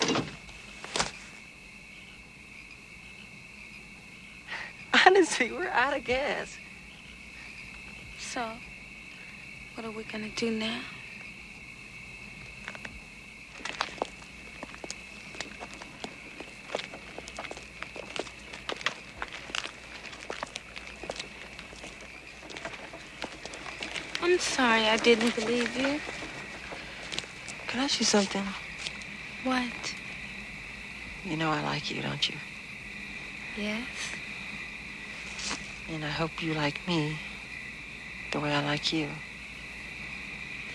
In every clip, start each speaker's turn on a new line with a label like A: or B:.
A: Honestly, we're out of gas.
B: So, what are we gonna do now? I'm sorry I didn't believe you.
A: Can I ask you something?
B: What?
A: You know I like you, don't you?
B: Yes?
A: And I hope you like me the way I like you.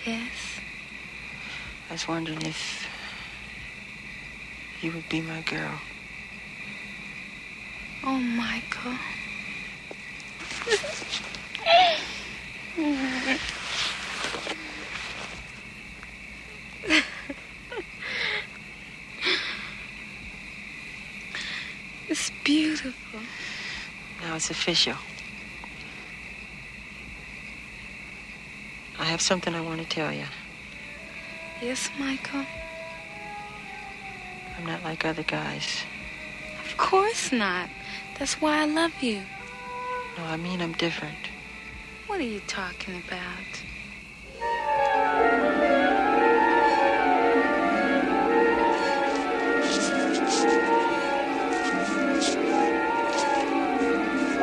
B: Yes?
A: I was wondering if you would be my girl.
B: Oh, Michael. it's beautiful.
A: Now it's official. I have something I want to tell you.
B: Yes, Michael?
A: I'm not like other guys.
B: Of course not. That's why I love you.
A: No, I mean I'm different.
B: What are you talking about?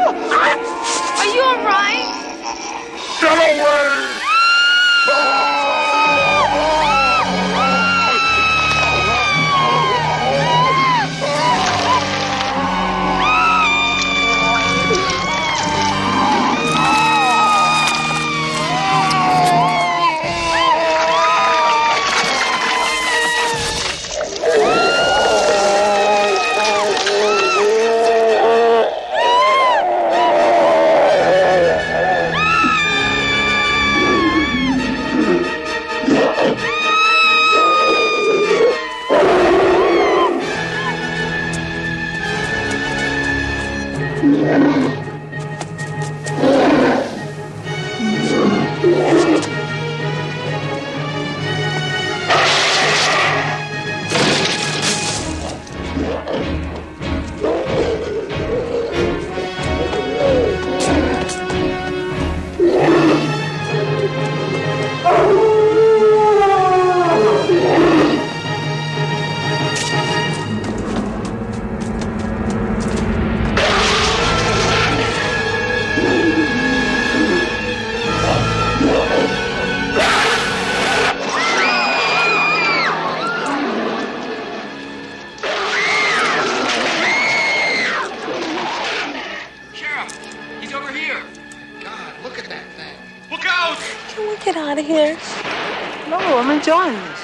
B: Are you all right?
C: Sheriff, he's over here.
D: God, look at that thing.
C: Look out!
A: Can we get out of here? No, I'm enjoying this.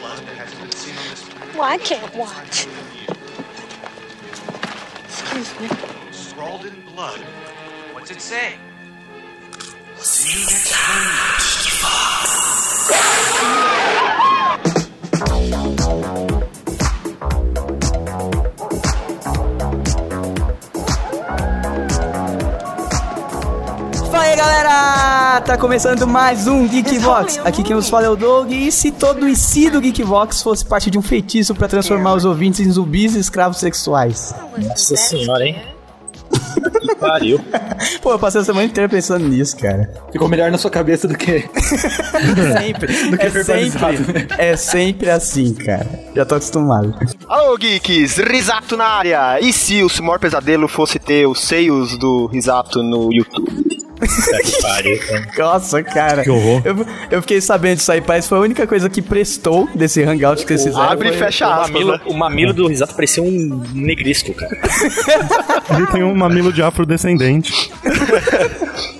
D: Blood has been seen on this planet
E: Well, I can't watch.
A: Excuse me.
D: scrawled in blood.
C: What's it say?
F: Fala aí, galera! Tá começando mais um Geekvox. Aqui quem nos fala é o Doug. E se todo e se do Geekvox fosse parte de um feitiço pra transformar os ouvintes em zumbis e escravos sexuais?
G: Nossa senhora, hein? Que pariu.
F: Pô, eu passei a semana inteira pensando nisso, cara.
H: Ficou melhor na sua cabeça do que.
F: Sempre.
H: que
F: é,
H: verbalizado, né?
F: sempre é sempre assim, cara. Já tô acostumado.
I: Alô, geeks! Risato na área! E se o seu maior pesadelo fosse ter os seios do Risato no YouTube?
G: Puta que pariu. cara.
F: Nossa, cara.
G: Que horror.
F: Eu, eu fiquei sabendo disso aí, parece que foi a única coisa que prestou desse hangout que vocês fizeram.
I: Abre e
F: foi-
I: fecha
G: O
I: aspas.
G: mamilo,
I: né?
G: o mamilo do Risato parecia um negrisco, cara.
J: Ele tem um mamilo de afrodescendente.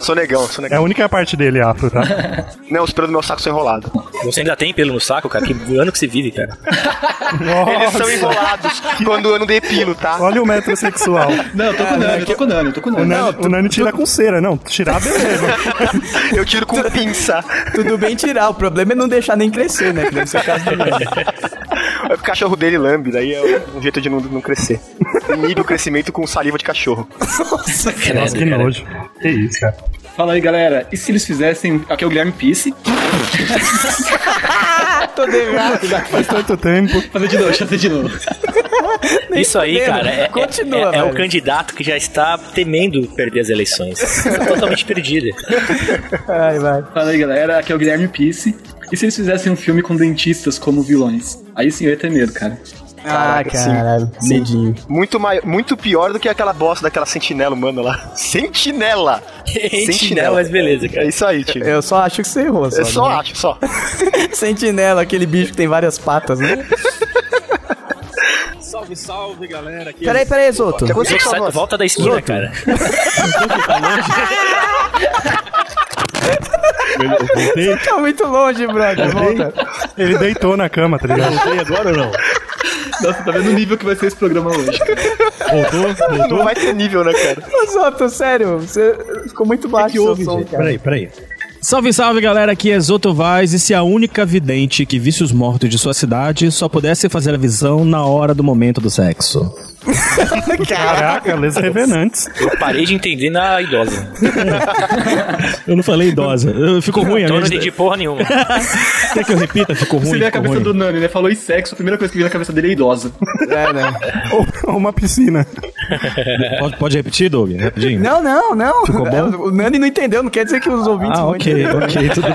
I: Sou negão, sou
J: É a
I: negão.
J: única parte dele afro, tá?
G: um-
I: Não, os pelos do meu saco são enrolados.
G: Você ainda tem pelo no saco, cara? Que ano que você vive, cara?
I: Eles são
J: Nossa.
I: enrolados quando eu não depilo, tá?
J: Olha o metrosexual. É,
H: Não, eu tô com o Nani, eu tô com o Nani, eu tô com o
J: O
H: Nani.
J: Nani, o Nani tira com cera, não. Tirar, beleza.
I: Eu tiro com pinça.
F: Tudo bem tirar, o problema é não deixar nem crescer, né? Que deve ser o caso do Nani.
I: Aí É O cachorro dele lambe, daí é um jeito de não, não crescer. Inibe o crescimento com saliva de cachorro.
J: Nossa, que nojo. Que isso, cara.
H: Fala aí, galera. E se eles fizessem. Aqui é o Guilherme Pisse.
F: Todo errado.
J: Faz tanto tempo.
H: Fazer de novo, deixa eu fazer de novo.
F: Nem
G: Isso aí,
F: fudendo.
G: cara, é,
F: Continua,
G: é- é, é o
F: velho.
G: candidato que já está temendo perder as eleições. Tá totalmente perdido.
F: Ai, vai.
K: Fala aí, galera. Aqui é o Guilherme Pisse. E se eles fizessem um filme com dentistas como vilões? Aí sim eu ia ter medo, cara.
F: Ah,
I: Caraca, sim.
F: caralho. Medinho.
I: Muito, mai- muito pior do que aquela bosta daquela sentinela humana lá. Sentinela!
G: Sentinela, mas beleza,
I: É
G: cara.
I: isso aí, tio.
F: Eu só acho que você errou. Só,
I: Eu só
F: né?
I: acho, só.
F: Sentinela, aquele bicho que tem várias patas, né?
D: Salve, salve, galera. Aqui
F: Peraí, peraí, Zoto.
I: Que aconteceu
G: Zoto,
I: com a
G: sai-
I: voz?
G: volta da esquina, cara.
J: Eu voltei.
F: Tá muito longe, brother.
K: Tá
F: Volta.
J: Ele deitou na cama, tá ligado?
D: Voltei agora ou não?
K: Nossa, tá vendo o nível que vai ser esse programa hoje, cara.
J: Voltou?
I: Não
J: Voltou?
I: vai ter nível, né, cara?
F: Ô, Zoto, sério, você ficou muito
K: é
F: baixo o seu som, cara.
J: Peraí, peraí.
L: Salve, salve galera, aqui é Zoto Vaz e se a única vidente que visse os mortos de sua cidade só pudesse fazer a visão na hora do momento do sexo.
J: Caraca, Les Revenantes.
G: Eu parei de entender na idosa.
L: Eu não falei idosa. Eu- Ficou ruim, a
G: Então eu não
L: minha...
G: entendi porra nenhuma.
L: Quer que eu repita? Ficou ruim,
K: Você vê a
L: ficou
K: cabeça
L: ruim.
K: do Nani, né? Falou em sexo, a primeira coisa que veio na cabeça dele é idosa.
F: É, né?
J: Ou uma piscina.
L: Pode, pode repetir, Doug? É Rapidinho.
F: Não, não, não.
L: Ficou bom?
F: É, O Nani não entendeu, não quer dizer que os ouvintes
L: Ah,
F: vão
L: ok,
F: entender.
L: ok, tudo bem.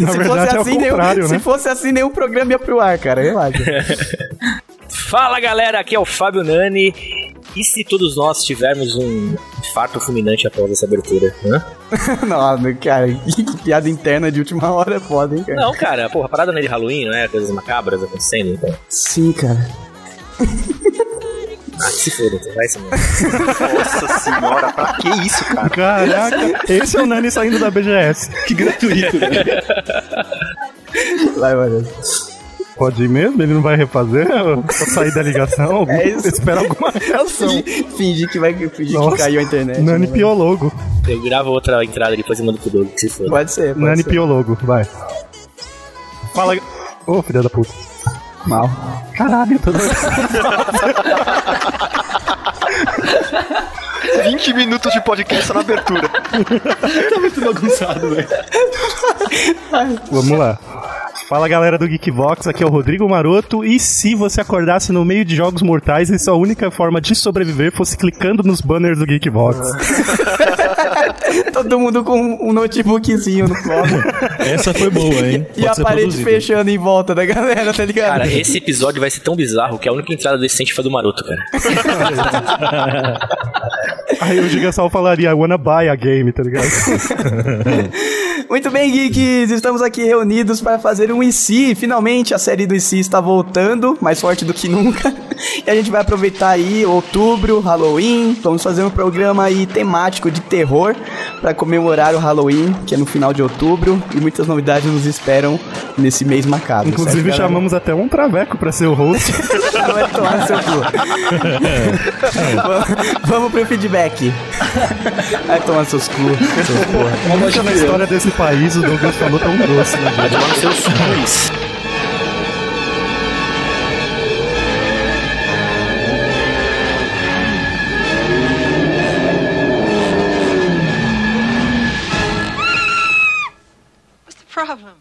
J: Na
F: se fosse
J: verdade é o
F: assim, nenhum,
J: contrário,
F: se
J: né?
F: fosse assim, nenhum programa ia pro ar, cara. Relaxa.
G: Fala galera, aqui é o Fábio Nani. E se todos nós tivermos um infarto fulminante após essa abertura? Hã?
F: Não, cara, que piada interna de última hora é foda, hein, cara.
G: Não, cara, porra, parada não é de Halloween, não é? Coisas macabras acontecendo, então.
F: Sim, cara.
G: Ah, se foda, então vai essa merda.
I: Nossa senhora, pra que isso, cara?
J: Caraca, esse é o Nani saindo da BGS.
K: Que gratuito, né? velho.
F: Vai, valeu.
J: Pode ir mesmo? Ele não vai refazer? Só sair da ligação? Algum-
F: É isso.
J: Espera alguma reação.
F: Fingir que vai fingir
J: Nossa.
F: que caiu a internet.
J: Nani
F: né,
J: Piologo.
G: Eu gravo outra entrada depois e mando pro Doug, que se foda.
F: velho? Pode ser, pode
J: Nani
F: ser.
J: Piologo, vai. Fala. Ô, filha da puta.
F: Mal.
J: Caralho, tô
I: 20 minutos de podcast só na abertura.
K: tá muito bagunçado, velho.
J: Vamos lá. Fala galera do Geekbox, aqui é o Rodrigo Maroto. E se você acordasse no meio de jogos mortais e sua única forma de sobreviver fosse clicando nos banners do Geekbox?
F: Todo mundo com um notebookzinho no colo.
L: Essa foi boa, hein?
F: e a parede fechando em volta da galera, tá ligado?
G: Cara, esse episódio vai ser tão bizarro que a única entrada decente foi do Maroto, cara.
J: Aí o Gigasol falaria, I wanna buy a game, tá ligado?
F: Muito bem, geeks, estamos aqui reunidos para fazer um IC. Finalmente a série do IC está voltando, mais forte do que nunca. E a gente vai aproveitar aí outubro, Halloween. Vamos fazer um programa aí temático de terror para comemorar o Halloween, que é no final de outubro, e muitas novidades nos esperam nesse mês macabro.
J: Inclusive
F: certo, galera?
J: chamamos até um traveco pra ser o host.
F: Vai tomar no seu cu. Vamos pro feedback. Vai tomar seus cu, seus porra.
J: Nunca
L: é.
J: na história desse país o Douglas falou tão doce, né?
G: Vai tomar nos seus ruins.
A: What's the problem?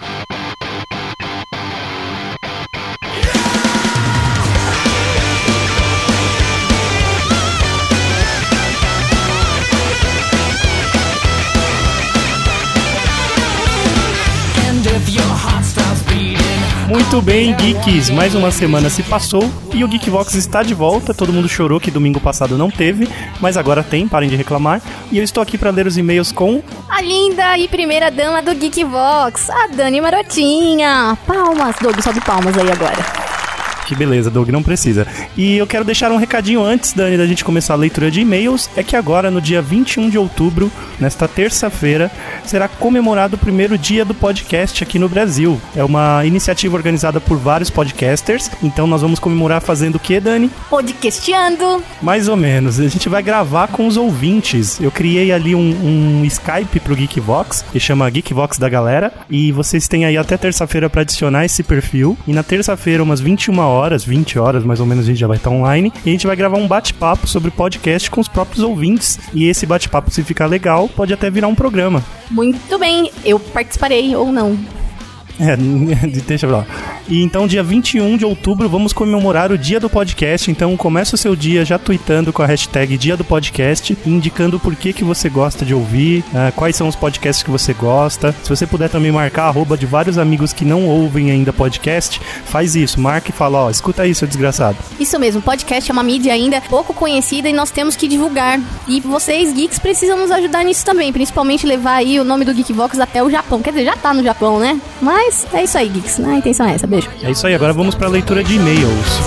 J: Muito bem, geeks. Mais uma semana se passou e o Geekvox está de volta. Todo mundo chorou que domingo passado não teve, mas agora tem, parem de reclamar. E eu estou aqui para ler os e-mails com
M: A linda e primeira dama do Geekvox, a Dani Marotinha. Palmas, Doug, sobe palmas aí agora.
J: Que beleza, Doug, não precisa. E eu quero deixar um recadinho antes, Dani, da gente começar a leitura de e-mails. É que agora, no dia 21 de outubro, nesta terça-feira, será comemorado o primeiro dia do podcast aqui no Brasil. É uma iniciativa organizada por vários podcasters. Então nós vamos comemorar fazendo o que, Dani?
M: Podcastando.
J: Mais ou menos. A gente vai gravar com os ouvintes. Eu criei ali um, um Skype pro Geekvox, que chama Geekvox da Galera. E vocês têm aí até terça-feira pra adicionar esse perfil. E na terça-feira, umas 21 horas, 20 horas mais ou menos, a gente já vai estar online. E a gente vai gravar um bate-papo sobre podcast com os próprios ouvintes. E esse bate-papo, se ficar legal, pode até virar um programa.
M: Muito bem, eu participarei ou não.
J: É, deixa pra lá. E então, dia 21 de outubro, vamos comemorar o dia do podcast. Então, começa o seu dia já tweetando com a hashtag dia do podcast, indicando por que, que você gosta de ouvir, ah, quais são os podcasts que você gosta. Se você puder também marcar a arroba de vários amigos que não ouvem ainda podcast, faz isso, marca e fala, ó, escuta aí, seu desgraçado.
M: Isso mesmo, podcast é uma mídia ainda pouco conhecida e nós temos que divulgar. E vocês, geeks, precisam nos ajudar nisso também, principalmente levar aí o nome do Geekvox até o Japão. Quer dizer, já tá no Japão, né? Mas é isso aí, geeks. A intenção é essa. Beijo.
J: É isso aí, agora vamos pra leitura de e-mails.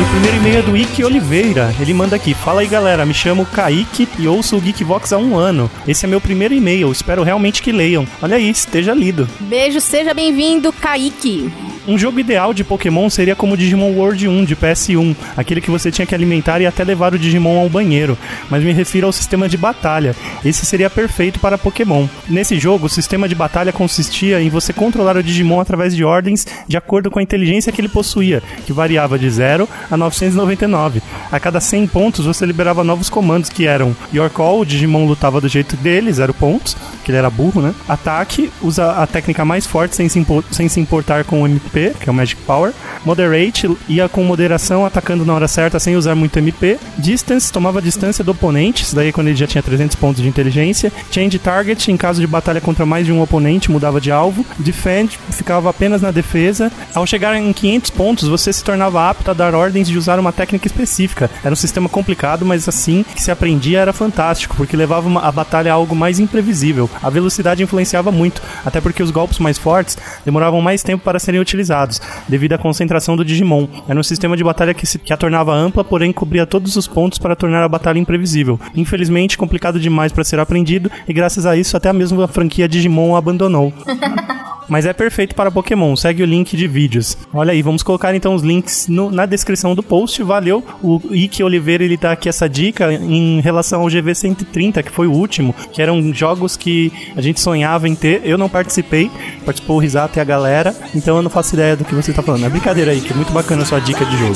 J: O primeiro e-mail é do Ike Oliveira. Ele manda aqui: Fala aí galera, me chamo Kaique e ouço o Geekvox há um ano. Esse é meu primeiro e-mail, espero realmente que leiam. Olha aí, esteja lido.
M: Beijo, seja bem-vindo, Kaique.
J: Um jogo ideal de Pokémon seria como o Digimon World 1 de PS1, aquele que você tinha que alimentar e até levar o Digimon ao banheiro, mas me refiro ao sistema de batalha. Esse seria perfeito para Pokémon. Nesse jogo, o sistema de batalha consistia em você controlar o Digimon através de ordens de acordo com a inteligência que ele possuía, que variava de 0 a 999. A cada 100 pontos, você liberava novos comandos que eram Your Call, o Digimon lutava do jeito dele, 0 pontos, que ele era burro, né? Ataque, usa a técnica mais forte sem se, impo- sem se importar com o MP, que é o Magic Power. Moderate, ia com moderação, atacando na hora certa sem usar muito MP. Distance, tomava distância do oponente, isso daí é quando ele já tinha 300 pontos de inteligência. Change target, em caso de batalha contra mais de um oponente, mudava de alvo. Defend, ficava apenas na defesa. Ao chegar em 500 pontos, você se tornava apto a dar ordens de usar uma técnica específica. Era um sistema complicado, mas assim que se aprendia era fantástico, porque levava uma- a batalha a algo mais imprevisível. A velocidade influenciava muito, até porque os golpes mais fortes demoravam mais tempo para serem utilizados, devido à concentração do Digimon. Era um sistema de batalha que, se, que a tornava ampla, porém cobria todos os pontos para tornar a batalha imprevisível. Infelizmente, complicado demais para ser aprendido, e graças a isso até mesmo a franquia Digimon a abandonou. Mas é perfeito para Pokémon, segue o link de vídeos. Olha aí, vamos colocar então os links no- na descrição do post. Valeu, o Ike Oliveira ele dá aqui essa dica em relação ao GV 130, que foi o último, que eram jogos que a gente sonhava em ter. Eu não participei, participou o Risato e a galera, então eu não faço ideia do que você tá falando. É brincadeira aí, que é muito bacana a sua dica de jogo.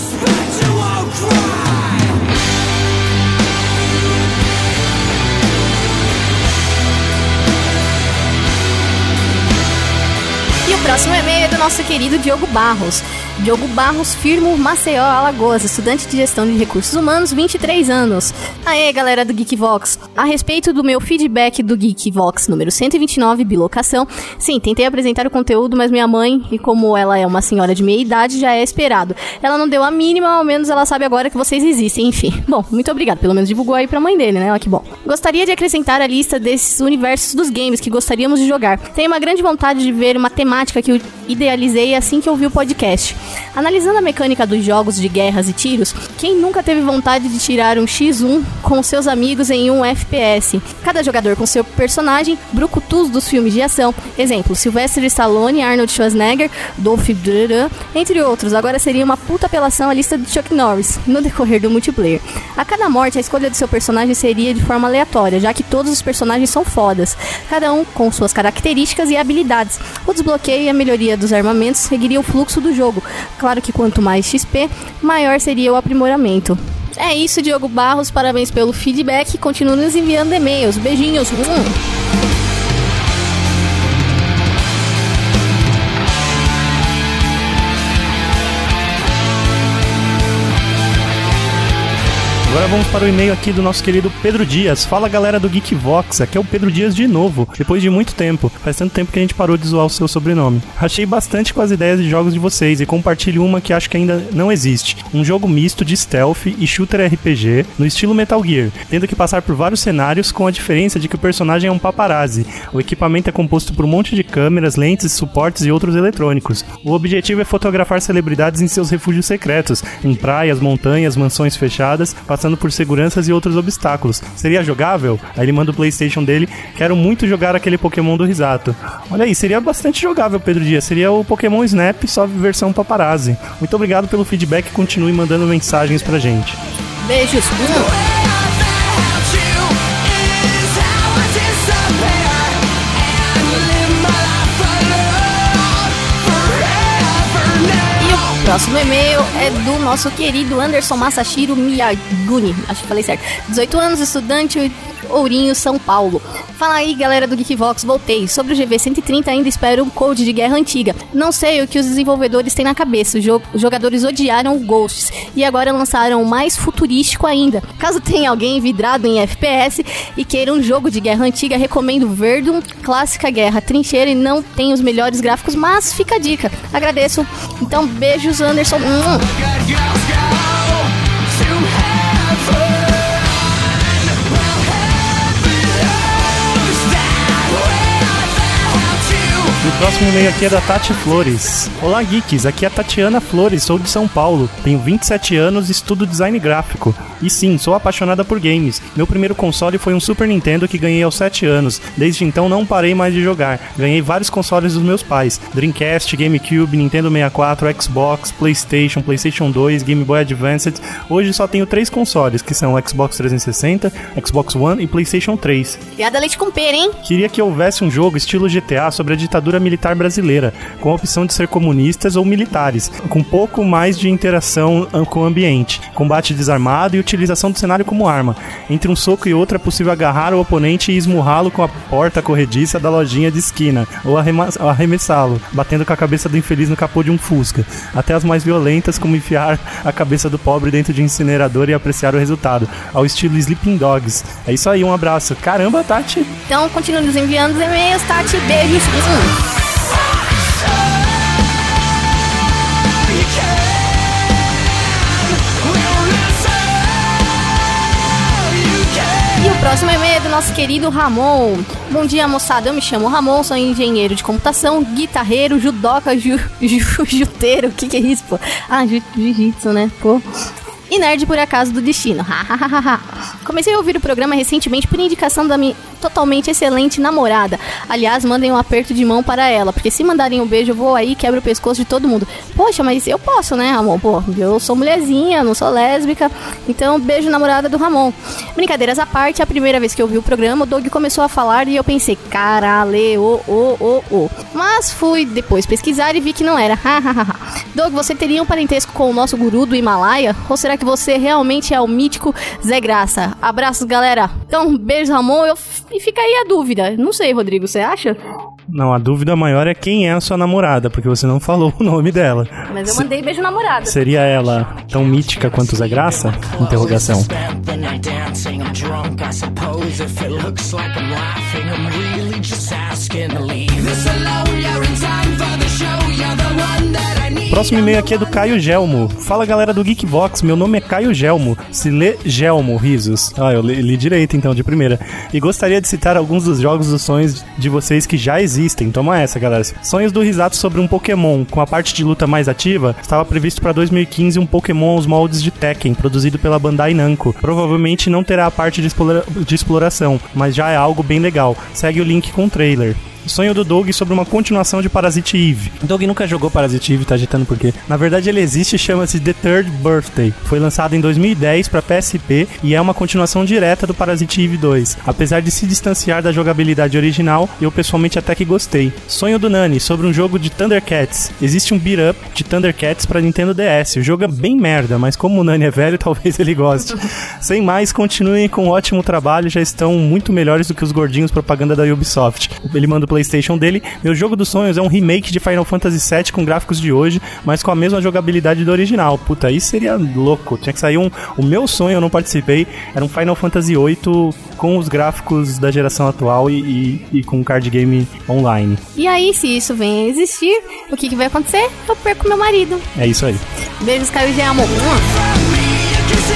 M: E o próximo e-mail é do nosso querido Diogo Barros. Diogo Barros, firmo Maceió, Alagoas, estudante de gestão de recursos humanos, 23 anos. Aê, galera do Geekvox. A respeito do meu feedback do Geekvox número 129, bilocação, sim, tentei apresentar o conteúdo, mas minha mãe, e como ela é uma senhora de meia idade, já é esperado. Ela não deu a mínima, ao menos ela sabe agora que vocês existem, enfim. Bom, muito obrigado, pelo menos divulgou aí pra mãe dele, né? Olha que bom. Gostaria de acrescentar a lista desses universos dos games que gostaríamos de jogar. Tenho uma grande vontade de ver uma temática que eu idealizei assim que ouvi o podcast. Analisando a mecânica dos jogos de guerras e tiros, quem nunca teve vontade de tirar um X1 com seus amigos em um FPS? Cada jogador com seu personagem, brucutus dos filmes de ação, exemplo, Sylvester Stallone, Arnold Schwarzenegger, Dolph Duran, entre outros. Agora seria uma puta apelação a lista do Chuck Norris, no decorrer do multiplayer. A cada morte, a escolha do seu personagem seria de forma aleatória, já que todos os personagens são fodas, cada um com suas características e habilidades. O desbloqueio e a melhoria dos armamentos seguiria o fluxo do jogo. Claro que quanto mais XP, maior seria o aprimoramento. É isso, Diogo Barros. Parabéns pelo feedback. Continue nos enviando e-mails. Beijinhos. Hum.
J: Agora vamos para o e-mail aqui do nosso querido Pedro Dias. Fala galera do Geekvox, aqui é o Pedro Dias de novo, depois de muito tempo. Faz tanto tempo que a gente parou de zoar o seu sobrenome. Achei bastante com as ideias de jogos de vocês e compartilho uma que acho que ainda não existe. Um jogo misto de stealth e shooter RPG no estilo Metal Gear, tendo que passar por vários cenários com a diferença de que o personagem é um paparazzi. O equipamento é composto por um monte de câmeras, lentes, suportes e outros eletrônicos. O objetivo é fotografar celebridades em seus refúgios secretos, em praias, montanhas, mansões fechadas, passando por seguranças e outros obstáculos. Seria jogável? Aí ele manda o PlayStation dele. Quero muito jogar aquele Pokémon do Risato. Olha aí, seria bastante jogável, Pedro Dias. Seria o Pokémon Snap, só versão paparazzi. Muito obrigado pelo feedback e continue mandando mensagens pra gente.
M: Beijos. Hum. E o próximo e-mail é do nosso querido Anderson Masashiro Miyaguni. Acho que falei certo. 18 anos, estudante Ourinho, São Paulo. Fala aí, galera do Geekvox, voltei. Sobre o GV130, ainda espero um code de guerra antiga. Não sei o que os desenvolvedores têm na cabeça. Os jo- jogadores odiaram o Ghosts e agora lançaram o mais futurístico ainda. Caso tenha alguém vidrado em FPS e queira um jogo de guerra antiga, recomendo Verdun, Clássica Guerra Trincheira e não tem os melhores gráficos, mas fica a dica. Agradeço. Então, beijos, Anderson. Hum.
J: E o próximo e-mail aqui é da Tati Flores. Olá, geeks. Aqui é a Tatiana Flores, sou de São Paulo. Tenho 27 anos e estudo design gráfico. E sim, sou apaixonada por games. Meu primeiro console foi um Super Nintendo que ganhei aos 7 anos. Desde então não parei mais de jogar. Ganhei vários consoles dos meus pais: Dreamcast, GameCube, Nintendo 64, Xbox, PlayStation, PlayStation 2, Game Boy Advance. Hoje só tenho três consoles, que são o Xbox 360, Xbox One e PlayStation 3.
M: Piada leite com pera, hein?
J: Queria que houvesse um jogo estilo GTA sobre a ditadura militar brasileira, com a opção de ser comunistas ou militares, com um pouco mais de interação an- com o ambiente, combate desarmado e utilização do cenário como arma. Entre um soco e outro é possível agarrar o oponente e esmurrá-lo com a porta corrediça da lojinha de esquina, ou arrema- arremessá-lo, batendo com a cabeça do infeliz no capô de um Fusca. Até as mais violentas, como enfiar a cabeça do pobre dentro de um incinerador e apreciar o resultado, ao estilo Sleeping Dogs. É isso aí, um abraço. Caramba, Tati!
M: Então, continue nos enviando os e-mails, Tati. Beijos. Hum. E o próximo e-mail é do nosso querido Ramon. Bom dia, moçada. Eu me chamo Ramon, sou engenheiro de computação, guitarreiro, judoca, ju, ju- juteiro. O que, que é isso, pô? Ah, ju- jiu-jitsu, né? Pô. E nerd por acaso do destino. Hahaha. Comecei a ouvir o programa recentemente por indicação da minha totalmente excelente namorada. Aliás, mandem um aperto de mão para ela, porque se mandarem um beijo, eu vou aí e quebro o pescoço de todo mundo. Poxa, mas eu posso, né, Ramon? Pô, eu sou mulherzinha, não sou lésbica. Então, beijo namorada do Ramon. Brincadeiras à parte, a primeira vez que eu vi o programa, o Doug começou a falar e eu pensei, caralho, ô, ô, ô, ô. Mas fui depois pesquisar e vi que não era. Hahaha. Doug, você teria um parentesco com o nosso guru do Himalaia? Ou será que você realmente é o mítico Zé Graça? Abraços, galera. Então, beijo, Ramon. Eu... E fica aí a dúvida. Não sei, Rodrigo, você acha?
J: Não, a dúvida maior é quem é a sua namorada, porque você não falou o nome dela.
M: Mas eu mandei beijo namorada.
J: Seria ela tão mítica quanto Zé Graça? Interrogação.
B: The night dancing, I'm drunk, I suppose. If it looks like I'm laughing, I'm really just asking to leave this alone. You're in time for the show, you're the one that I need.
J: Próximo e-mail aqui é do Caio Gelmo. Fala galera do Geekbox, meu nome é Caio Gelmo. Se lê Gelmo, risos. Ah, eu li, li direito então, de primeira. E gostaria de citar alguns dos jogos dos sonhos de vocês que já existem. Toma essa, galera. Sonhos do Risato sobre um Pokémon. Com a parte de luta mais ativa, estava previsto para 2015 um Pokémon aos moldes de Tekken, produzido pela Bandai Namco. Provavelmente não terá a parte de, explora- de exploração, mas já é algo bem legal. Segue o link com o trailer. Sonho do Doug sobre uma continuação de Parasite Eve. O Doug nunca jogou Parasite Eve, tá agitando por quê? Na verdade, ele existe e chama-se The Third Birthday. Foi lançado em 2010 pra PSP e é uma continuação direta do Parasite Eve 2. Apesar de se distanciar da jogabilidade original, eu pessoalmente até que gostei. Sonho do Nani sobre um jogo de Thundercats. Existe um beat up de Thundercats pra Nintendo DS. O jogo é bem merda, mas como o Nani é velho, talvez ele goste. Sem mais, continuem com um ótimo trabalho, já estão muito melhores do que os gordinhos propaganda da Ubisoft. Ele manda o PlayStation dele. Meu jogo dos sonhos é um remake de Final Fantasy VII com gráficos de hoje, mas com a mesma jogabilidade do original. Puta, isso seria louco. Tinha que sair um. O meu sonho, eu não participei, era um Final Fantasy VIII com os gráficos da geração atual e, e, e com card game online.
M: E aí, se isso vem a existir, o que, que vai acontecer? Eu perco meu marido.
J: É isso aí.
M: Beijos, Caio Gelmo. Hum.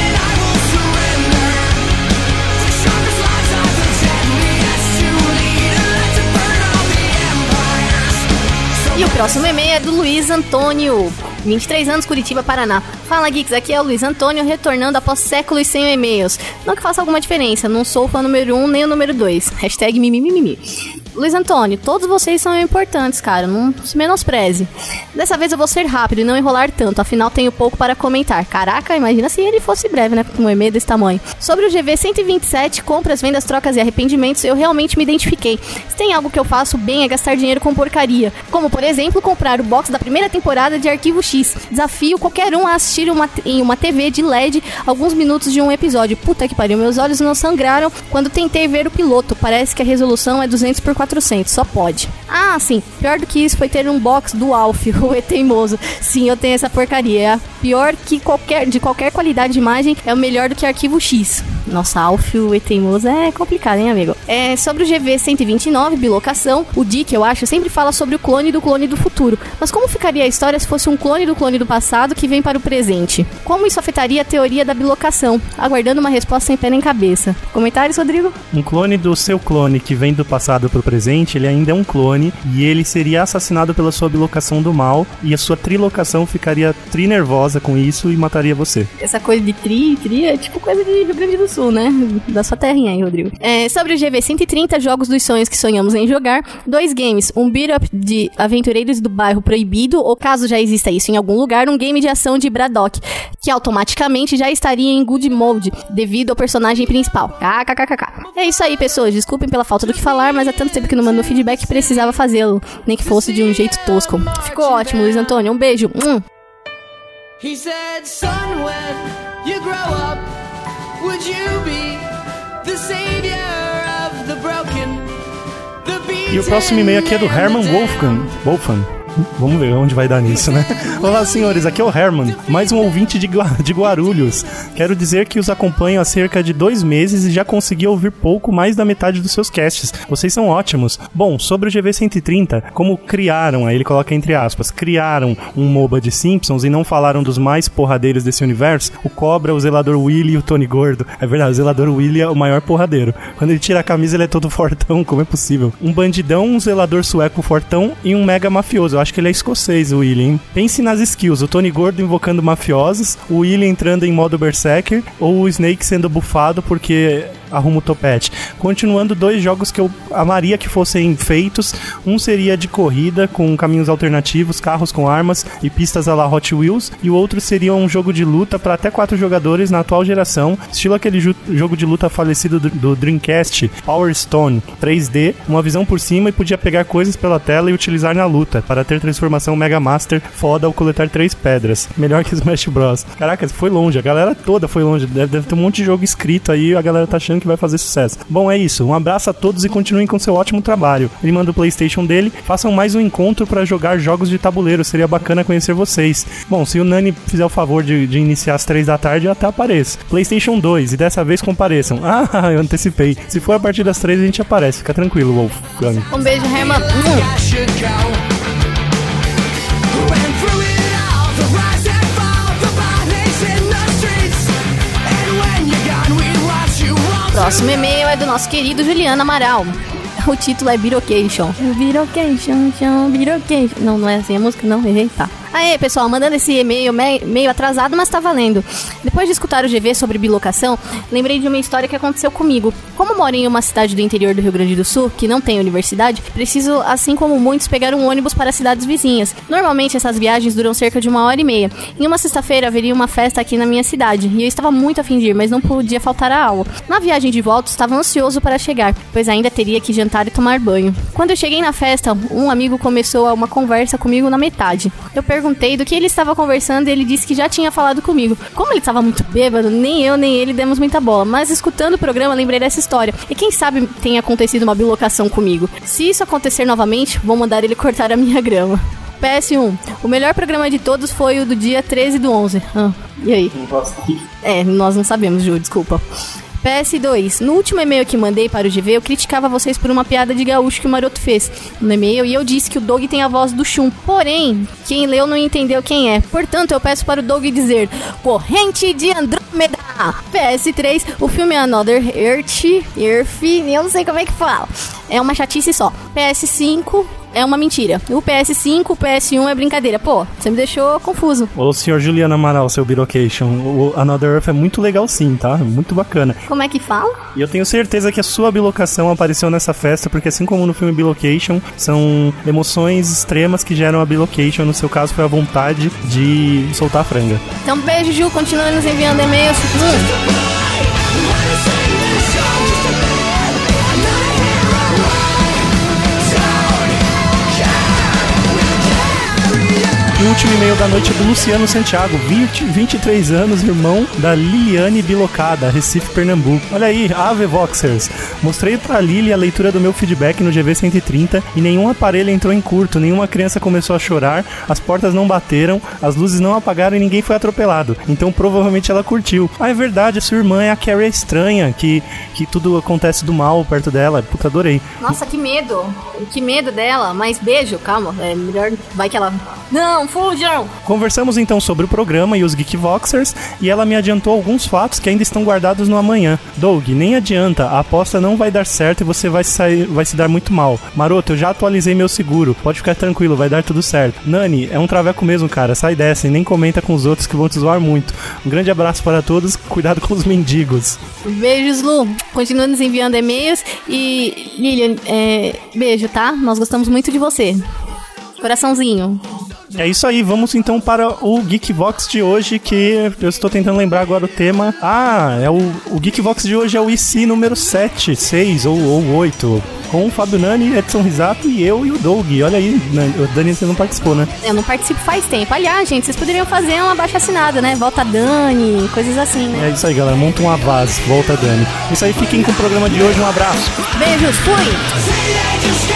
M: E o próximo e-mail é do Luiz Antônio, 23 anos, Curitiba, Paraná. Fala, Geeks, aqui é o Luiz Antônio, retornando após séculos sem e-mails. Não que faça alguma diferença, não sou o fã número 1 um, nem o número 2. Hashtag mimimimimi. Luiz Antônio, todos vocês são importantes, cara. Não se menospreze. Dessa vez eu vou ser rápido e não enrolar tanto, afinal tenho pouco para comentar. Caraca, imagina se ele fosse breve, né? Porque um e-mail desse tamanho. Sobre o GV 127, compras, vendas, trocas e arrependimentos, eu realmente me identifiquei. Se tem algo que eu faço bem é gastar dinheiro com porcaria. Como, por exemplo, comprar o box da primeira temporada de Arquivo X. Desafio qualquer um a assistir uma- em uma TV de LED alguns minutos de um episódio. Puta que pariu, meus olhos não sangraram quando tentei ver o piloto. Parece que a resolução é 200 por 400, só pode. Ah, sim, pior do que isso foi ter um box do Alf, o E é teimoso. Sim, eu tenho essa porcaria. É a Pior que qualquer, de qualquer qualidade de imagem, é o melhor do que Arquivo X. Nossa, Alf, o E teimoso é complicado, hein, amigo? É, sobre o GV 129, bilocação, o Dick, eu acho, sempre fala sobre o clone do clone do futuro. Mas como ficaria a história se fosse um clone do clone do passado que vem para o presente? Como isso afetaria a teoria da bilocação? Aguardando uma resposta sem pé nem cabeça. Comentários, Rodrigo?
J: Um clone do seu clone que vem do passado pro presente, ele ainda é um clone e ele seria assassinado pela sua bilocação do mal e a sua trilocação ficaria trinervosa com isso e mataria você.
M: Essa coisa de tri, tri é tipo coisa de Rio Grande do Sul, né? Da sua terrinha aí, Rodrigo. É, sobre o GV 130, jogos dos sonhos que sonhamos em jogar. Dois games, um beat up de aventureiros do bairro proibido, ou caso já exista isso em algum lugar, um game de ação de Braddock, que automaticamente já estaria em good mode, devido ao personagem principal. KKKKK. É isso aí, pessoas. Desculpem pela falta do que falar, mas há tanto tempo que não mandou feedback que precisava fazê-lo, nem que fosse de um jeito tosco. Ficou ótimo, Luiz Antônio. Um beijo. Hum.
B: He said, Son, when you grow up, would you be the savior of the broken? The
J: E o próximo e-mail aqui é do Herman Wolfgang. Wolfgang. Vamos ver onde vai dar nisso, né? Olá, senhores. Aqui é o Herman, mais um ouvinte de, Gua- de Guarulhos. Quero dizer que os acompanho há cerca de dois meses e já consegui ouvir pouco mais da metade dos seus casts. Vocês são ótimos. Bom, sobre o GV130, como criaram, aí ele coloca entre aspas, criaram um MOBA de Simpsons e não falaram dos mais porradeiros desse universo, o Cobra, o Zelador Willy e o Tony Gordo. É verdade, o Zelador Willy é o maior porradeiro. Quando ele tira a camisa, ele é todo fortão, como é possível? Um bandidão, um zelador sueco fortão e um mega mafioso. Eu acho que ele é escocês, o Willy, hein? Pense nas skills: o Tony Gordo invocando mafiosos, o Willy entrando em modo berserker ou o Snake sendo bufado porque arruma o topete. Continuando, dois jogos que eu amaria que fossem feitos: um seria de corrida com caminhos alternativos, carros com armas e pistas à la Hot Wheels, e o outro seria um jogo de luta para até quatro jogadores na atual geração, estilo aquele ju- jogo de luta falecido do, do Dreamcast, Power Stone 3D, uma visão por cima e podia pegar coisas pela tela e utilizar na luta, para ter transformação Mega Master foda ao coletar três pedras. Melhor que Smash Bros. Caraca, foi longe, a galera toda foi longe. Deve, deve ter um monte de jogo escrito aí e a galera tá achando que vai fazer sucesso. Bom, é isso. Um abraço a todos e continuem com seu ótimo trabalho. Ele manda o PlayStation dele. Façam mais um encontro para jogar jogos de tabuleiro. Seria bacana conhecer vocês. Bom, se o Nani fizer o favor de, de iniciar às três da tarde, eu até apareço. PlayStation 2, e dessa vez compareçam. Ah, eu antecipei. Se for a partir das três, a gente aparece. Fica tranquilo, Wolf.
M: Um beijo, Herman.
B: I should go. Who ran through it all, the rise and fall, the bodies in the streets. And when you're gone, we watch you walk
M: Próximo e-mail é do nosso querido Juliano Amaral. O título é Birocation. Birocation, chão, Birocation. Não, não é assim a música, não, errei, tá. Aê, pessoal, mandando esse e-mail me- meio atrasado, mas tá valendo. Depois de escutar o GV sobre bilocação, lembrei de uma história que aconteceu comigo. Como moro em uma cidade do interior do Rio Grande do Sul, que não tem universidade, preciso, assim como muitos, pegar um ônibus para cidades vizinhas. Normalmente essas viagens duram cerca de uma hora e meia. Em uma sexta-feira haveria uma festa aqui na minha cidade, e eu estava muito a fim de ir, mas não podia faltar a aula. Na viagem de volta, estava ansioso para chegar, pois ainda teria que jantar e tomar banho. Quando eu cheguei na festa, um amigo começou uma conversa comigo na metade. Eu perguntei do que ele estava conversando e ele disse que já tinha falado comigo. Como ele estava muito bêbado, nem eu nem ele demos muita bola, mas escutando o programa lembrei dessa história. E quem sabe tenha acontecido uma bilocação comigo. Se isso acontecer novamente, vou mandar ele cortar a minha grama. PS1. O melhor programa de todos foi o do dia 13 do 11. Ah, e aí? É, nós não sabemos, Ju, desculpa. PS2. No último e-mail que mandei para o GV, eu criticava vocês por uma piada de gaúcho que o Maroto fez no e-mail e eu disse que o Doug tem a voz do Chum. Porém, quem leu não entendeu quem é. Portanto, eu peço para o Doug dizer: Corrente de Andrômeda. PS3. O filme é Another Earth. Earth. Eu não sei como é que fala. É uma chatice só. PS5. é uma mentira. O PS5, o PS1 é brincadeira. Pô, você me deixou confuso.
J: Ô, senhor Juliano Amaral, seu Birocation, o Another Earth é muito legal sim, tá? Muito bacana.
M: Como é que fala?
J: E eu tenho certeza que a sua bilocação apareceu nessa festa, porque assim como no filme Bilocation, são emoções extremas que geram a bilocation. No seu caso, foi a vontade de soltar a franga.
M: Então, beijo, Ju. Continua nos enviando e-mails. Hum.
J: E o último e-mail da noite é do Luciano Santiago, 20, 23 anos, irmão da Liliane Bilocada, Recife, Pernambuco. Olha aí, Ave Voxers. Mostrei pra Lili a leitura do meu feedback no GV 130 e nenhum aparelho entrou em curto, nenhuma criança começou a chorar, as portas não bateram, as luzes não apagaram e ninguém foi atropelado. Então provavelmente ela curtiu. Ah, é verdade, a sua irmã é a Carrie Estranha, que, que tudo acontece do mal perto dela. Puta, adorei.
M: Nossa, que medo. Que medo dela. Mas beijo, calma. É melhor. Vai que ela. Não, fujam!
J: Conversamos então sobre o programa e os Geekvoxers e ela me adiantou alguns fatos que ainda estão guardados no amanhã. Doug, nem adianta, a aposta não vai dar certo e você vai, sair, vai se dar muito mal. Maroto, eu já atualizei meu seguro, pode ficar tranquilo, vai dar tudo certo. Nani, é um traveco mesmo, cara, sai dessa e nem comenta com os outros que vão te zoar muito. Um grande abraço para todos, cuidado com os mendigos.
M: Beijos, Lu. Continua nos enviando e-mails. E, Lilian, é, beijo, tá? Nós gostamos muito de você. Coraçãozinho.
J: É isso aí, vamos então para o Geekvox de hoje, que eu estou tentando lembrar agora o tema. Ah, é o, o Geekvox de hoje é o IC número 7, 6 ou, ou 8, com o Fábio Nani, Edson Risato e eu e o Doug. Olha aí, Nani, o Dani você não participou, né?
M: Eu não participo faz tempo. Aliás, gente, vocês poderiam fazer uma baixa assinada, né? Volta Dani, coisas assim, né?
J: É isso aí, galera, monta uma vaz, volta Dani. É Isso aí, fiquem com o programa de hoje, um abraço.
M: Beijos, fui!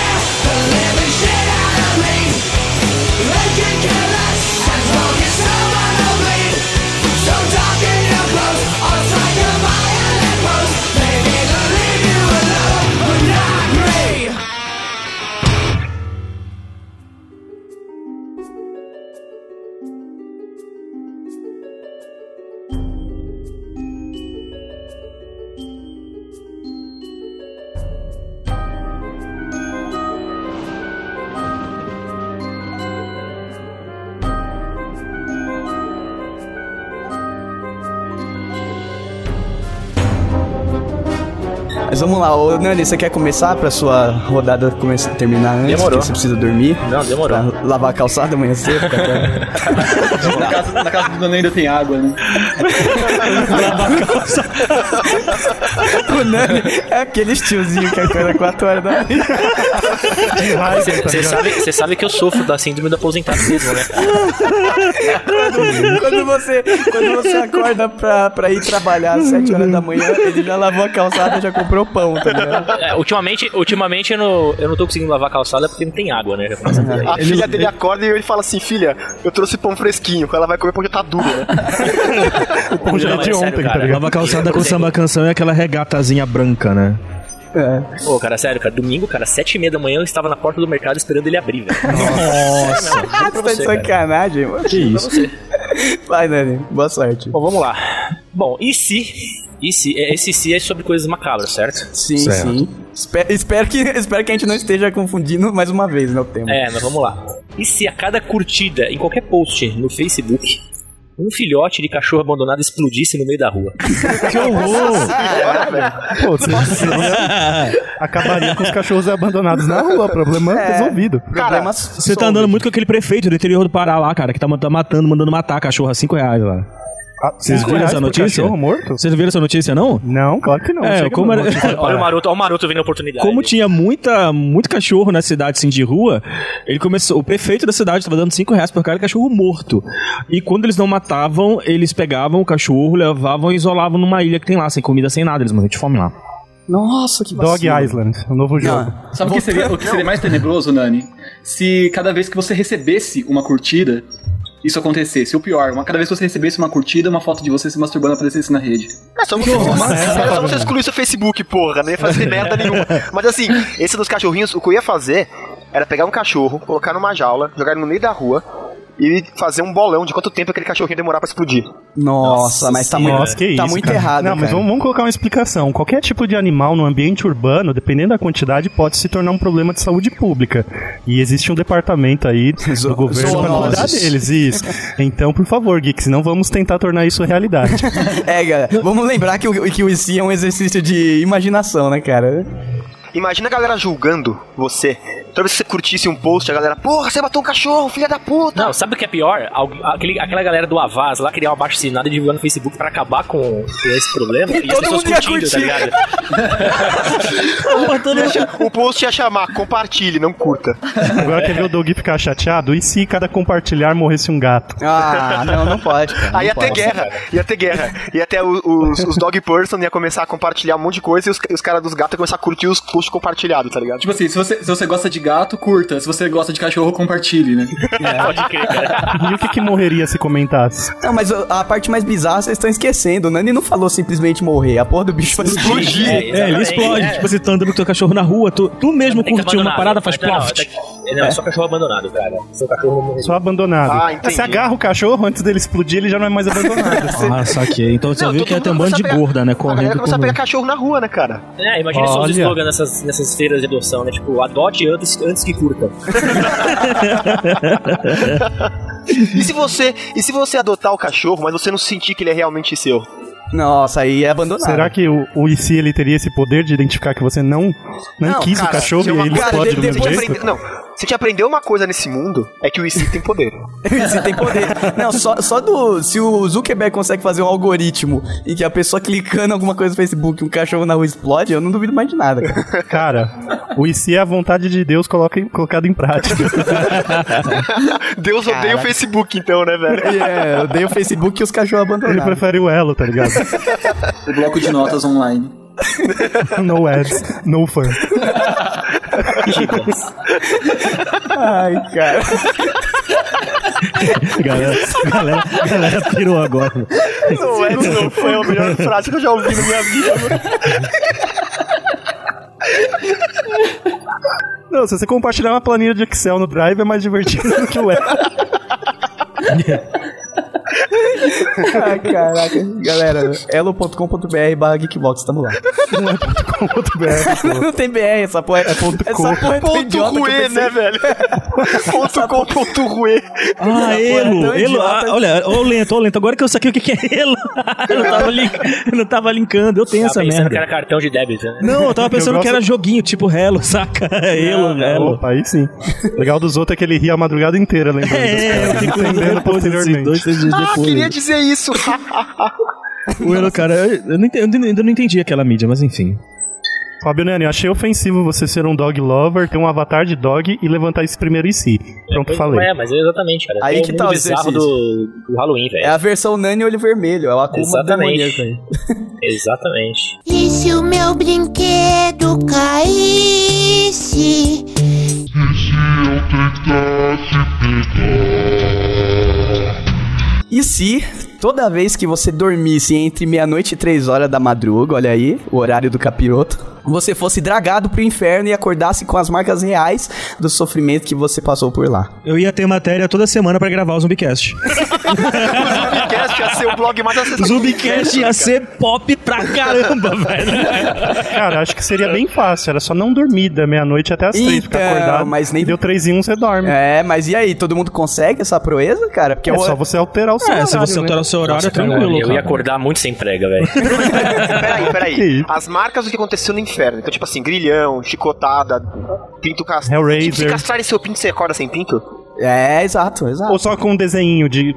F: Mas vamos lá, ô Nani, você quer começar pra sua rodada começar, terminar antes?
G: Demorou.
F: Porque você precisa dormir.
G: Não, demorou.
F: Pra lavar a calçada amanhã cedo. ficar até-
K: Na casa, na casa do Dona ainda tem água, né?
F: o Nani é aqueles tiozinho que acorda 4 horas da manhã.
J: Demais,
G: Você você sabe, você sabe que eu sofro da síndrome do aposentado mesmo, né?
F: quando, quando você, quando você acorda pra, pra ir trabalhar às 7 horas da manhã, ele já lavou a calçada e já comprou pão, tá ligado?
G: É, ultimamente, ultimamente eu, não, eu não tô conseguindo lavar a calçada porque não tem água, né? Já começa por aí.
L: Ah,
I: A filha dele acorda e ele fala assim: Filha, eu trouxe pão fresquinho. Ela vai comer porque tá duro, né?
J: o pão
L: já é de ontem, tá ligado? Nova calçada com samba canção é aquela regatazinha branca, né?
F: É.
G: Pô, cara, sério, cara, domingo, cara, sete e meia da manhã eu estava na porta do mercado esperando ele abrir, velho.
F: Nossa,
G: Juro pra
F: tá de
G: você, cara.
F: sacanagem, mano.
G: Que isso?
F: Vai, Nani, boa sorte.
G: Bom, vamos lá. Bom, e se? E se? é, Esse se é sobre coisas macabras, certo?
F: Sim, sim. Espe- espero, que, espero que a gente não esteja confundindo mais uma vez, né, o tema.
G: É, mas vamos lá. E se a cada curtida em qualquer post no Facebook, um filhote de cachorro abandonado explodisse no meio da rua?
J: Que horror! Pô, você, você acabaria com os cachorros abandonados na rua, problema resolvido.
L: Você tá andando muito com aquele prefeito do interior do Pará lá, cara, que tá ma- matando, mandando matar cachorro a 5 reais lá. Vocês
J: cinco
L: viram
J: reais
L: essa
J: por
L: notícia?
J: cachorro morto?
L: Vocês viram essa notícia, não?
J: Não, claro que não.
L: É,
J: Chega
L: como
J: no
L: era-
J: notícia do
G: Olha o
J: Pará.
G: maroto, olha o maroto vendo a oportunidade.
L: Como tinha muita, muito cachorro na cidade, assim, de rua, ele começou, o prefeito da cidade estava dando 5 reais por cada cachorro morto. E quando eles não matavam, eles pegavam o cachorro, levavam e isolavam numa ilha que tem lá, sem comida, sem nada, eles morriam de fome lá.
F: Nossa, que
J: Dog Island, o novo jogo.
K: Sabe o que seria, o que seria mais tenebroso, Nani? Se cada vez que você recebesse uma curtida, isso acontecesse. Ou pior, uma, cada vez que você recebesse uma curtida, uma foto de você se masturbando aparecesse na rede.
I: É só você, é
K: tá
I: só você excluir seu Facebook, porra. Não ia fazer merda nenhuma. Mas assim, esse dos cachorrinhos, o que eu ia fazer era pegar um cachorro, colocar numa jaula, jogar ele no meio da rua. e fazer um bolão de quanto tempo aquele cachorrinho demorar pra explodir.
F: Nossa, mas tá muito,
J: Nossa, que
F: tá
J: isso,
F: muito
J: cara.
F: errado,
J: Não, mas
F: cara.
J: vamos, vamos colocar uma explicação. Qualquer tipo de animal no ambiente urbano, dependendo da quantidade, pode se tornar um problema de saúde pública. E existe um departamento aí do governo para
F: zoonoses.
J: cuidar deles, isso. Então, por favor, Geeks, não vamos tentar tornar isso realidade.
F: É, galera, vamos lembrar que o, que o IC é um exercício de imaginação, né, cara?
I: Imagina a galera julgando você. Toda vez que você curtisse um post, a galera, porra, você matou um cachorro, filha da puta!
G: Não, sabe o que é pior? Algu- aquele- aquela galera do Avaz lá criar um abaixo assinado e divulgar no Facebook pra acabar com esse problema. E as
I: Todo
G: pessoas
I: mundo ia
G: curtindo, tá
I: curtir.
G: ligado?
I: o post ia chamar, compartilhe, não curta.
J: Agora quer ver o Doug ficar chateado? E se cada compartilhar morresse um gato?
F: Ah, não, não pode. Cara,
I: Aí ia ter guerra, ia ter guerra. Ia até os, os dog person ia começar a compartilhar um monte de coisa e os, os caras dos gatos iam começar a curtir os posts compartilhados, tá ligado?
K: Tipo assim, se você, se você gosta de gato, curta. Se você gosta de cachorro, compartilhe, né?
G: Pode crer, cara.
J: E o que, que morreria se comentasse?
F: Não, mas a parte mais bizarra vocês estão esquecendo. O Nani não falou simplesmente morrer. A porra do bicho foi explodir.
L: É, ele explode. Tipo, você tá andando com o teu cachorro na rua, tu, tu mesmo curtiu uma parada, faz ploft.
G: né? Não, não, é só cachorro abandonado, cara. Seu cachorro não
J: Só abandonado.
G: Ah,
J: Ah,
G: entendi.
J: você agarra o cachorro antes dele explodir, ele já não é mais abandonado.
L: Ah, saquei. Então você viu que ia ter um bando de gorda, né?
I: A galera
L: Correndo
I: começa a
L: por.
I: pegar cachorro na rua, né, cara?
G: É, imagina só os
L: Olha.
G: slogans nessas, nessas feiras de adoção, né? Tipo, adote antes, antes que curta.
I: E se você, e se você adotar o cachorro, mas você não sentir que ele é realmente seu?
F: Nossa, aí é abandonado.
J: Será que o, o IC ele teria esse poder de identificar que você não, não, quis o cachorro e
I: se uma
J: ele
I: coisa-
J: explode do
I: se
J: mesmo
I: te
J: jeito?
I: aprender- Não, se te aprender uma coisa nesse mundo, é que o IC tem poder.
F: Você tem poder. Não, só, só do. Se o Zuckerberg consegue fazer um algoritmo em que a pessoa clicando em alguma coisa no Facebook, um cachorro na rua explode, eu não duvido mais de nada, cara.
J: Cara, o IC é a vontade de Deus coloca em- colocado em prática.
I: Deus odeia o
J: Caraca.
I: Facebook, então, né, velho?
F: É, eu dei o Facebook e os cachorros
J: ele
F: abandonaram.
J: prefere o Elo, tá ligado?
K: O bloco de notas online.
J: no ads, no fun.
F: Ai, cara.
L: Galera, galera, galera pirou agora.
I: Não é, não foi a melhor frase que eu já ouvi na minha vida.
J: Não, se você compartilhar uma planilha de Excel no Drive é mais divertido do que o Elo.
F: Ai, caraca. Galera, elo.com.br barra geekbox, tamo lá. não tem BR, essa porra é ponto
I: É
F: com. Essa porra é tão
I: ponto
F: idiota que eu
I: ruê,
F: pensei.
I: né, velho? ponto com, ponto ruê.
L: Ah,
F: é
L: Elo, Elo, ah, olha, ô lento, ô lento, agora que eu saquei o que que é Elo. Eu não tava, lin- eu não tava linkando, eu tenho
G: Tava
L: essa
G: pensando que
L: merda.
G: era cartão de débito, né? É,
L: Não, eu tava pensando
J: Eu
L: que era
J: gosto-
L: joguinho, tipo né, Hello, saca? Elo, Elo.
J: Opa, aí sim. O legal dos outros é que ele ria a madrugada inteira lembrando
L: É, eu
J: dos
L: fico
J: caras,
L: lembrando
J: entendendo
L: depois, assim, dois,
J: posteriormente.
L: três dias
I: Ah,
L: depois.
I: queria dizer isso.
L: O Elo, cara, eu, eu não entendi- eu ainda não entendi aquela mídia, mas enfim.
J: Fábio Nani, eu achei ofensivo você ser um dog lover, ter um avatar de dog e levantar esse primeiro IC. Pronto,
G: Pois
J: falei.
G: É, mas é exatamente, cara.
F: Aí
G: É
F: que
G: o
F: tá
G: mundo
F: o
G: bizarro
F: exercício.
G: do, do Halloween,
F: É
G: velho.
F: a versão Nani Olho Vermelho, é o acúmulo demoníaco aí.
G: Exatamente. Exatamente.
N: E se o meu brinquedo caísse?
F: E se toda vez que você dormisse entre meia-noite e três horas da madruga, olha aí, o horário do capiroto, você fosse dragado pro inferno e acordasse com as marcas reais do sofrimento que você passou por lá?
L: Eu ia ter matéria toda semana pra gravar o Zumbicast.
I: Zumbicast ia ser o blog mais acessado.
L: Zumbicast ia ser pop pra caramba, velho.
J: Cara, acho que seria bem fácil. Era só não dormir da meia-noite até as três, ficar
F: Então,
J: acordado.
F: mas nem-
J: Deu três em um, você dorme.
F: É, mas e aí, todo mundo consegue essa proeza, cara? Porque
J: É
F: o-
J: só você alterar o seu horário. né?
G: Nossa, cara, Eu ia acordar muito sem prega, velho.
I: Peraí,
J: Que
I: peraí.
J: isso?
I: As marcas do que aconteceu no inferno. Então, tipo assim, grilhão, chicotada, pinto castrado.
J: Hellraiser.
I: Se castrarem seu pinto, você acorda sem pinto?
F: É, exato, exato.
J: Ou só com um desenho de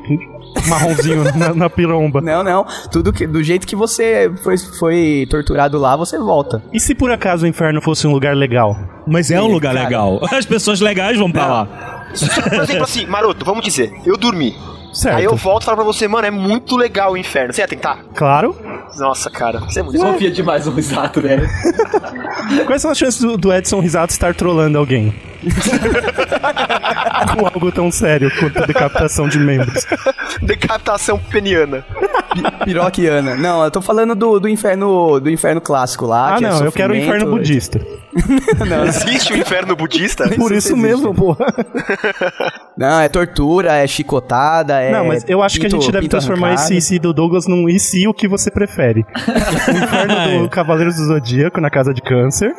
J: marronzinho na, na piromba.
F: Não, não. Tudo que, do jeito que você foi, foi torturado lá, você volta.
J: E se por acaso o inferno fosse um lugar legal?
L: Mas é um
F: Sim,
L: lugar
F: cara.
L: legal. As pessoas legais vão pra lá.
I: Por exemplo, assim, maroto, vamos dizer, eu dormi.
J: Certo.
I: Aí eu volto e falo pra você, mano, é muito legal o inferno. Você ia tentar?
J: Claro.
I: Nossa, cara, você é muito
K: Confia demais no exato, né?
J: Quais são as chances do, do Edson Risato estar trolando alguém? com algo tão sério quanto decapitação de membros.
I: Decapitação peniana.
F: Piroquiana. Não, eu tô falando do, do inferno do inferno clássico lá.
J: Ah,
F: que é
J: não, eu quero o
F: sofrimento.
J: inferno budista.
I: Não, Existe o inferno budista?
F: Por isso mesmo,
J: porra.
F: Não, é tortura, é chicotada, é.
J: Não, mas eu acho que a
F: pinto-
J: gente deve
F: pinto
J: transformar
F: arrancado.
J: esse IC do Douglas num IC o que você prefere. o inferno do Cavaleiros do Zodíaco na casa de câncer.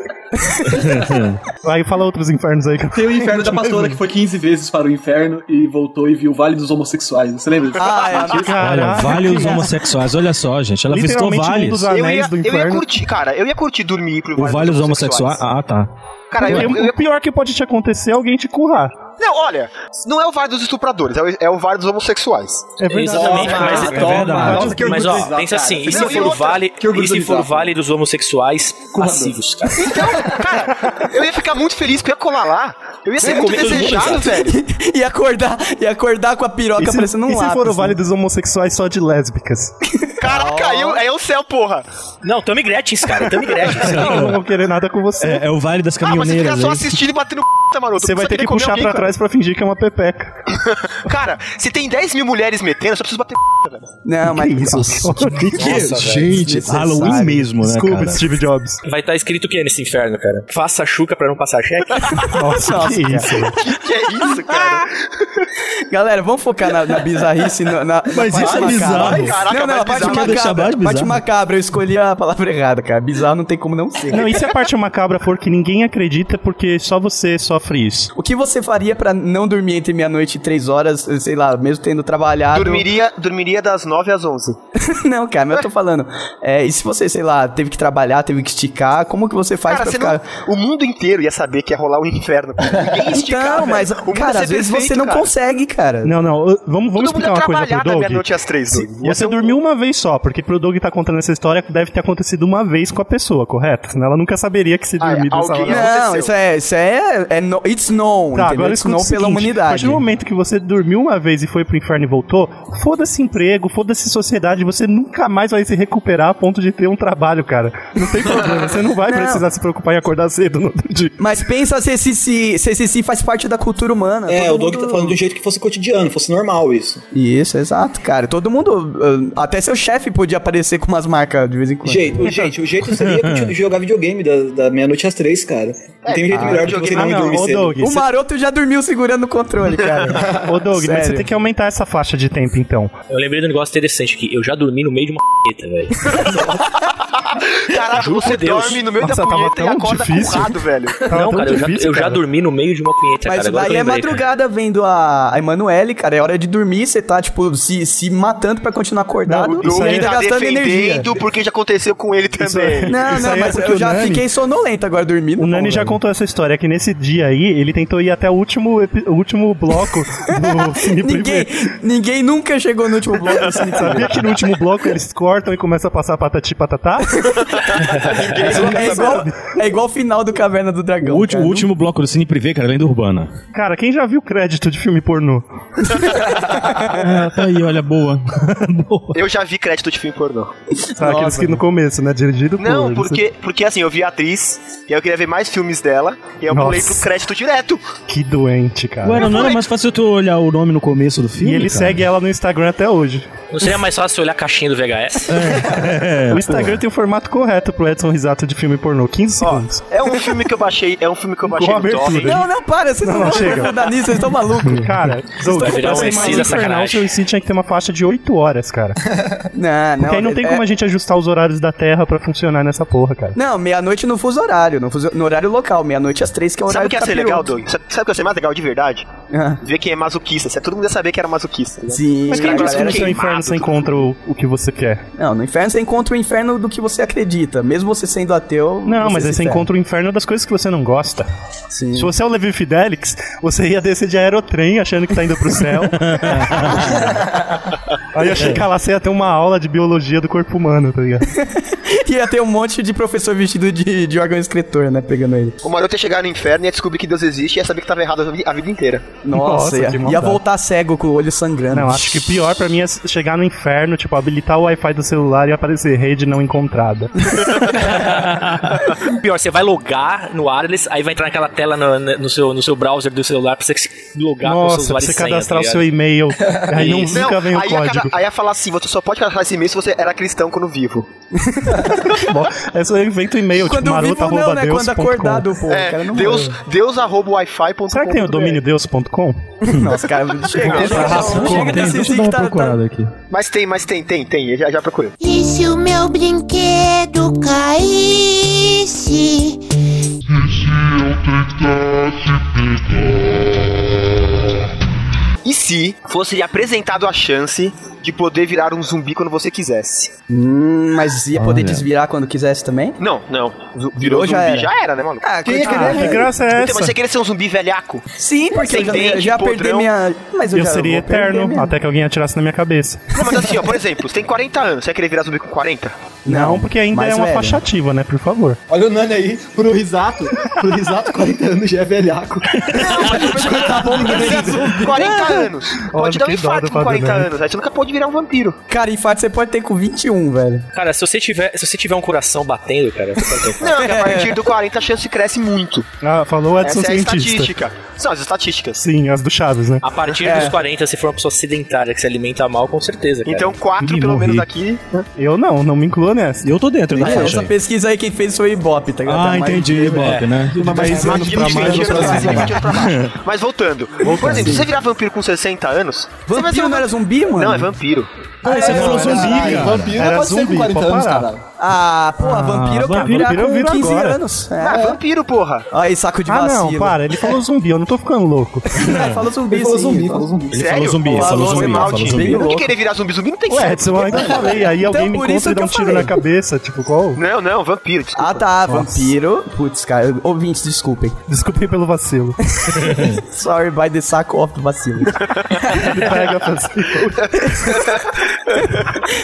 J: aí fala outros infernos aí que eu
K: Tem o inferno da pastora que foi 15 vezes para o inferno e voltou e viu o Vale dos Homossexuais. Você lembra disso?
F: Ah,
K: é.
L: Olha, vale os homossexuais. Olha só, gente. Ela visitou
J: um
L: vales.
I: eu ia, eu ia curtir, cara. Eu ia curtir dormir pro
L: O vale dos homossexuais. Ah, tá.
I: Cara, eu- eu-
J: o pior que pode te acontecer é alguém te currar.
I: Não, olha, não é o VAR dos estupradores, é o, é o VAR dos homossexuais.
J: É
G: Exatamente, mas, é verdade.
I: Nossa, que
G: mas
I: orgulho
G: ó,
I: bizarro,
G: pensa
I: cara.
G: assim, e
I: Não,
G: se
I: e
G: for o
I: outra,
G: vale,
I: que orgulho
G: e se for o
I: bizarro.
G: vale dos homossexuais passivos, cara?
I: Então, Eu ia ficar muito feliz, porque eu ia colar lá. Eu ia ser muito desejado, velho.
F: e acordar, e acordar com a piroca
J: E se,
F: parecendo um
J: e se
F: lápis,
J: for o
F: né?
J: vale dos homossexuais só de lésbicas?
I: Caraca, aí eu- aí é o céu, porra.
G: Não, Tammy Gretchen, cara. Tammy Gretchen.
J: Eu não vou querer nada com você.
L: É, o vale das
I: Ah, mas você ficar
J: Caminhoneiras,
I: só
J: hein?
I: assistindo e batendo c, maroto.
J: Você um vai
I: Só
J: ter que
I: queria comer
J: puxar
I: alguém,
J: pra
I: cara.
J: trás pra fingir que é uma pepeca.
I: Cara, se tem 10 mil mulheres metendo, eu só preciso bater c, velho.
F: né? Não, mas.
J: Nossa, que que é?
L: Nossa, velho,
J: Gente,
L: desnecessário. Halloween mesmo, né,
J: Desculpa,
L: cara?
J: Steve Jobs.
G: Vai estar escrito o que nesse inferno, cara? Faça chuca pra não passar cheque?
J: Nossa, que isso. velho.
I: Que é isso, cara?
F: Galera, vamos focar na, na bizarrice. Na, na,
L: Mas
F: na
L: isso é
F: parte
L: bizarro.
F: macabra.
L: Caraca,
F: não, não,
L: mais
F: a parte
L: bizarro. Quer deixar
F: macabra.
L: mais
F: a Parte
L: bizarro?
F: macabra, eu escolhi a palavra errada, cara. Bizarro não tem como não ser.
J: Não, e se a parte macabra for que ninguém acredita é porque só você sofre isso?
F: O que você faria pra não dormir entre meia-noite e três horas, sei lá, mesmo tendo trabalhado?
I: Dormiria, dormiria das 9 às 11.
F: não, cara, mas eu tô falando. É, e se você, sei lá, teve que trabalhar, teve que esticar, como que você faz pra
I: Cara, você
F: ficar.
I: não, o mundo inteiro ia saber que ia rolar um inferno. Ninguém ia esticar,
F: Então,
I: velho.
F: mas,
I: O mundo ia
O: é
F: cara,
I: ser
F: às vezes
I: perfeito,
F: você não
I: cara.
F: consegue, cara.
J: Não, não, eu- vamos, vamos
I: Todo mundo né,
J: explicar
I: ia
J: uma coisa pro
I: trabalhar da
J: Doug.
I: meia-noite às 3,
J: Se Você dormiu uma vez só, porque pro Doug tá contando essa história, deve ter acontecido uma vez com a pessoa, correto? Senão ela nunca saberia que se dormir dessa hora.
F: Não, isso é. Isso é. é no, it's known.
J: Tá,
F: entendeu?
J: agora
F: it's
J: escuta o
F: known
J: seguinte,
F: pela
J: A partir
F: humanidade.
J: do momento que você dormiu uma vez e foi pro inferno e voltou, foda-se emprego, foda-se sociedade, você nunca mais vai se recuperar a ponto de ter um trabalho, cara. Não tem problema, você não vai
F: Não.
J: precisar se preocupar em acordar cedo no outro dia.
F: Mas pensa se esse se, se esse se faz parte da cultura humana.
O: É,
F: Todo
O: o Doug
F: mundo-
O: tá falando de um jeito que fosse cotidiano, fosse normal isso.
F: Isso, exato, cara. Todo mundo. ah, Até seu chefe podia aparecer com umas marcas de vez em quando.
O: Jeito, gente, o jeito seria continu- jogar videogame da, da meia-noite às três, cara. Não tem um jeito
F: Ah,
O: melhor do que você
F: videogame-
O: não,
F: Ah, não,
O: dormir
F: ô,
O: cedo.
J: Doug,
F: O maroto já dormiu segurando o controle, cara.
J: Ô Doug, mas você
F: Sério.
J: tem que aumentar essa faixa de tempo então.
G: Eu lembrei de um negócio interessante aqui. Eu já dormi no meio de uma punheta, velho.
I: Caraca,
G: Juro
I: um você
G: por Deus.
I: dorme no meio
J: Nossa,
I: da
J: tava
I: punheta e
J: tão
I: acorda
J: difícil.
I: currado, velho.
G: Não,
F: tão
G: cara, eu já,
F: difícil,
G: eu já
F: cara.
G: dormi no meio de uma punheta,
F: Mas
G: cara. Agora que
F: daí
G: eu
F: é
G: lembrei, cara.
F: madrugada vendo a, a Emanuele, cara. É hora de dormir, você tá, tipo, se, se matando pra continuar acordado
I: Doug
F: e ainda
I: tá
F: gastando energia.
I: defendendo porque já aconteceu com ele também.
F: Não,
J: Isso
F: não,
J: aí é
F: mas
J: porque
F: eu
J: o
F: já
J: Nani-
F: fiquei sonolento agora dormindo.
J: O Nani já contou essa história, que nesse dia aí, ele tentou ir até o último, epi- o último bloco do Cine
F: Ninguém,
J: Primeiro.
F: ninguém nunca chegou no último bloco. assim,
J: Sabia que no último bloco eles cortam e começam a passar patati patatá?
F: É igual, é, igual, é igual o final do Caverna do Dragão.
L: O último,
F: cara.
L: o último bloco do Cine Privé, cara, lenda urbana.
J: Cara, quem já viu crédito de filme pornô?
L: Ah, tá aí, olha, boa.
I: Eu já vi crédito de filme pornô.
J: Sabe, aqueles que no começo, né? Dirigido
I: Não,
J: por... né?
I: porque, porque assim, eu vi a atriz, e aí eu queria ver mais filmes dela, e aí eu
J: Nossa.
I: pulei pro crédito direto.
J: Que doente, cara.
L: Ué, não era mais fácil tu olhar o nome no começo do
J: E
L: filme?
J: ele
L: cara?
J: segue ela no Instagram até hoje.
G: Não seria mais fácil olhar a caixinha do VHS?
L: É,
J: o Instagram tem o formato correto pro Edson Risato de filme pornô, 15 segundos.
I: É um filme que eu baixei, é um filme que eu baixei
J: Com a
I: no
J: abertura.
I: Torrent.
F: Não, não, para, vocês
J: Não,
F: não,
J: não,
F: vão
J: chega.
F: concordar nisso, vocês estão malucos.
J: Cara, Doug,
G: Vai virar
J: pra
G: um
J: ser
G: EC
J: mais
G: da
J: infernal,
G: sacanagem.
J: seu IC tinha que ter uma faixa de 8 horas, cara.
F: Não,
J: Porque aí não tem
F: é-
J: como a gente ajustar os horários da Terra pra funcionar nessa porra, cara.
F: Não, meia-noite no fuso horário, no, fuso, no horário local, meia-noite às três, que é o horário
I: Sabe o que ia
F: do
I: ser legal,
F: capiroto.
I: Doug? Sabe sabe o que ia ser mais legal de verdade?
F: Ah.
I: Ver quem é masoquista. Se todo mundo ia saber que era masoquista. né?
F: Sim,
I: Mas
J: Mas quem
I: cara,
J: disse que
I: galera
J: no seu
I: queimado,
J: inferno você encontra o, o que você quer?
F: Não, no inferno você encontra o inferno do que você acredita. Mesmo você sendo ateu.
J: Não, mas
F: se
J: aí você
F: ferra.
J: encontra o inferno das coisas que você não gosta.
F: Sim.
J: Se você é o Levi Fidelix, você ia descer de aerotrem achando que tá indo pro céu. aí ia chegar lá, você ia ter uma aula de biologia do corpo humano, tá ligado?
F: Ia ter um monte de professor vestido de, de órgão escritor, né? Pegando ele.
I: O Maroto ia chegar no inferno e ia descobrir que Deus existe e ia saber que tava errado a vi- a vida inteira.
J: Nossa,
F: Nossa, ia,
J: que
F: ia
J: maldade.
F: voltar cego com o olho sangrando.
J: Não, acho que pior pra mim é chegar no inferno, tipo, habilitar o Wi-Fi do celular e aparecer rede não encontrada.
G: Pior, você vai logar no wireless, aí vai entrar naquela tela no, no seu, no seu browser do celular pra você se logar com o
J: Nossa,
G: seu
J: pra
G: usuário
J: você
G: e senha,
J: cadastrar o
G: tá
J: seu
G: ligado?
J: e-mail. aí não,
G: Isso.
J: nunca vem o
I: aí, ia,
J: código.
I: cada- aí ia falar assim: você só pode cadastrar esse e-mail se você era cristão quando vivo.
J: Bom, é só inventa um e-mail, tipo,
F: Quando vivo
J: maroto,
F: não,
J: arroba
F: né? Quando
J: deus ponto
F: acordar
J: com.
F: do povo,
I: É,
F: cara, não
I: deus, deus arroba wi-fi.com.
J: Será que tem o domínio deus.com?
F: Nossa, cara,
I: Chega,
J: Nossa,
I: chega.
J: arrasou.
I: Chega
F: assim,
J: Tem,
I: desse
J: deixa eu
I: jeito
J: dar
I: que tá-
J: uma procurada aqui.
I: Mas tem, mas tem, tem, tem. Eu Já, já procurei.
N: E se o meu brinquedo caísse?
I: E se fosse lhe apresentado a chance de poder virar um zumbi quando você quisesse?
F: Hum, mas ia poder
I: Olha.
F: desvirar quando quisesse também?
I: Não, não. Zu- Virou
F: Virou, já
I: zumbi,
F: era.
I: já era, né, mano?
F: Ah, Quem ia querer- que graça é
I: Então,
F: essa?
I: mas você queria ser um zumbi velhaco?
F: Sim, porque eu
I: Sem
F: já,
I: dente,
F: eu já perdi
I: podrão.
F: minha. Mas eu,
J: eu
F: já
J: seria
F: vou perder
J: eterno
F: minha-
J: até que alguém atirasse na minha cabeça.
I: Não, mas assim, ó, por exemplo, você tem 40 anos, você ia querer virar zumbi com 40?
J: Não, porque ainda
I: mais
J: é uma
I: velho.
J: faixa ativa, né? Por favor.
P: Olha o Nani aí, pro risato. Pro risato, 40 anos já é velhaco.
I: tá bom, ninguém 40 anos. Pode
F: Olha,
I: dar um
F: que dó
I: infarto
F: do
I: com 40
J: né?
F: Fábio
I: anos. Aí você nunca pode virar um vampiro.
F: Cara, infarto você pode ter com 21, velho.
G: Cara, se você tiver, se você tiver um coração batendo, cara, você pode ter um
I: Não, que É, a partir do 40 a chance cresce muito.
J: Ah, falou o Edson
I: Essa é a
J: Cientista.
I: estatística. São as estatísticas.
J: Sim, as do Chaves, né?
G: A partir dos 40, se for uma pessoa sedentária que se alimenta mal, com certeza. Cara.
J: Então, quatro, Ih, pelo morri. menos,
I: aqui.
J: Eu não, não me incluo nessa.
L: Eu tô dentro
F: É, essa pesquisa aí quem fez foi o Ibope, tá ligado?
J: Ah,
F: Tá mais-
J: entendi, Ibope, né? Mas
I: Mas,
J: anos pra mais, anos pra menos.
I: Mas voltando. Por
J: Voltando.
I: exemplo, se você virar vampiro com 60 anos. você vai ser um... não era
F: zumbi, mano?
I: Não, é vampiro.
F: Ah,
J: É.
F: você falou zumbi,
I: Caralho,
F: cara. Era zumbi, pode parar. Ah, porra,
I: Ah,
F: vampiro eu quero
I: vampiro
F: virar
I: eu viro
F: com 15
I: agora.
F: anos. É.
I: Ah, vampiro, porra.
F: Aí, saco de
J: Ah,
F: vacilo.
J: não, para, ele falou zumbi, eu não tô ficando louco.
F: Ele falou zumbi,
J: Ele falou
F: sim,
J: zumbi,
F: ele
J: falou zumbi. Ele
I: Sério?
J: falou zumbi, ele
I: Falou,
J: falou
I: foi
J: zumbi,
I: mal,
J: ele falou
I: Tim.
J: zumbi.
I: Por que querer virar zumbi? Zumbi não tem
J: Ué,
I: sentido.
J: Edson, então eu ainda falei, aí alguém me encontra e dá um tiro na cabeça, tipo, qual?
I: Não, não, vampiro, desculpa.
F: Ah, tá,
J: Nossa.
F: vampiro. Putz, cara, ouvintes, desculpem.
J: Desculpem pelo vacilo.
F: Sorry by the sack of the vacilo.
J: Pega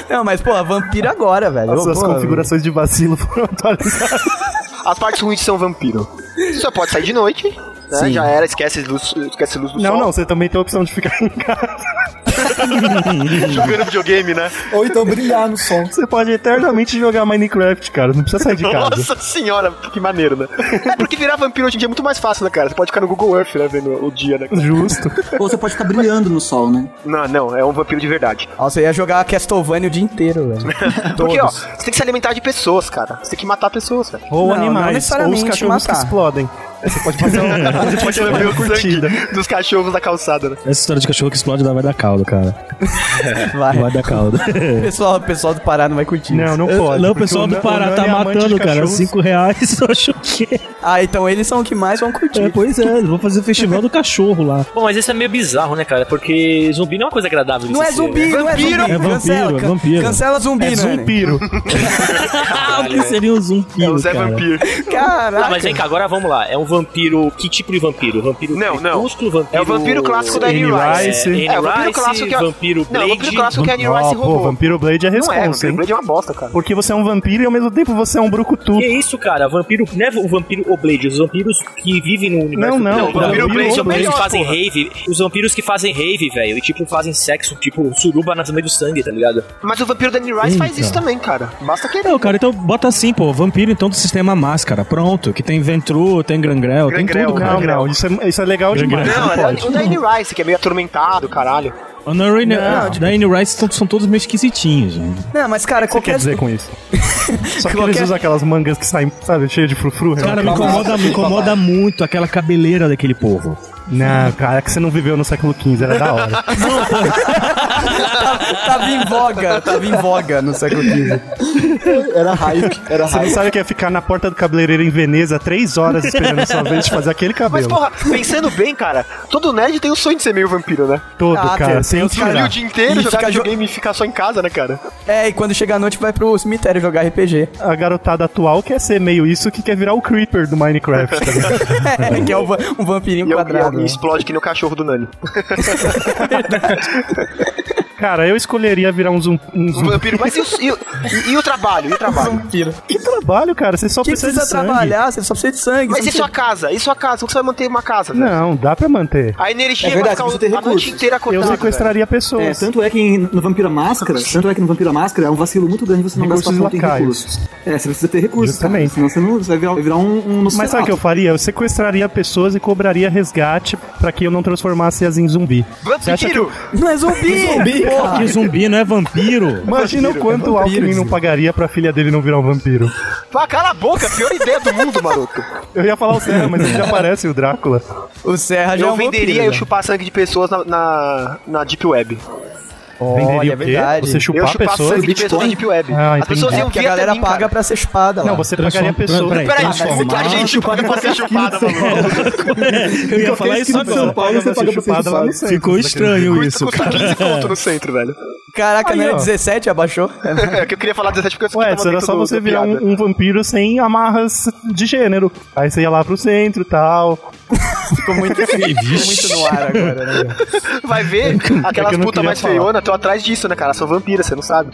F: Não, mas, pô, vampiro agora, velho.
J: As suas
F: Pô,
J: configurações de vacilo foram atualizadas.
I: As partes ruins são vampiro. Você só pode sair de noite. né?
J: Sim.
I: Já era, esquece luz, esquece luz do
J: Não,
I: sol.
J: não, você também tem a opção de ficar em casa.
I: Jogando videogame, né?
J: Ou então brilhar no som. Você pode eternamente jogar Minecraft, cara. Não precisa sair de casa.
I: Nossa senhora, que maneiro, né? É porque virar vampiro hoje em dia é muito mais fácil, né, cara? Você pode ficar no Google Earth, né, vendo o dia, né? cara?
J: Justo.
O: Ou você pode ficar brilhando no sol, né?
I: Não, não, é um vampiro de verdade.
F: Nossa, eu ia jogar Castlevania o dia inteiro, velho.
I: Porque, ó, você tem que se alimentar de pessoas, cara. Você tem que matar pessoas, cara.
J: Ou animais, ou os cachorros que explodem. Você pode passar um...
I: Você pode beber o sangue dos cachorros da calçada, né?
L: Essa história de cachorro que explode dá vai dar caldo, cara.
F: Vai.
L: Vai dar caldo.
F: pessoal, o pessoal do Pará não vai curtir.
L: Não, não Eu- pode, não, o pessoal porque o do Na- Pará o Nani tá é amante de matando, cara. cachorros. Cinco reais, eu acho que.
F: Ah, então eles são os que mais vão curtir.
L: pois é, eles vão fazer o festival do cachorro lá.
G: Bom, mas isso é meio bizarro, né, cara? Porque zumbi não é uma coisa agradável de
F: Não
G: se
F: é
G: ser,
F: zumbi,
G: né?
F: não é zumbi.
L: É vampiro,
F: cancela,
L: é
F: can-
L: vampiro.
F: Cancela zumbi,
L: É
F: né?
L: zumpiro. O que seria um zumbi? É o Zé
I: Vampiro.
L: Ah,
F: Caraca.
G: Não, mas vem cá, agora vamos lá. É um vampiro. Que tipo de vampiro? Vampiro
I: Não, não.
G: crepúsculo, vampiro.
I: É o vampiro clássico da Annie Rice.
G: É,
I: É, o vampiro
G: Annie Rice,
I: clássico que a-
G: vampiro
I: Não,
G: Blade.
I: o vampiro clássico que a Annie
J: Ó,
I: Rice
J: pô,
I: roubou.
J: Vampiro Blade é
I: Não é,
J: responsa,
I: Vampiro
J: hein?
I: Blade é uma bosta, cara.
J: Porque você é um vampiro e ao mesmo tempo você é um brucutu.
G: Que isso, cara? Vampiro, não é o vampiro Oblade, os vampiros que vivem no universo.
J: Não, não,
G: o vampiro
J: vampiro
G: Oblade, os vampiros que
J: Oblade,
G: fazem
J: porra.
G: rave, os vampiros que fazem rave, velho, e tipo fazem sexo, tipo suruba no meio do sangue, tá ligado?
I: Mas o vampiro da Annie Rice faz
L: Eita.
I: isso também, cara. Basta querer.
L: Não, cara, então bota assim, pô, vampiro então do sistema máscara, pronto, que tem Ventru, tem Grangrel, tem tudo, cara.
J: Não, não, isso é, isso é legal demais.
I: é Não, é
J: pode.
I: o da Annie Rice, que é meio atormentado, caralho.
L: O Nani-
I: Não,
L: o Nani ah, Rice são- são todos meio esquisitinhos, né?
F: Não, mas cara,
J: O que você
F: qualquer...
J: quer dizer com isso? Só que eles usam aquelas mangas que saem, sabe, cheias de frufru. né?
L: Cara, me incomoda, me incomoda muito aquela cabeleira daquele povo.
J: Não, cara, é que você não viveu no século XV, era da hora.
F: Tava tá em voga, tava em voga no século XV.
P: Era raio, era
J: Você não
P: raio.
J: sabe o que é ficar na porta do cabeleireiro em Veneza três horas esperando a sua vez de fazer aquele cabelo.
I: Mas, porra, pensando bem, cara, todo nerd tem o sonho de ser meio vampiro, né?
J: Todo,
F: Ah,
J: cara,
F: tem-
J: sem
F: tem
J: os
F: os caras
I: E
J: tirar.
I: o dia inteiro
F: E
I: jogar
F: ficar jo-
I: videogame e ficar só em casa, né, cara?
F: É, e quando chegar a noite vai pro cemitério jogar RPG.
J: A garotada atual quer ser meio isso que quer virar o Creeper do Minecraft, tá ligado?
F: É, que é um, va- um vampirinho
I: E
F: quadrado.
I: alguém explode que nem o cachorro do Nani.
J: Cara, eu escolheria virar um, zum, um
I: Um
J: zum-
I: vampiro, mas e o, e, o- e- e o trabalho? E o trabalho?
J: Que trabalho, cara, você só
F: que
J: precisa,
L: é
F: precisa
J: de sangue.
F: trabalhar? Você só precisa de sangue.
I: Mas
F: você
I: e sua
F: não
I: casa? E sua casa? Como que você vai manter uma casa? velho?
J: Não, dá pra manter.
I: A energia
J: É verdade,
I: vai ficar
J: você tem
I: o- a noite
J: recursos.
I: inteira acordada.
J: Eu sequestraria
O: É,
J: pessoas.
O: tanto é que em- no Vampira Máscara, tanto é que no Vampira Máscara é um vacilo muito grande você não gastar
J: Recursos
O: ponto em
J: lacaios.
O: recursos. É, você precisa ter recursos,
J: Justamente.
O: cara, senão você não você vai virar, vai virar um, um
J: Mas sabe o que eu faria? Eu sequestraria pessoas e cobraria resgate pra que eu não transformasse as em zumbi. Você acha que eu-
F: Não é zumbi!
J: Zumbi!
L: Pô, que zumbi, não é vampiro?
J: Imagina o
F: É
J: quanto o Alckmin não pagaria pra filha dele não virar um vampiro.
I: Pá, cala a boca, pior ideia do mundo, maluco.
J: Eu ia falar o Serra, mas ele já aparece o Drácula.
F: O Serra é um
I: eu
F: né?
I: venderia eu chupar sangue de pessoas na, na, na Deep Web.
J: Venderia
F: é
J: o quê?
F: verdade. um
J: Você chupar
I: eu chupar
J: pessoas?
I: sangue de pessoas na Deep Web.
J: Ah,
I: As pessoas
J: entendi.
I: iam
F: É que a
I: vir até
F: galera
I: mim,
F: paga
I: cara.
F: pra ser chupada lá.
J: Não, você pagaria pessoas.
I: Peraí, mas muita gente paga pra ser chupada, maluco.
L: Eu ia falar
F: Qualquer
L: isso
F: esquina de São
L: agora.
F: Paulo, você paga pra ser
J: chupada lá
F: chupada.
J: no centro.
L: Ficou estranho isso,
I: Custa
L: cara.
I: 15 conto no centro, velho.
F: Caraca, não
J: Aí,
F: era
J: ó.
F: 17, abaixou?
I: É que eu queria falar 17 porque eu só
J: Ué,
I: tava
J: isso era
I: dentro
J: só
I: do-
J: você
I: da
J: virar
I: piada.
J: um, um vampiro sem amarras de gênero. Aí você ia lá pro centro e tal.
F: Ficou muito, ficou muito no ar agora, né? meu?
I: Vai ver,
J: É que
I: aquelas
J: eu não
I: putas
J: queria
I: mais
J: falar.
I: feionas tô atrás disso, né, cara? Sou vampira, você não sabe.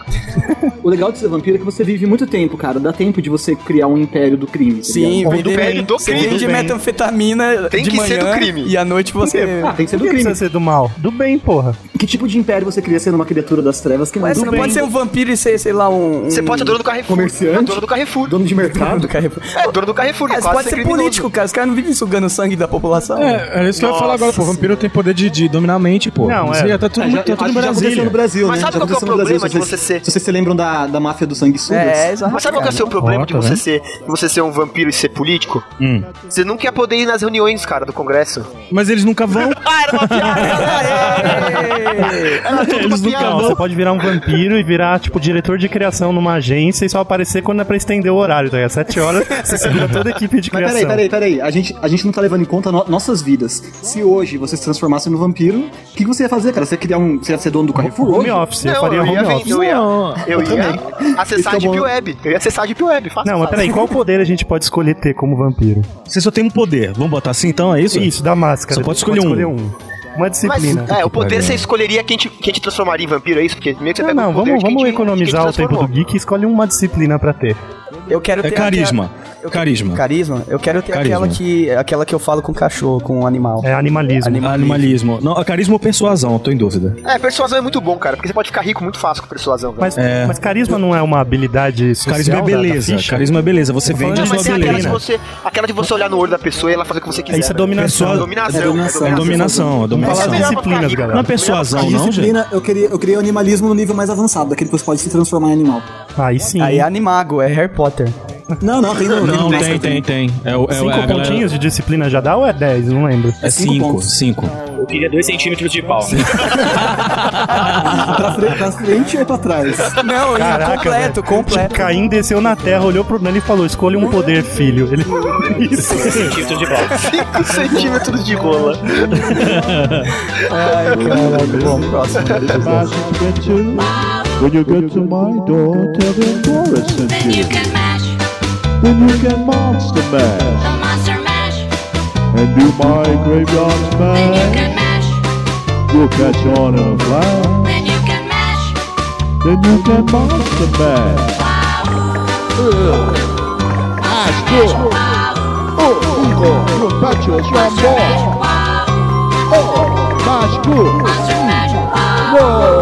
H: O legal de ser vampiro é que você vive muito tempo, cara. Dá tempo de você criar um império do crime. tá ligado?
F: Sim,
I: Ou do
F: vender,
I: bem, do
F: você
I: crime.
F: vende
I: Do bem.
F: metanfetamina
I: Tem
F: de
I: que
F: manhã
I: ser do crime.
F: e à noite você...
H: Ah, tem que ser do
J: Por que
H: crime.
J: precisa ser do mal? Do bem, porra.
H: Que tipo de império você cria sendo uma criatura das trevas que não é
F: Ué,
H: do
F: você não
H: bem?
F: pode ser um vampiro e ser, sei lá, um... um-
I: Você pode ser dono do Carrefour.
H: Comerciante?
I: É dono do Carrefour.
H: dono de mercado?
F: do Carrefour.
I: É, dono do Carrefour.
F: É, você
I: quase
F: pode ser
I: criminoso.
F: político, cara. Os caras não vivem sugando sangue da população.
L: É, era isso que eu ia falar agora, pô. Vampiro tem poder de, de dominar a mente, pô.
J: Não,
L: Isso
J: é.
L: aí, Tá tudo,
H: É, já,
L: tá tudo em
H: acho que já aconteceu
L: Brasília.
H: no Brasil,
I: Mas
H: né?
I: sabe
H: Já
I: qual que é o
H: aconteceu no
I: problema
H: Brasil, se
I: de
H: vocês-
I: você ser-
H: Se vocês se lembram da, da máfia dos sanguessugas?
F: É, é, exato.
I: Mas sabe qual que é o
J: Ah,
I: seu problema
J: tá
I: de
L: Rota,
I: você
L: né?
I: ser você ser um vampiro e ser político?
L: Hum.
I: Você não quer poder ir nas reuniões, cara, do Congresso.
L: Mas eles nunca vão.
I: Ah, era uma
F: É.
I: piada! era Ah, tudo uma
L: Eles nunca
I: piada.
J: Não, você pode virar um vampiro e virar, tipo, diretor de criação numa agência e só aparecer quando é pra estender o horário, tá ligado? Sete horas, você segura toda a equipe de
H: Mas
J: criação.
H: peraí, peraí, peraí. A gente, a gente não tá levando em conta no- nossas vidas. Se hoje você se transformasse no vampiro, o que, que você ia fazer, cara? Você ia criar um. Você ia ser dono do Carrefour?
J: Home
H: hoje?
J: office, eu
I: Não,
J: faria
I: eu ia
J: home
I: vender,
J: office.
I: eu ia-
L: Não.
I: Eu ia
H: também.
I: acessar a
H: Esse é o
I: Deep
H: bom.
I: Web. Eu ia acessar a Deep Web, fácil.
J: Não, mas
I: fácil.
J: peraí, qual poder a gente pode escolher ter como vampiro?
L: Você só tem um poder. Vamos botar assim então, é isso?
J: Isso, da máscara.
L: Só pode escolher um.
J: Uma
I: Mas,
J: disciplina.
I: é, o poder você escolheria quem te, quem te transformaria em vampiro, é isso? Porque meio que você
J: Não,
I: pega
J: não,
I: o poder
J: vamos,
I: de quem te-
J: vamos
I: de quem te
J: economizar o tempo do
I: transformou.
J: geek e escolhe uma disciplina pra ter.
F: Eu quero
L: É
F: ter
L: carisma.
F: Eu-
L: Carisma.
F: Carisma? Eu quero ter
L: Carisma.
F: aquela que, aquela que eu falo com cachorro, com animal.
J: É animalismo.
L: Animalismo. Animalismo. Não, carisma ou persuasão, tô em dúvida.
I: É, persuasão é muito bom, cara, porque você pode ficar rico muito fácil com persuasão. velho.
J: Mas,
L: É.
J: mas carisma não é uma habilidade social
L: Carisma é
J: da- da
L: beleza.
J: ficha?
L: Carisma é beleza. Você
J: Tô
L: vende
J: falando
I: Não,
J: de
L: sua
I: mas é aquela de
L: beleza.
I: você, aquela de você olhar no olho da pessoa e ela fazer o que você quiser.
J: Isso é
I: velho.
J: dominação.
I: É dominação.
H: É dominação.
L: É dominação, é
J: Vamos
L: dominação.
J: falar
I: Mas-
J: disciplinas, galera.
L: Não é persuasão,
H: De
L: não, gente.
H: disciplina, eu queria, eu queria o animalismo no nível mais avançado, daquele que você pode se transformar em animal.
J: Aí sim.
F: Aí é animago, é Harry Potter.
H: Não, não, tem no, tem no
L: Não,
H: Master,
L: tem, tem, tem. É, o- é, o-
J: Cinco
L: é a galera-
J: pontinhos de disciplina já dá ou é dez? Não lembro.
L: É
H: cinco
L: cinco,
H: pontos.
L: cinco.
G: Eu queria 2 centímetros de pau.
H: Pra, fre pra frente ou pra trás?
F: Não, completo,
J: velho.
F: completo.
J: Caim desceu na terra, olhou pro Nani e falou: escolha um poder, filho. Ele. Isso.
G: 2 centímetros de pau.
I: 5 centímetros de rola.
F: Ai, caraca, bom, próximo.
D: When you get to my door, tell them Doris sent
B: Then you can mash
D: Then you can monster mash
B: the monster mash.
D: and do my graveyard
B: Then you
D: smash.
B: can mash.
D: You'll catch on a flash.
B: Then you can mash.
D: Then you can monster mash.
B: Monster mash.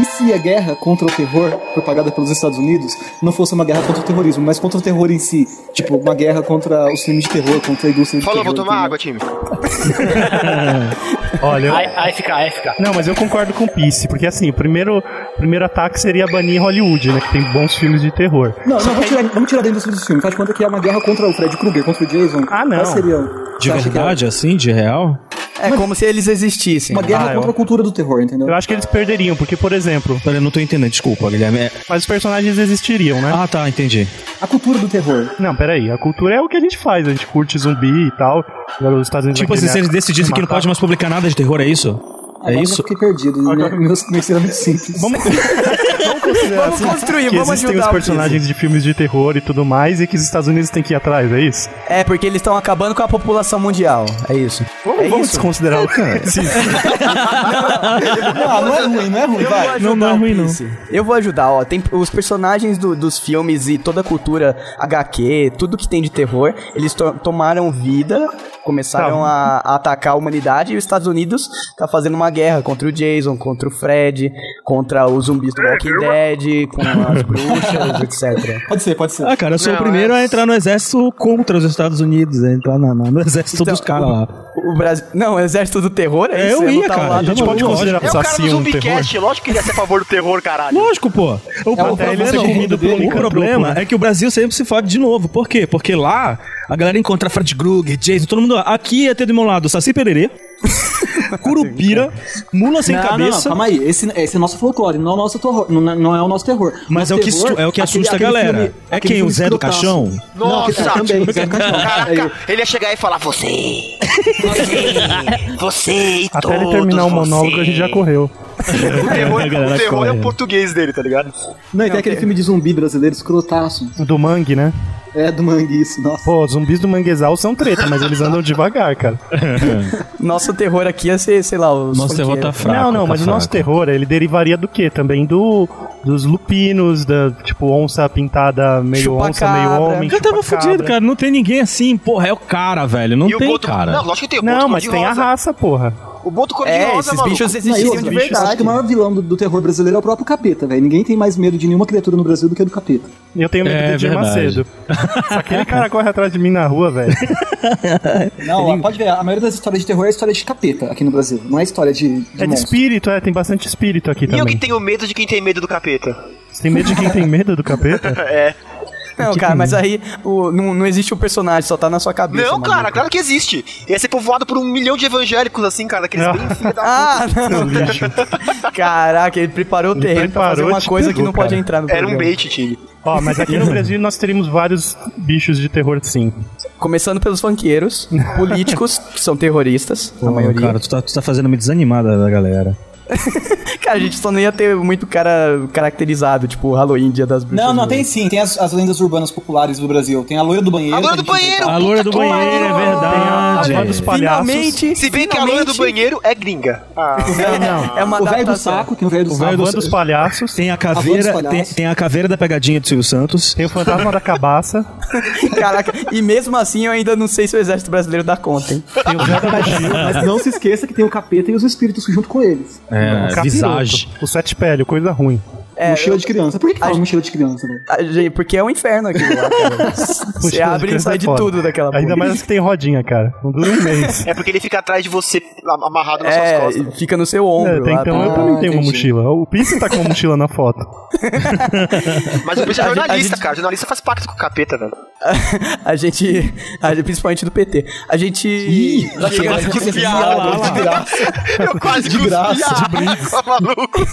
H: E se a guerra contra o terror, propagada pelos Estados Unidos, não fosse uma guerra contra o terrorismo, mas contra o terror em si? Tipo, uma guerra contra os filmes de terror, contra a indústria de
I: Falou, vou
H: terror.
I: tomar água, time. É
J: Olha, eu-
G: Aí, aí fica, aí fica.
J: Não, mas eu concordo com o Pisse, porque assim, o primeiro, o primeiro ataque seria banir Hollywood, né? Que tem bons filmes de terror.
H: Não, não, vamos tirar, vamos tirar da indústria dos filmes. Faz conta que é uma guerra contra o Fred Krueger, contra o Jason.
J: Ah, não.
H: Qual seria?
L: De
H: Você acha que é
L: verdade, assim, de real?
F: É como se eles existissem.
H: Uma guerra
J: Ah, eu-
H: contra a cultura do terror, entendeu?
J: Eu acho que eles perderiam, porque, por exemplo,
L: Pera, eu não tô entendendo, desculpa, Guilherme. É-
J: mas os personagens existiriam, né?
L: Ah, tá, entendi.
H: A cultura do terror.
J: Não, peraí, a cultura é o que a gente faz, a gente curte zumbi e tal. Agora os Estados Unidos
L: Tipo
J: vai
L: assim,
J: querer
L: se eles decidissem que não
J: matar.
F: Ah,
L: pode mais publicar nada de terror, é isso? É
H: Agora Eu
L: isso?
F: né?
H: fiquei perdido. Meu, meu, meu ser é muito simples.
J: Vamos, Vamos considerar
F: Vamos construir,
J: que
F: vamos
J: existem
F: ajudar
J: os
F: o
J: personagens de filmes de terror e tudo mais e que os Estados Unidos têm que ir atrás, é isso?
F: É, porque eles estão acabando com a população mundial. É isso.
J: Vamos,
F: é
J: vamos
F: isso.
J: desconsiderar o cara. Sim.
F: não, não é ruim, não é ruim, vai.
J: Não, não é ruim, não.
F: Eu vou ajudar, ó. Tem os personagens do- dos filmes e toda a cultura HQ, tudo que tem de terror, eles to- tomaram vida, começaram
P: Tá.
F: a, a atacar a humanidade e os Estados Unidos tá fazendo uma guerra contra o Jason, contra o Fred, contra os zumbis do Walking Dead, com as bruxas, etc.
P: Pode ser, pode ser.
L: Ah, cara, eu sou o primeiro
J: é.
L: a entrar no exército contra os Estados Unidos, a entrar na- na- no exército
J: Então,
L: dos caras lá.
F: O Brasil. Não, o Exército do Terror é,
L: É,
F: isso?
L: eu
F: É
L: ia,
F: lutar ao
L: cara.
F: lado
L: A gente
F: do-
L: pode considerar
I: É o cara do
L: Saci um
I: Zumbicast, lógico que ele ia ser a favor do terror, caralho.
L: Lógico, pô. O,
I: É, o
L: problema,
I: problema é o mundo dele,
L: o
I: cara.
L: problema
I: Troco, né?
L: é que o Brasil sempre se fode de novo. Por quê? Porque lá a galera encontra Fred Krueger, Jason, todo mundo. lá. Aqui ia ter do meu lado Saci Pererê, Curupira, Mula Sem
O: Não, não,
L: Cabeça.
O: Não, calma aí, esse, esse é o nosso folclore, não é o nosso terror. Não, é- não é o nosso terror.
L: Mas
O: Nosso
L: é o que
O: terror,
L: estu- é o que
O: aquele-
L: assusta a
O: aquele
L: galera.
O: filme-
L: É
O: aquele
L: quem? O
O: filme
L: Zé do
O: escrotaço.
L: Caixão?
O: Não, que-
I: Nossa,
O: é, também, Zé do Caixão.
I: Caraca, ele ia chegar e falar: Você, você, você e
J: Até ele
I: todos
J: terminar o monólogo,
I: vocês."
J: a gente já correu.
I: O terror,
J: A galera
I: o terror é o
J: corre.
I: português dele, tá ligado?
P: Não, e tem aquele filme de zumbi brasileiro, escrotaço.
J: Do mangue, né?
P: É, do mangue, isso, nossa.
J: Pô, os zumbis do manguezal são treta, mas eles andam devagar, cara.
F: Nosso terror aqui ia ser, sei lá, os.
L: Nosso terror tá fraco,
J: não, não,
L: tá
J: mas o nosso
L: fraco.
J: terror, ele derivaria do quê? Também do dos lupinos, da tipo onça pintada, meio onça, meio homem.
L: Eu tava
J: chupacabra.
L: fudido, cara. Não tem ninguém assim, porra. É o cara, velho. Não
J: E o
L: tem,
J: Boto-
L: cara.
J: tipo não, lógico que tem, o Boto
L: Não, mas tem a
J: cor-de-rosa.
L: raça, porra.
I: O Boto
F: É, esses bichos existiam de
P: Eu acho que
F: verdade.
P: o maior vilão do, do terror brasileiro é o próprio capeta, velho. Ninguém tem mais medo de nenhuma criatura no Brasil do que do capeta.
J: Eu tenho medo
P: É
J: do Dir
P: verdade.
J: Macedo. Se Aquele cara corre atrás de mim na rua, velho.
P: Não, ó, pode ver, a maioria das histórias de terror é história de capeta aqui no Brasil. Não é história de, de
J: É de
P: monstro.
J: espírito, é, tem bastante espírito aqui
I: E eu que
J: também.
I: tenho medo de quem tem medo do capeta.
J: Você tem medo de quem tem medo do capeta?
I: É.
F: Não, cara, mas aí o- não, não existe o personagem, só tá na sua
P: é
F: cabeça.
I: Não,
F: mano.
I: cara, claro que existe. Ia ser povoado por um milhão de evangélicos, assim, cara, daqueles bem filha da
F: Ah, não. Caraca, ele preparou o terreno pra fazer uma coisa que não pode entrar no
I: Era um
F: programa.
I: bait, Tig.
J: Ó, mas aqui no Brasil nós teríamos vários bichos de terror, sim.
F: Começando pelos funkeiros, políticos, que são terroristas,
L: Pô,
F: a maioria.
L: Cara,
F: Cara.
L: tu tá, tu tá fazendo me desanimada da galera.
F: a gente só não ia ter muito cara caracterizado, tipo Halloween, Dia das Bruxas.
P: Não, não, tem sim. Tem as, as lendas urbanas populares do Brasil. Tem a loira do banheiro.
I: A loira do
P: que a gente
I: banheiro!
P: inventa.
I: puta que
L: é
I: pariu!
J: Tem a loira dos palhaços. Finalmente,
I: Se bem que a loira do banheiro é gringa. Ah.
F: É uma
P: o velho do
F: adaptação.
P: saco, tem o velho do
L: O
P: saco.
L: velho dos palhaços. Tem a
P: A
L: caveira,
P: van dos
L: tem,
P: palhaços.
L: tem a caveira da pegadinha do Silvio Santos.
J: Tem o fantasma da cabaça.
F: Caraca, e mesmo assim eu ainda não sei se o exército brasileiro dá conta, hein?
P: Mas não se esqueça que tem o capeta e os espíritos junto com eles.
L: É,
J: o capiroto,
L: visage.
J: O sete pele, coisa ruim.
P: mochila de criança. Por que, que fala mochila de criança, velho?
F: A gente- Porque é um inferno aqui lá, cara. Você
J: Mochila de
F: abre e
J: criança
F: sai
J: é
F: de
J: foda.
F: tudo daquela
J: Ainda
F: porra.
J: mais as que tem rodinha, cara. Não dura um mês.
I: É porque ele fica atrás de você am- amarrado nas Ah,
F: É,
I: suas
F: e fica no seu ombro.
J: É, até
F: lá,
J: então
F: tá?
J: eu também tenho uma
F: entendi.
J: mochila. O Pisse tá com uma mochila na foto.
I: costas. Mas o bicho é
F: A gente- a
I: jornalista, cara. Jornalista faz pacto com o capeta, velho.
F: A gente. a gente- principalmente do PT. A gente. chega-
I: Quase cuspi a
F: né?
I: água, de graça. Eu quase
F: De
I: cuspi a
F: graça, de
I: água, maluco.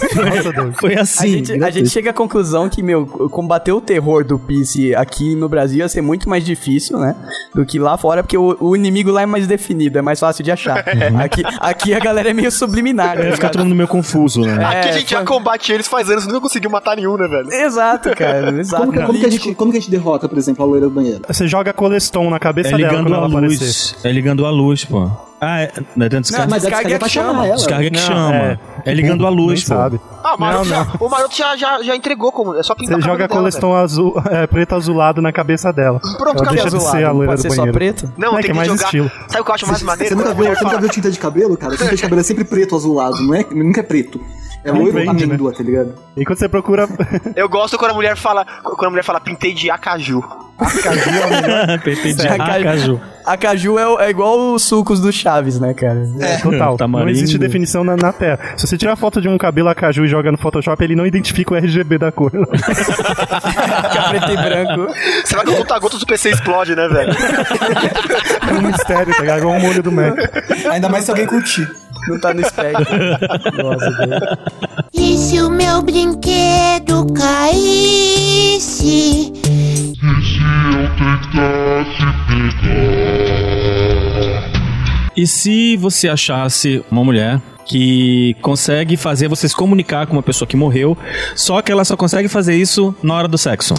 L: Foi
F: A
L: assim.
F: gente, a gente chega à conclusão que, meu, combater o terror do Pisse aqui no Brasil ia ser muito mais difícil, né? Do que lá fora, porque o, o inimigo lá é mais definido, é mais fácil de achar. Aqui, aqui a galera é meio subliminar. tá
L: Vai ficar
F: ligado?
L: todo mundo meio confuso,
F: É,
L: né?
I: Aqui a gente já combate eles faz anos, nunca conseguiu matar nenhum, né, velho?
F: Exato, cara, exato.
P: Como que, como que a gente, como que a gente derrota, por exemplo, a loira do banheiro?
J: Você joga colestom na cabeça
L: É
J: dela
L: ligando
J: quando
L: a
J: ela aparecer.
L: luz. É ligando a luz, pô. Ah, é. Não é dentro descarga.
P: mas a descarga é pra chamar ela.
L: Descarga que
J: Não,
L: chama. É, ligando a luz,
J: Nem
L: pô.
J: sabe.
I: Ah, o Maroto, já, o Maroto já, já, já entregou, como, é só pintar
F: Tá
J: Você
I: o
J: joga
I: cabelo dela,
J: colestom azul, é, preto azulado na cabeça dela.
F: Um
I: Pronto,
J: ela
I: cabelo
J: deixa de
I: azulado,
J: ser a
I: não
J: loira
I: pode
J: do
I: ser só
J: banheiro.
I: preto? Não,
J: é
I: tem
J: que é
I: que
J: mais
I: jogar-
J: estilo.
I: velho. Sabe o que eu acho mais maneiro?
P: Você nunca, viu, você nunca viu tinta de cabelo, cara? Tinta de cabelo é sempre preto, azulado, não é, nunca é preto. É
J: Não
P: loiro ou
J: vende, né?
P: amêndoa, tá ligado?
J: E quando você procura
I: Eu gosto quando a mulher fala, quando a mulher fala, pintei de acaju.
L: Entendi.
F: A ca-
L: Acaju.
F: A Caju é, é igual os sucos do Chaves, né, cara?
J: É, total. não
L: Tamarindo.
J: existe definição na, na Terra. Se você tirar foto de um cabelo acaju e joga no Photoshop, ele não identifica o RGB da cor.
F: preto e branco.
I: Será que o conta-gotas do PC explode, né, velho?
J: É um mistério, tá ligado? Igual um molho do Mac.
P: Ainda mais se alguém curtir.
F: Não tá no espectro. Nossa, velho.
N: E se o meu brinquedo caísse?
L: E se você achasse uma mulher que consegue fazer você se comunicar com uma pessoa que morreu, só que ela só consegue fazer isso na hora do sexo.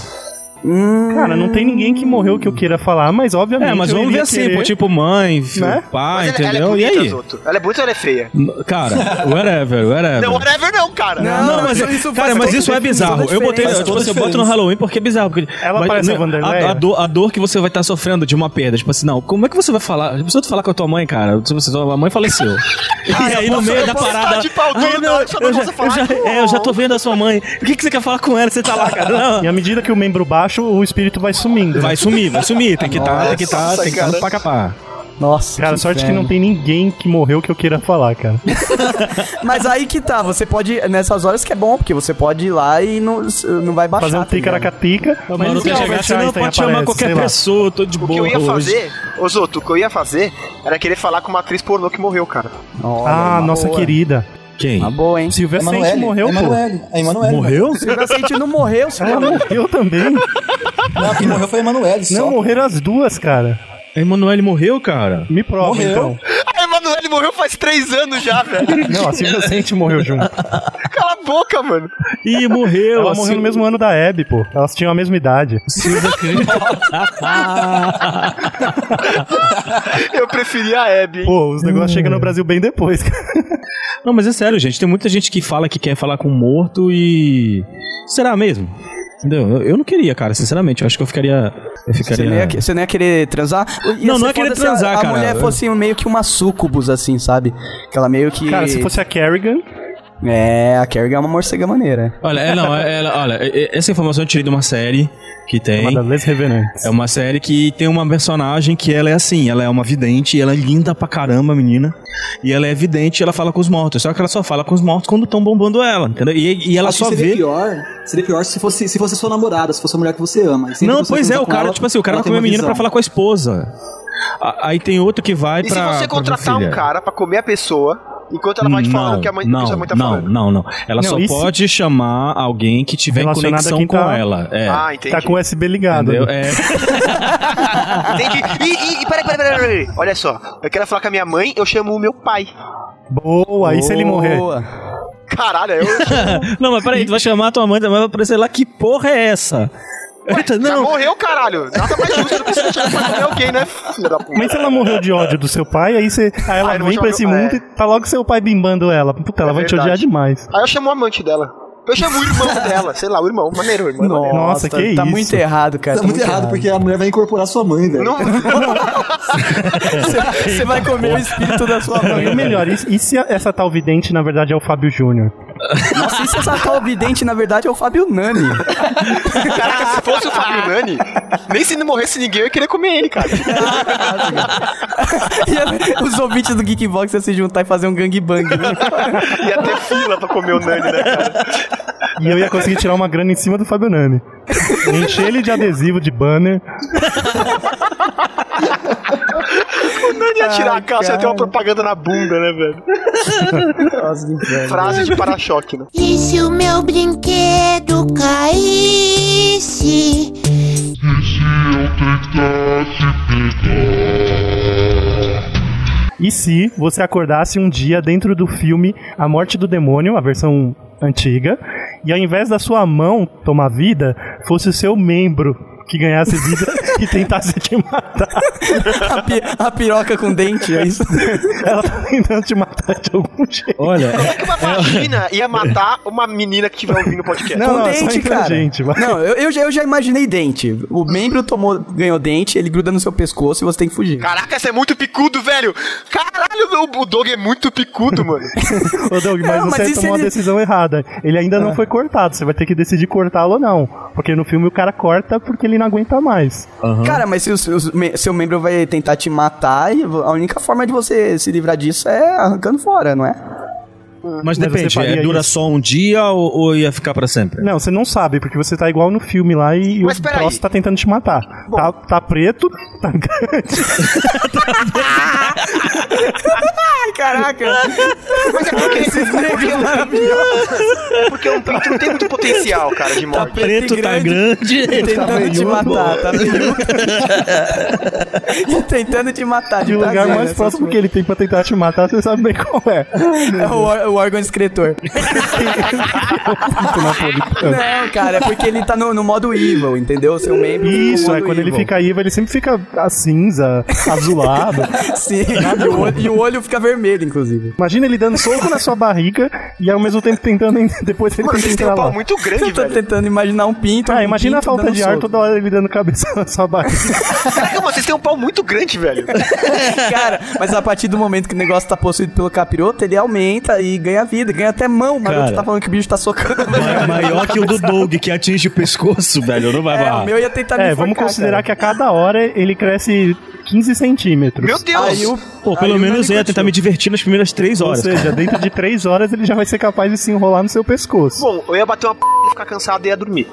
L: Hum.
J: Cara, não tem ninguém que morreu que eu queira falar, mas obviamente.
L: É, mas
J: eu
L: vamos ver
J: iria
L: assim,
J: querer-
L: pô, tipo mãe, filho,
J: Né?
L: pai,
I: Mas ela- ela,
L: Ah, entendeu?
I: é bonita,
L: e aí?
I: Zoto. Ela é bonita ou ela é feia?
L: Cara, whatever, whatever.
I: Não, whatever não, cara.
L: É Não, mas, isso cara, mas isso é bizarro. Eu botei,
I: Faz
L: eu, tipo,
I: toda
L: assim, eu
I: a
L: boto no
I: diferença.
L: Halloween porque é bizarro. Porque
J: Ela parece a Wanderleia?
L: a, dor, a dor que você vai estar sofrendo de uma perda. Tipo assim, não, como é que você vai falar? Eu preciso falar com a tua mãe, cara. Tipo assim, tua mãe faleceu. e aí, no meio da parada. "Ai, não, eu, já, eu, já, é, eu já tô vendo a sua mãe. O que, que você quer falar com ela? Você tá lá, cara. Não.
J: E à medida que o membro baixa, o espírito vai sumindo. né?
L: Vai sumir, vai sumir. Tem que estar, tem que tá. estar,
J: Nossa,
L: Ah, tem que estar no
J: cara.
L: pacapá.
J: Nossa. Cara,
L: que
J: sorte que
L: inferno.
J: não tem ninguém que morreu que eu queira falar, cara.
F: Mas aí que tá, você pode, nessas horas que é bom, porque você pode ir lá e não, não vai baixar.
J: Fazer um
F: tá ligado?
J: ticaracatica.
I: Mas não
J: é
F: quer
I: tem
F: chegar
I: Albert
F: assim, não,
I: Einstein
F: pode chamar
I: aparece,
F: qualquer
I: sei lá.
L: pessoa, tô de
I: O que eu
L: boa
I: ia
L: hoje.
I: fazer, ô Zoto, o que eu ia fazer era querer falar com uma atriz pornô que morreu, cara.
J: ah, nossa querida.
L: Quem?
J: Uma
F: Tá boa, hein?
J: Silvia
I: Emanuele.
J: Sente morreu,
I: Emanuele.
J: pô.
I: A Emanuele.
J: Morreu?
F: Silvia Sente não morreu,
P: É,
J: Ela morreu também.
O: Não, quem morreu foi a Emanuele só.
J: Não, morreram as duas, cara.
L: A Emanuele morreu, cara?
J: Me prova, então.
I: A Emanuele morreu faz três anos já, velho.
J: Não, a Silvia Sente morreu junto.
I: Cala a boca, mano.
L: Ih, morreu.
J: Ela
L: a
J: morreu
L: Sil-
J: no mesmo ano da Abby, pô. Elas tinham a mesma idade.
I: Eu preferia a Abby.
J: Pô, os negócios chegam no Brasil bem depois, cara.
L: Não, mas é sério, gente. Tem muita gente que fala que quer falar com um morto e. Será mesmo? Entendeu? Eu, eu não queria, cara, sinceramente. Eu acho que eu ficaria. Eu
F: Você nem, ia,
L: ficaria.
F: que- você nem ia querer transar? Ia
L: Não,
F: ser
L: não é
F: foda
L: querer
F: se a-
L: transar,
F: a
L: cara.
F: mulher fosse um meio que uma sucubus, assim, sabe? Que ela meio que...
J: Cara, se fosse a Kerrigan...
F: É, a Kerrigan é uma morcega maneira.
L: Olha, é, não, é- ela- olha, é- é- essa informação eu tirei de uma série que tem.
J: Chamada Les Revenantes.
L: É uma série que tem uma personagem que ela é assim, ela é uma vidente, ela é linda pra caramba, menina. E ela é vidente e ela fala com os mortos. Só que ela só fala com os mortos quando estão bombando ela, entendeu? E, e ela
O: Acho que
L: só
O: seria
L: vê.
O: Pior, seria pior se fosse, se fosse sua namorada, se fosse a mulher que você ama. E sempre
L: Não,
O: que você
L: pois é,
O: transa
L: o
O: com
L: cara,
O: ela,
L: tipo assim, o cara
O: ela
L: vai
O: tem
L: comer a
O: uma
L: menina pra
O: visão.
L: falar com a esposa. A- Aí tem outro que vai
I: E
L: pra.
I: se você
L: pra
I: contratar um
L: filha?
I: cara pra comer a pessoa, enquanto ela vai te falando
L: não,
I: que a mãe,
L: não,
I: que a mãe tá
L: não,
I: falando?
L: não, não. Ela
I: Não,
L: só
I: e se-
L: pode chamar alguém que tiver em
J: Relacionado a
L: conexão
J: quem
L: com
J: tá-
L: ela. É.
I: Ah, entendi.
J: Tá com o USB ligado.
L: Entendeu? É.
I: Entendi. E, e, e peraí, peraí, peraí, peraí. Olha só, eu quero falar com a minha mãe, eu chamo o meu pai.
L: É.
J: Boa, e se ele morrer?
I: Caralho, eu.
L: não, mas peraí, tu vai chamar a tua mãe também, vai aparecer lá, que porra é essa? Eita,
I: Já
L: não.
I: morreu, caralho. Nada mais justo do que você chamar pra comer alguém, né? Filha da puta.
L: é-
J: Mas se ela morreu de ódio do seu pai, aí, você, aí ela
I: Ah, eu não
J: vem
I: vou chamar
J: pra esse
I: meu-
J: mundo
I: é.
J: e tá logo seu pai bimbando ela. Puta, ela
I: É
J: vai te
I: verdade.
J: odiar demais.
I: Aí eu chamo o amante dela. Eu chamo o irmão dela, sei lá, o irmão. Maneiro, o irmão. é maneiro.
J: Nossa,
F: tá,
J: que
F: tá
J: isso.
F: muito errado, cara.
O: Tá muito errado, porque a mulher vai incorporar sua mãe, velho.
F: Você vai comer o espírito da sua
J: Não,
F: mãe.
J: e o melhor, e, e se essa tal vidente, na verdade, é o Fábio Júnior?
F: Nossa, e se essa tal vidente, na verdade, é o Fábio Nani?
I: Caraca, se fosse o Fábio Nani, nem se não morresse ninguém, eu ia querer comer ele, cara.
F: E Os ouvintes do Geekbox iam se juntar e fazer um gangbang. Né?
I: Ia ter fila pra comer o Nani, né, cara?
J: E eu ia conseguir tirar uma grana em cima do Fábio Nani. Encher ele de adesivo, de banner.
I: O Nani ia tirar a calça e ia ter uma
J: cara.
I: propaganda na bunda, né, velho? Frase de para-choque, né?
N: E se o meu brinquedo caísse?
J: E se você acordasse um dia dentro do filme A Morte do Demônio, a versão antiga, e ao invés da sua mão tomar vida, fosse o seu membro que ganhasse vida e tentasse te matar.
F: A, pi- a piroca com dente, é isso?
J: Ela tá tentando te matar de algum jeito.
L: Olha,
I: Como é que uma vagina ia matar uma menina que estiver ouvindo o podcast?
F: com dente, cara. Não, eu, eu já, eu já imaginei dente. O membro tomou, ganhou dente, ele gruda no seu pescoço e você tem que fugir.
I: Caraca, você é muito picudo, velho! Caralho, meu- o Doug é muito picudo, mano.
J: Ô, Doug, mas
I: Não, mas
J: você
I: e se
J: tomou a
I: ele-
J: decisão errada. Ele ainda não foi cortado. Você vai ter que decidir cortá-lo ou não. Porque no filme o cara corta porque ele não aguenta mais.
F: Cara, mas se o seu, me- seu membro vai tentar te matar, e vo- a única forma de você se livrar disso é arrancando fora, não é?
L: Mas
J: Mas
L: depende,
J: você faria
L: é, dura
J: isso?
L: só um dia ou, ou ia ficar pra sempre?
J: Não, você não sabe, porque você tá igual no filme lá e e
L: Mas
J: o
L: peraí.
J: troço tá tentando te matar. Tá, tá preto, tá grande.
F: Ai, caraca.
I: Mas é porque esses negros Porque um pinto não tem muito potencial, cara,
F: Tá
I: de
J: Tá
I: morte.
F: Tentando te matar, tá veiuco. Tentando te matar.
J: De lugar
F: prazer,
J: mais
F: essas
J: próximo que ele tem pra tentar te matar, você sabe bem qual é.
F: É o, ó- o órgão excretor. Não, cara, é porque ele tá no, no modo evil, entendeu? Seu membro. fica no
J: Isso,
F: modo
J: é quando ele
F: evil.
J: fica aí, ele sempre fica a cinza, azulado.
F: Sim, e o, olho, e o olho fica vermelho, inclusive.
J: Imagina ele dando soco na sua barriga e ao mesmo tempo tentando. en- Depois ele tenta entrar lá.
I: um grande,
F: Eu tô tentando imaginar um pinto.
J: Ah,
F: um
J: imagina a
F: pinto
J: falta
F: dando
J: de ar
F: soco.
J: toda hora ele dando cabeça na sua barriga.
I: Caraca, mano, vocês têm um pau muito grande, velho.
F: Cara, mas a partir do momento que o negócio tá possuído pelo capiroto, ele aumenta e ganha vida, ganha até mão. O
L: Cara.
F: Maroto tá falando que o bicho tá socando.
L: É maior que o do Doug, que atinge o pescoço, velho. Não vai
F: É,
L: barrar.
F: o meu ia tentar me
J: É, vamos
F: enforcar,
J: considerar
F: cara.
J: que a cada hora ele cresce 15 centímetros.
L: Aí eu- Pô, pelo menos eu ia tentar me divertir nas primeiras três
J: Ou
L: horas.
J: seja,
L: cara.
J: dentro de 3 horas ele já vai ser capaz de se enrolar no seu pescoço.
I: Bom, eu ia bater uma p e ficar cansado e ia dormir.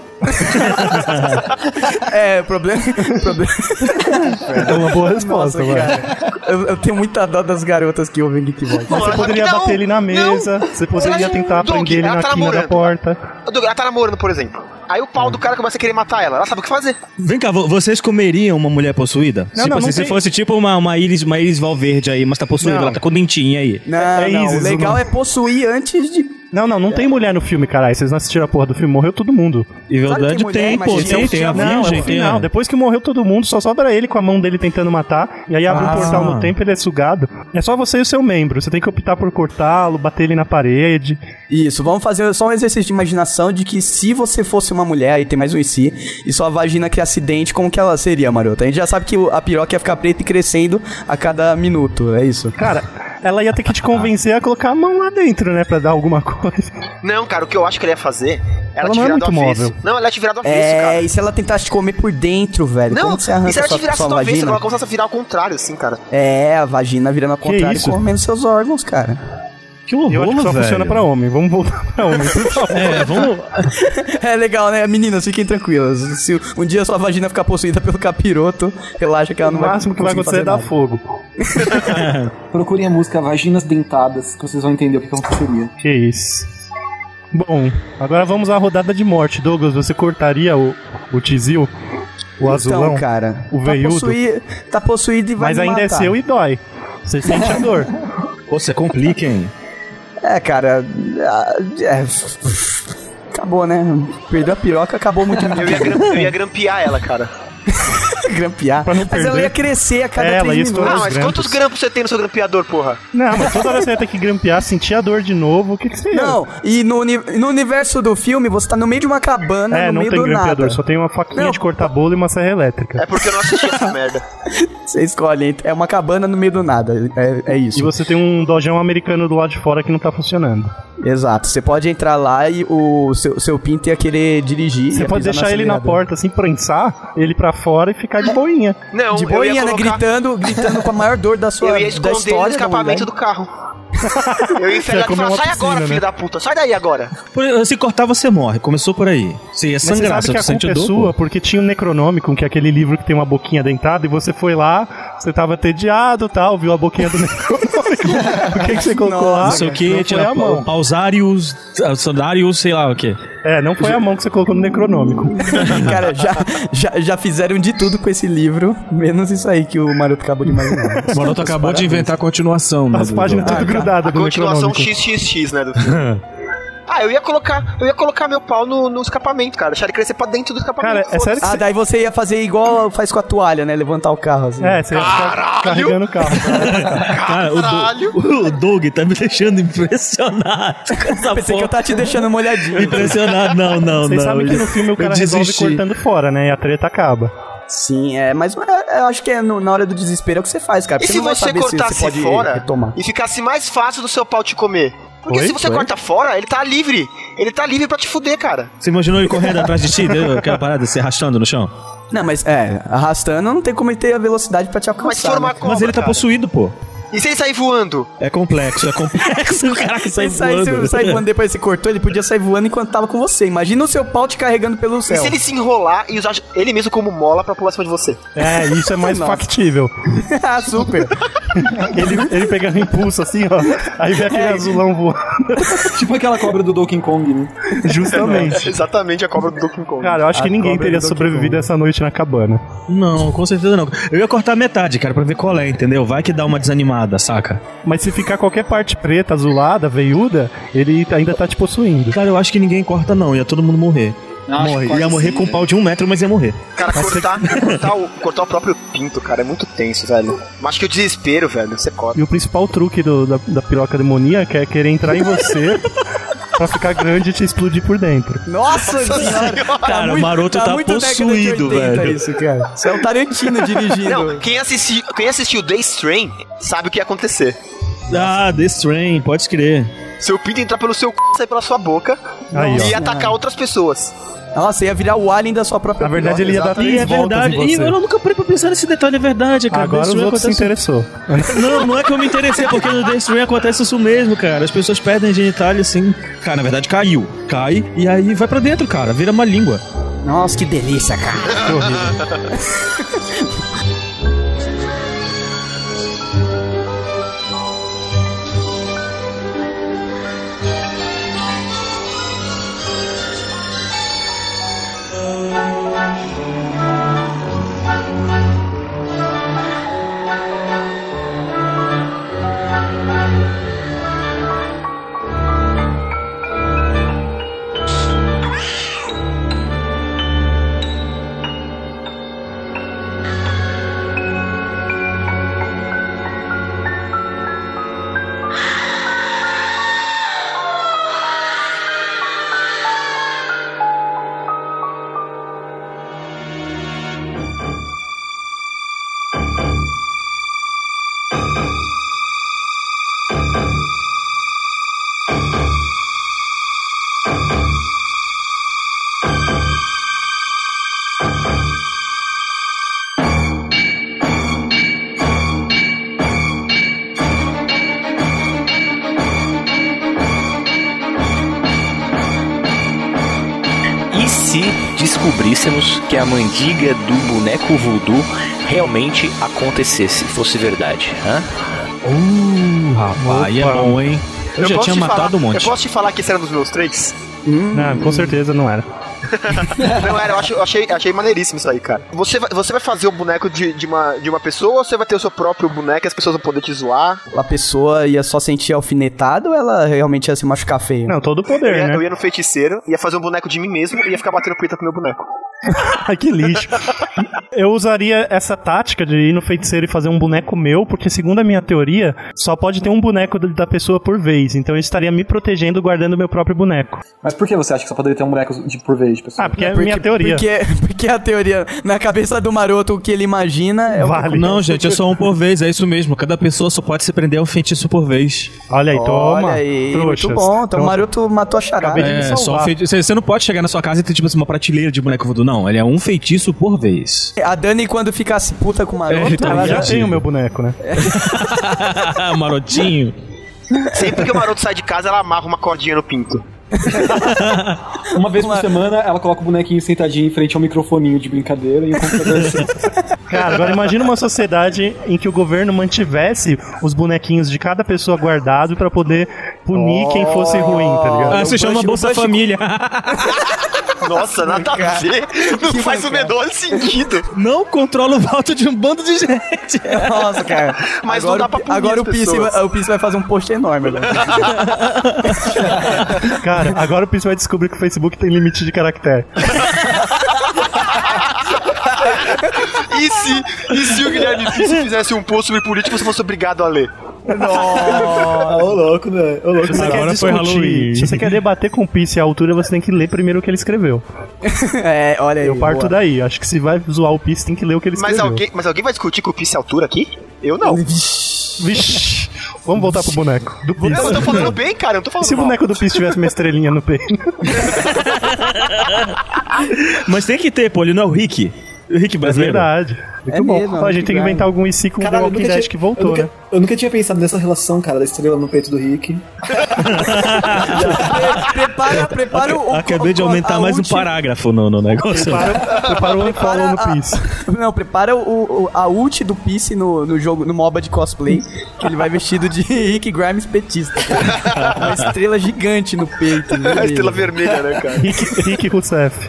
F: É, o problema. o problema...
J: É uma boa resposta,
F: Nossa,
J: vai.
F: cara, Eu, eu tenho muita dó das garotas que ouvem Geekbox.
J: Mas você poderia bater ele na mesa, você poderia
I: Ela-
J: tentar
I: Doug,
J: prender ele
I: ela
J: na
I: tá
J: quina da
I: namorando.
J: porta.
I: Doug, Ela tá namorando, por exemplo. Aí o pau do cara começa a querer matar ela. Ela sabe o que fazer.
L: Vem cá, vo- vocês comeriam uma mulher possuída?
I: Não,
L: tipo
I: não,
L: assim,
I: não
L: se
I: tem-
L: fosse tipo uma, uma, Iris, uma Iris Valverde aí, mas tá possuída,
J: Não.
L: ela tá com dentinho aí.
F: Não,
J: É
F: não,
J: Isis,
F: o legal
J: não.
F: é possuir antes de.
J: Não, não, não tem mulher no filme, caralho. Vocês não assistiram a porra do filme, morreu todo mundo.
L: E
F: verdade mulher, tem, mas pô,
L: um
F: gente, tem, tem a
J: não,
F: virgem,
J: é o
F: tem
J: final.
F: a-
J: Depois que morreu todo mundo, só sobra ele com a mão dele tentando matar, e aí abre
F: Ah.
J: um portal no tempo ele é sugado. É só você e o seu membro, você tem que optar por cortá-lo, bater ele na parede.
F: Isso, vamos fazer só um exercício de imaginação de que se você fosse uma mulher, aí tem mais um e si, e sua vagina criasse dente, como que ela seria, maroto? A gente já sabe que o- a piroca ia ficar preta e crescendo a cada minuto, é isso?
J: Cara, ela ia ter que te convencer a colocar a mão lá dentro, né, pra dar alguma coisa.
I: Não, cara, o que eu acho que ela ia fazer era
J: Ela
I: te
J: não é
I: virar do
J: muito
I: avesso.
J: móvel.
I: Não, ela ia te virar do avesso,
F: É,
I: cara.
F: e se ela tentasse te comer por dentro, velho?
I: Não,
F: como que você arranca
I: e se ela
F: sua,
I: te virasse
F: sua
I: do avesso,
F: vagina?
I: ela começasse a virar ao contrário, assim, cara.
F: É, a vagina virando ao
I: Que
F: contrário e
I: isso?
F: comendo seus órgãos, cara.
L: Que horror,
J: Eu acho que só
F: velho.
J: funciona pra homem. Vamos voltar pra homem, por favor.
L: É, vamos.
F: É legal, né? Meninas, fiquem tranquilas. Se um dia sua vagina ficar possuída pelo capiroto, relaxa que ela não
J: O máximo que vai
F: conseguir
J: acontecer é
F: fazer
J: dar
F: nada.
J: fogo.
P: Procurem a música Vaginas Dentadas, que vocês vão entender o que é aconteceria.
J: Que isso. Bom, agora vamos à rodada de morte. Douglas, você cortaria o, o Tizil? O azulão?
F: Então, cara,
J: O
F: tá,
J: veiudo?
F: possuí- tá possuído e vai
J: Mas
F: me
J: ainda é
F: matar.
J: seu e dói. Você sente a dor.
L: Pô, você complica, hein?
F: É, cara. ah, é. Acabou, né? Perdeu a piroca, acabou muito.
I: Eu ia, gram- eu ia grampear ela, cara.
F: grampear.
J: Pra não
F: Mas ela
J: perder.
F: ia crescer a cada
J: É, ela ia
F: três
J: estourar
I: Ah,
J: os
I: mas
J: grampos.
I: quantos grampos você tem no seu grampeador, porra?
J: Não, mas toda hora você ia ter que grampear, sentir a dor de novo. O que, que você ia?
F: Não, e no, uni- no universo do filme, você tá no meio de uma cabana,
J: É,
F: no
J: não
F: meio
J: tem
F: do
J: grampeador,
F: nada.
J: só tem uma faquinha
F: Não.
J: de cortar bolo e uma serra elétrica.
I: É porque eu não assisti essa merda.
F: Você escolhe, hein? é uma cabana no meio do nada. É, é isso.
J: E você tem um dojão americano do lado de fora que não tá funcionando.
F: Exato. Você pode entrar lá e o seu, seu pinto ia querer dirigir.
J: Você
F: ia
J: pode
F: pisar no
J: deixar ele na
F: acelerador.
J: porta, assim, prensar ele pra fora e ficar de boinha.
I: Não,
F: De
I: Então, eu ia
F: boinha, né?
I: colocar-
F: Gritando, gritando com a maior dor da sua
I: eu ia
F: da
I: esconder ele no
F: história. da
I: escapamento
F: humanidade.
I: do carro. Eu ia
L: Você
I: enfiar
L: ia
I: ela e
L: comer
I: falar,
L: uma
I: sai agora,
L: piscina,
I: filho
L: né?
I: da puta, sai daí agora.
L: Por- se cortar, você morre. Começou por aí. Você ia
J: Mas você
L: sangrar,
J: sabe
L: você
J: que a
L: sente
J: culpa é
L: dor.
J: sua,
L: pô.
J: porque tinha o Necronomicon, que é aquele livro que tem uma boquinha dentada, e você foi lá, você tava tediado e tal, viu a boquinha do Necronomicon. o que, que você colocou lá?
L: Não sei o que,
J: Não foi
L: tira
J: a mão.
L: pausarius, sodários, sei lá o que.
J: É, não foi a mão que você colocou no Necronômico.
F: Cara, já, já, já fizeram de tudo com esse livro, menos isso aí que o Maroto acabou de imaginar.
L: O Maroto acabou de inventar a continuação. né,
J: As
L: do-
J: páginas
L: do-
J: tudo grudadas do
I: Continuação
J: Necronômico.
I: XXX, né? Do filme. Ah, eu ia colocar, eu ia colocar meu pau no, no escapamento, cara. Deixar ele crescer pra dentro do
J: é
I: escapamento. foda-se.
F: Ah, daí você ia fazer igual faz com a toalha, né? Levantar o carro assim.
J: É, você ia ficar carregando o carro.
L: Cara, o, Do- o Doug tá me deixando impressionado. com essa
F: Pensei que eu
L: foto.
F: tava te deixando molhadinho.
L: Impressionado, não, não,
J: Vocês
L: Oh, não.
J: sabem que no filme o
L: Eu
J: cara resolve
L: desisti.
J: cortando fora, né? E a treta acaba.
F: Sim, é, mas é, eu acho que é no- na hora do desespero é o que você faz, cara.
I: E
F: porque
I: se
F: não vai
I: você
F: saber
I: cortasse
F: se você pode
I: fora
F: retomar.
I: e ficasse mais fácil do seu pau te comer? Porque
L: Oi?
I: se você
L: Oi?
I: corta fora, ele tá livre. Ele tá livre pra te fuder, cara.
L: Você imaginou ele correndo atrás de ti? Deu aquela parada, se arrastando no chão?
F: Não, mas é, arrastando não tem como ele ter a velocidade pra te alcançar.
I: se for uma
F: né?
I: cobra, Mas ele tá cara?
L: possuído, pô.
I: E se ele sair voando?
L: É complexo, é complexo. Caraca,
F: sai voando. Se ele sair voando depois que você cortou, ele podia sair voando enquanto tava com você. Imagina o seu pau te carregando pelo
I: E
F: céu.
I: se ele se enrolar e usar ele mesmo como mola pra pular cima de você?
J: É, isso é mais
I: Nossa.
J: factível.
F: ah, super.
J: ele, ele pegando impulso assim, ó. Aí vem
F: É.
J: aquele azulão voando.
P: tipo aquela cobra do Donkey Kong, né?
J: Justamente.
I: É Exatamente a cobra do Donkey Kong.
J: Cara, eu acho
L: A
J: que ninguém
L: cobra
J: teria
L: do Donkey
J: sobrevivido essa noite na cabana.
L: Não, com certeza não. Eu ia cortar metade, cara, pra ver qual é, entendeu? Vai que dá uma desanimada, saca?
J: Mas se ficar qualquer parte preta, azulada, veiuda, ele ainda tá te possuindo.
L: Cara, eu acho que ninguém corta não, ia todo mundo morrer.
I: Não, acho que
L: Morre.
I: quase
L: Ia morrer
I: sim,
L: com um
I: né?
L: pau de um metro, mas ia morrer.
I: Cara, cortar, cortar, o, cortar o próprio pinto, cara, é muito tenso, velho. Mas acho que o desespero, velho, você corta.
J: E o principal truque do- da, da piroca demoníaca é querer entrar em você pra ficar grande e te explodir por dentro.
F: Nossa senhora! Tá
L: Cara, o
F: muito-
L: maroto tá
F: muito década de
L: possuído,
F: 80
L: velho.
F: Isso, cara. isso é o Tarantino
I: Não,
F: dirigindo.
I: quem assistiu, quem assistiu Days Train sabe o que ia acontecer.
L: Ah, The Strain, pode crer.
I: Seu pinto entrar pelo seu c... sair pela sua boca
L: Aí,
I: e
L: ó.
I: ia atacar outras pessoas.
F: Nossa, ia virar o alien da sua própria
J: Na verdade, ele ia dar
L: E
J: três
L: é
J: voltas
L: verdade.
J: em
L: E
J: você.
L: eu nunca parei pra pensar nesse detalhe, é verdade, cara.
J: Agora
L: The
J: os
L: Strain
J: outros se
L: acontece-
J: interessou.
L: Não, não é que eu me interessei, porque no Death Ring acontece isso mesmo, cara. As pessoas perdem genitália assim. Cara, na verdade caiu. Cai e aí vai pra dentro, cara. Vira uma língua.
J: Tá.
F: Nossa, que delícia, cara.
L: Que horrível.
Q: E se descobríssemos que a mandiga do boneco voodoo realmente acontecesse, fosse verdade? Hã?
L: Uh, rapaz, aí é bom, hein? Eu, já
I: posso
L: tinha
I: te falar-
L: matado um monte.
I: Eu posso te falar que esse era um dos meus trades?
J: Não, com certeza não era.
I: Não era, eu, acho- eu achei, achei maneiríssimo isso aí, cara. Você vai, você vai fazer o boneco de, de, uma, de uma pessoa ou você vai ter o seu próprio boneco e as pessoas vão poder te zoar?
F: A pessoa ia só sentir alfinetada ou ela realmente ia se machucar feio?
J: Não, todo
I: eu, ia,
P: né?
L: É,
J: poder, né?
I: eu ia no feiticeiro, ia fazer um boneco de mim mesmo e ia ficar batendo punheta pro meu boneco.
J: Ai, que lixo. Eu usaria essa tática de ir no feiticeiro e fazer um boneco meu, porque segundo a minha teoria, só pode ter um boneco da- da pessoa por vez. Então eu estaria me protegendo guardando meu próprio boneco.
P: Mas por que você acha que só poderia ter um boneco de por vez, pessoal?
J: Ah, porque é a minha teoria.
F: Porque, porque é a teoria, na cabeça do maroto, o que ele imagina é o que
L: Não, gente, é só um por vez, é isso mesmo. Cada pessoa só pode se prender a um feitiço por vez.
J: Olha aí,
F: Olha aí, muito bom. Então o maroto matou a charada.
L: É, só um feitiço. Você- Você não pode chegar na sua casa e ter, tipo assim, uma prateleira de boneco voodoo, não. Ele é um feitiço por vez.
F: A Dani, quando ficasse puta com o
L: É,
F: maroto,
L: então,
F: ela
L: já
F: já
L: tem
F: tem
L: o
J: meu boneco, né?
L: Marotinho.
I: Sempre que o maroto sai de casa, ela amarra uma cordinha no pinto.
P: Uma vez por semana, ela coloca o bonequinho sentadinho em frente ao microfoninho de brincadeira e o computador assim.
J: Cara, agora imagina uma sociedade em que o governo mantivesse os bonequinhos de cada pessoa guardado pra poder punir quem fosse ruim, tá ligado?
L: Ah, se chama Bolsa Família.
I: Nossa, nada a ver. Não faz o menor sentido.
L: Não controla o voto de um bando de gente.
F: Nossa, cara.
I: Mas
F: agora,
I: não dá
F: o-
I: pra punir
F: Agora
I: as
F: o Pisse
I: pessoas.
F: vai- o Pisse vai fazer um post enorme agora.
J: Cara, agora o pessoal vai descobrir que o Facebook tem limite de caractere.
I: E se, e se o Guilherme Pisse fizesse um post sobre política e você fosse obrigado a ler?
P: Nossa, ô louco, né? Ô louco.
J: Se você, quer discutir, se você quer debater com o Pisse à altura, você tem que ler primeiro o que ele escreveu.
F: é, olha aí.
J: Eu parto
I: boa.
J: daí. Acho que se vai zoar o Pisse, tem que ler o que ele
I: Mas
J: escreveu.
I: alguém, mas alguém vai discutir com o Pisse à altura aqui? Eu não.
J: Vixe. Vamos voltar pro boneco. Do Pisse.
I: Não, eu tô falando bem, cara, eu não tô falando
J: Se o
I: mal.
J: boneco do Pisse tivesse uma estrelinha no peito.
L: Mas tem que ter, pô, ele não é o Rick. Rick brasileiro.
J: É verdade. Muito
P: É
J: bom.
P: mesmo, é
J: Ó, a
P: muito
J: gente tem que
P: brabo.
J: inventar algum IC com
P: Caralho,
J: o
P: eu
J: The
P: nunca
J: Walking Dead
P: tinha-
J: que voltou,
P: eu nunca,
J: né?
P: eu nunca tinha pensado nessa relação, cara, da estrela no peito do Rick.
F: Prepara, prepara o.
L: Acabei de aumentar mais um parágrafo no, no negócio.
F: Prepara
J: um
F: o prepara no Peace. Não, prepara o, o- a ult do Peace no, no jogo, no MOBA de cosplay, que ele vai vestido de Rick Grimes petista. cara. Uma estrela gigante no peito.
I: A estrela vermelha, né, cara?
J: Rick, Rick Rousseff.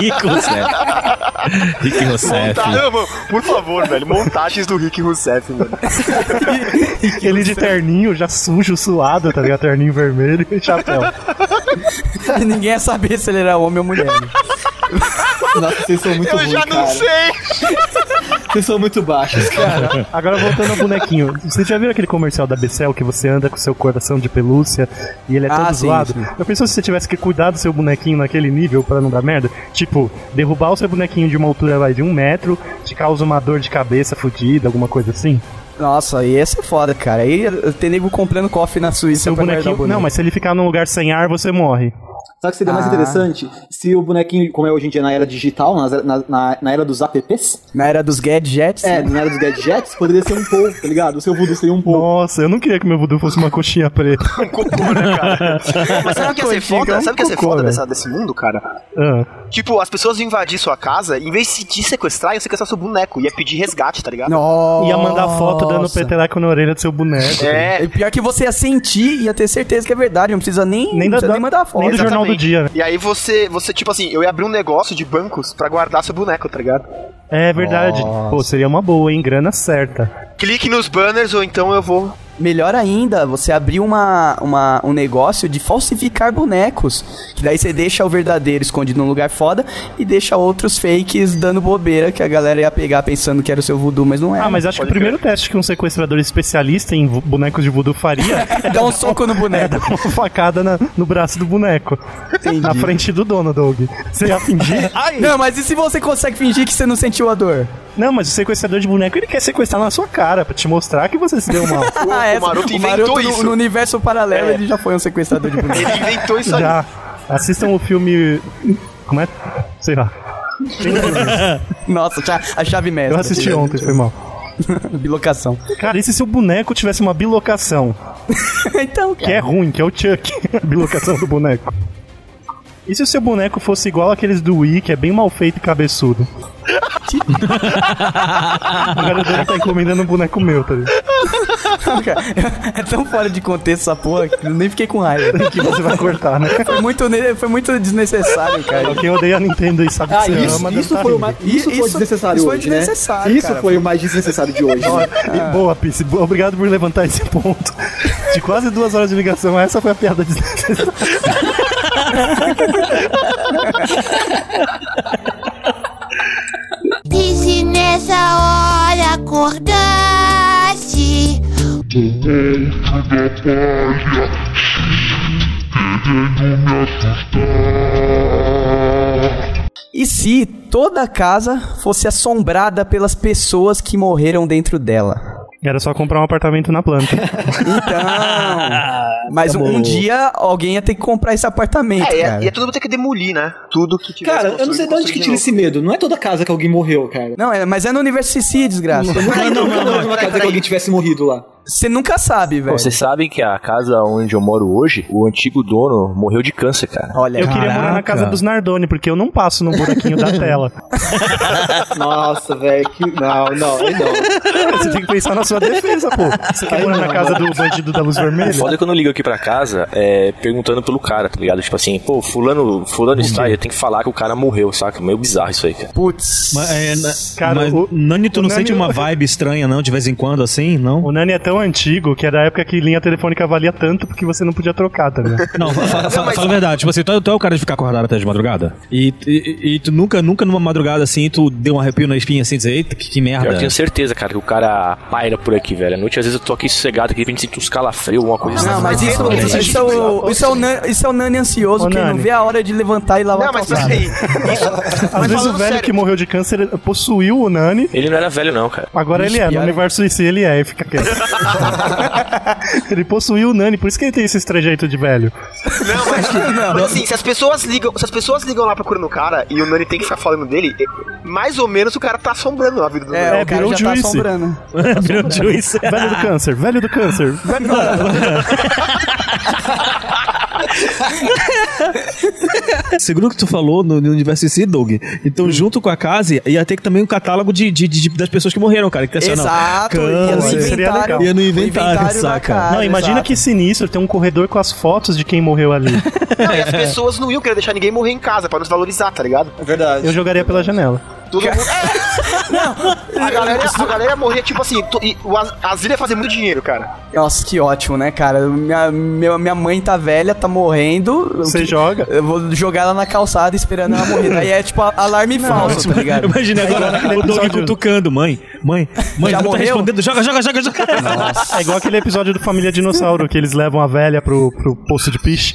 L: Rick Rousseff. Rick Rousseff.
I: Monta- Não, mano, por favor, velho. Montagens do Rick Rousseff, mano.
J: Ele de terninho, já sujo, suado, tá ligado? Terninho vermelho e chapéu.
F: E ninguém ia saber se ele era homem ou mulher. né?
P: Nossa, vocês são muito
I: Eu
P: ruins,
I: já não
P: cara.
I: sei!
P: Vocês são muito baixos, cara.
J: Agora voltando ao bonequinho, vocês já viram aquele comercial da Becel que você anda com seu coração de pelúcia e ele é
F: Ah,
J: todo
F: sim,
J: zoado?
F: sim.
J: Eu pensou se você tivesse que cuidar do seu bonequinho naquele nível pra não dar merda? Tipo, derrubar o seu bonequinho de uma altura vai de um metro, te causa uma dor de cabeça fodida, alguma coisa assim?
F: Nossa, aí ia ser foda, cara. Aí ia ter nego comprando cofre na Suíça
J: Seu
F: pra guardar
J: bonequinho.
F: o boneco.
J: Não, mas se ele ficar num lugar sem ar, você morre.
P: Sabe o que seria mais
J: Ah.
P: interessante? Se o bonequinho, como é hoje em dia na era digital, nas- na, na, na era dos apps.
F: Na era dos gadgets?
P: É, na era dos gadgets, poderia ser um povo, tá ligado? O seu voodoo seria um povo.
J: Nossa, eu não queria que meu voodoo fosse uma coxinha preta.
I: Mas sabe o que ia ser
J: Coitinho, que é
I: foda?
J: um
I: Sabe o que ia ser
J: cocô,
I: foda
J: velho.
I: dessa- desse mundo, cara?
J: Ah.
I: Tipo, as pessoas iam invadir sua casa, em vez de te sequestrar, iam sequestrar seu boneco. Ia pedir resgate, tá ligado?
J: Ia mandar foto dando peteleco na orelha do seu boneco.
I: É.
F: E pior que você ia sentir, ia ter certeza que é verdade, não precisa nem,
J: Nem
F: não
J: da-
F: precisa nem mandar foto.
I: Exatamente. E aí você, você, tipo assim, eu ia abrir um negócio de bancos pra guardar seu boneco, tá ligado?
J: É verdade. Pô, seria uma boa, hein? Grana certa.
I: Clique nos banners ou então eu vou.
F: Melhor ainda, você abrir uma, uma, um negócio de falsificar bonecos. Que daí você deixa o verdadeiro escondido num lugar foda e deixa outros fakes dando bobeira que a galera ia pegar pensando que era o seu voodoo, mas não é. era.
J: Ah, mas acho que o primeiro teste que um sequestrador especialista em vo- bonecos de voodoo faria é
F: Dá um soco no boneco.
J: dar uma facada na- no braço do boneco. Na frente do dono, Doug. Você ia fingir?
I: Ah,
J: Ai!
F: Não, mas e se você consegue fingir que você não sentiu a dor?
J: Não, mas o sequestrador de boneco ele quer sequestrar na sua cara pra te mostrar que você se deu mal.
F: Ah,
P: é,
F: essa-
I: Maroto
F: o
I: inventou
F: Maroto no-
I: isso. É.
F: No, universo paralelo ele já foi um sequestrador de bonecos.
I: Ele inventou isso aí.
J: Já. Assistam o filme. Como é? Sei lá.
F: Nossa, cha- a chave mestra.
J: Eu assisti ontem, foi mal.
F: Bilocação.
J: Cara, e se seu boneco tivesse uma bilocação?
F: então, cara.
J: Que é ruim, que é o Chuck, a bilocação do boneco. E se o seu boneco fosse igual aqueles do Wii, que é bem mal feito e cabeçudo? Agora o Dora tá encomendando um boneco meu, tá ligado?
F: Não, cara, é tão fora de contexto essa porra que eu nem fiquei com raiva.
J: Que você vai cortar, né?
F: Foi muito, ne- foi muito desnecessário, cara.
J: Quem odeia a Nintendo e sabe
P: Ah,
J: que você
P: isso,
J: ama,
P: isso
J: deve tá
P: foi o
J: rindo.
P: mais, isso,
F: Isso-
P: foi desnecessário
F: isso foi
P: hoje, né?
F: desnecessário,
P: Isso
F: cara.
P: foi o mais desnecessário de hoje.
J: Ó,
P: né?
J: e Boa, Pisse. bo- Obrigado por levantar esse ponto. De quase duas horas de ligação, essa foi a piada desnecessária.
N: E se nessa hora acordasse?
F: E se toda a casa fosse assombrada pelas pessoas que morreram dentro dela?
J: Era só comprar um apartamento na planta.
F: Então. Mas um, um dia alguém ia ter que comprar esse apartamento,
I: Tá É,
F: cara.
I: e é todo mundo ter que demolir, né? Tudo que tiver.
P: Cara, eu não sei de onde que tira esse medo. Não é toda casa que alguém morreu, cara.
F: Não, é, mas é no universo CC, desgraça.
P: Não, não, não, não, não,
I: peraí,
P: casa que
I: peraí.
P: alguém tivesse morrido lá.
F: Você nunca sabe, velho.
Q: Vocês sabem que a casa onde eu moro hoje, o antigo dono morreu de câncer, cara.
F: Olha,
J: Eu queria morar na casa dos Nardoni, porque eu não passo no buraquinho da tela.
P: Nossa, velho, que. Não, não, aí não.
J: Você tem que pensar na sua defesa, pô. Você quer
P: Aí
J: morar
P: não,
J: na casa
P: mano.
J: do bandido da luz vermelha?
Q: O foda é que eu não ligo aqui pra casa é, perguntando pelo cara, tá ligado? Tipo assim, pô, fulano, fulano está aí, eu tenho que falar que o cara morreu, saca? Meio bizarro isso aí, cara.
F: Putz.
L: Mas, é, na-
J: Cara,
L: mas,
J: o-
L: Nani, tu
J: o
L: não
J: Nani-
L: sente um uma vibe estranha, não, de vez em quando, assim, não?
J: O Nani é tão antigo que é da época que linha telefônica valia tanto porque você não podia trocar, tá ligado?
L: Não, fa- fa- fa- fala a verdade. Tipo assim, tu, é- tu é o cara de ficar acordado até de madrugada? E, e- e tu nunca, nunca numa madrugada assim, tu deu um arrepio na espinha assim, dizer, eita, que, que merda.
Q: Eu tenho certeza, cara, que o cara cara paira por aqui, velho. À noite, às vezes, eu tô aqui sossegado, aqui, de repente sinto uns calafrios, alguma coisa
F: Não, mas isso,
L: né?
Q: Cara,
F: isso, isso é o, isso, é o nan- isso é o Nani ansioso
J: Ô,
F: que não
J: Nani.
F: vê a hora de levantar e lavar
J: Não,
F: a
J: mas
I: assim,
F: calçada.
J: peraí. Às vezes o velho que morreu de câncer ele possuiu o Nani.
Q: assim. Ele não era velho, não, cara.
J: Agora ele é, no universo IC ele é, e fica quieto. ele possuiu o Nani, por isso que ele tem esse trejeito de velho.
I: Não, mas, mas assim, se as pessoas ligam, se as pessoas ligam lá procurando o cara e o Nani tem que ficar falando dele, é- mais ou menos o cara tá assombrando a vida
F: É,
P: É.
I: do Nani.
J: virou
F: tá
J: juice. Virou juice. Velho do câncer, velho do câncer.
L: É, Segundo o que tu falou no, no universo em si, Doug, então junto com a casa ia ter que também um catálogo de, de- de- das pessoas que morreram, cara. Que tem assim, ó, não,
F: Exato, ia no
L: câncer,
F: inventário-
L: ia é no
F: o
L: inventário,
F: inventário da
L: saca?
F: casa.
J: Não, imagina que sinistro, tem um corredor com as fotos de quem morreu ali.
I: Não, e as pessoas não iam querer deixar ninguém morrer em casa pra nos valorizar, tá ligado? É verdade.
J: Eu jogaria pela janela.
I: Todo mundo. É. Não, a galera, a galera morria tipo assim, to- e o as- asilo ia fazer muito dinheiro, cara.
F: Nossa, que ótimo, né, cara? Minha, meu- minha mãe tá velha, tá morrendo. Você
J: joga?
F: Eu vou jogar ela na calçada esperando ela morrer. Aí é tipo a- alarme falso, tá ligado?
L: Imagina
F: Aí
L: agora
F: ela-
L: o Doug cutucando, mãe, mãe, mãe,
F: Já
L: não tá
F: morreu?
L: respondendo, joga, joga, joga, joga.
J: É igual aquele episódio do Família Dinossauro, que eles levam a velha pro, pro poço de piche.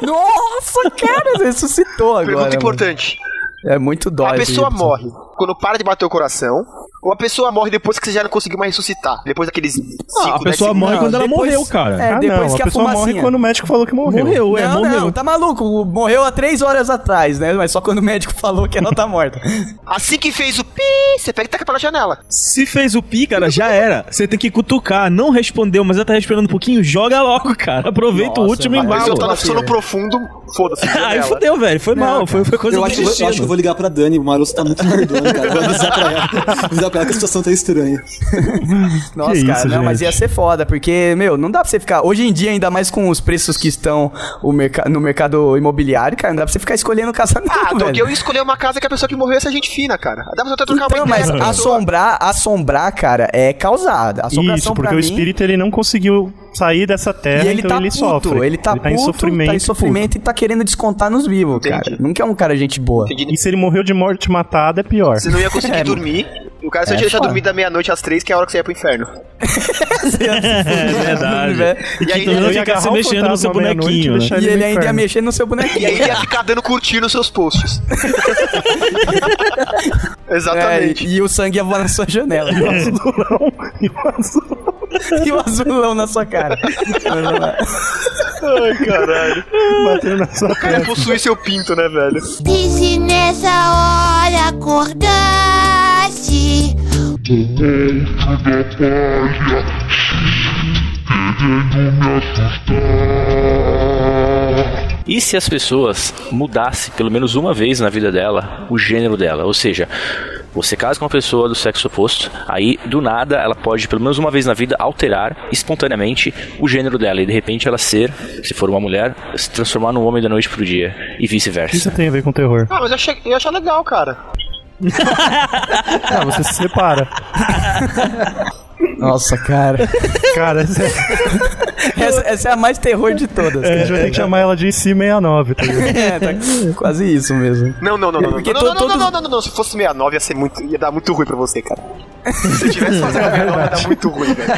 F: Nossa, cara, ressuscitou agora.
I: Pergunta
F: mano.
I: importante.
F: É muito dói.
I: A pessoa
F: gente.
I: morre quando para de bater o coração, ou a pessoa morre depois que você já não conseguiu mais ressuscitar? Depois daqueles.
L: Ah,
F: né?
I: cinco,
L: a pessoa
I: dez
L: morre
I: segundos?
L: quando ela morreu, cara. Ah,
J: Ah,
F: É, depois que a fumacinha.
J: médico falou que
L: Morreu, é,
F: não,
L: morreu.
F: Não, tá maluco? Morreu há três horas atrás, né? Mas só quando o médico falou que ela tá morta.
I: Assim que fez o pi, você pega e taca pela janela.
L: Se fez o pi, cara, já era. Você tem que cutucar. Não respondeu, mas já tá respirando um pouquinho, joga logo, cara. Aproveita o último
I: Mas
L: embalo.
I: eu tô tá no sono profundo, foda-se.
L: Aí
I: janela.
L: fodeu, velho. Foi
I: Não,
L: mal.
I: cara.
L: Foi, foi coisa
I: Eu
L: do
I: acho que eu- eu
L: destino.
I: acho que eu
P: Vou ligar pra Dani, o Maroto tá muito merdona, cara. Vou avisar pra ela. Vou avisar pra ela que a situação tá estranha.
F: Nossa,
P: Que
F: cara,
P: isso,
F: não, mas
P: gente.
F: ia ser foda, porque, meu, não dá pra você ficar. Hoje em dia, ainda mais com os preços que estão o merca- no mercado imobiliário, cara, não dá pra você ficar escolhendo casa não,
I: Ah,
F: velho.
I: Doug, eu ia escolher uma casa que a pessoa que morreu ia ser gente fina, cara. Dá pra você até trocar
F: Então,
I: uma ideia né?
F: mas
I: com a pessoa.
F: assombrar, assombrar, cara, é causada. Assombração
J: Isso, porque
F: pra mim-
J: o espírito ele não conseguiu sair dessa terra,
F: e ele
J: então
F: tá
J: ele
F: puto,
J: sofre.
F: ele tá puto,
J: em sofrimento.
F: tá em sofrimento e tá querendo descontar nos vivos, cara. Nunca é um cara gente boa.
J: E se ele morreu de morte matada, é pior.
I: Você não ia conseguir dormir. O cara só
J: É
I: ia te deixar
J: foda.
I: dormir da meia-noite às três, que é a hora que você ia pro inferno.
L: É verdade.
I: E aí,
L: Então
I: eu
L: não
I: ia
L: ficar se
I: agarrar o
F: tá
L: mexendo no seu
J: Tá
I: fantasma à meia-noite e
L: bonequinho. né?
I: deixar ele
F: E ele ainda é ia
I: inferno.
F: mexer no seu bonequinho.
I: E aí ia ficar dando curtir nos seus posts.
F: Exatamente. e o sangue ia voar na sua janela. E o azulão.
J: um
F: E o azulão. na sua cara.
I: Ai, caralho.
J: Bateu na sua
I: O cara ia possuir seu pinto, né, velho?
N: E se nessa hora acordasse?
B: Dentro da palha, querendo me assustar.
Q: E se as pessoas mudassem pelo menos uma vez na vida dela o gênero dela? Ou seja, você casa com uma pessoa do sexo oposto, aí do nada ela pode pelo menos uma vez na vida alterar espontaneamente o gênero dela e de repente ela ser, se for uma mulher, se transformar num homem da noite pro dia e vice-versa.
J: Isso tem a ver com terror.
I: Ah, mas eu achei, eu ia achar legal, cara.
J: Ah, você se separa.
F: Nossa, cara.
J: Cara, essa,
F: Essa, essa é a mais terror de todas.
J: a gente vai ter que chamar ela de IC69, tá ligado?
F: É, tá quase isso mesmo.
I: Não, não, não, não. Não,
F: Porque
I: não,
F: to-
I: não, não,
F: todos-
I: não, não, não, não. Se fosse 69, ia, ser muito, ia dar muito ruim pra você, cara. Se tivesse fazendo 69, ia dar muito ruim, velho.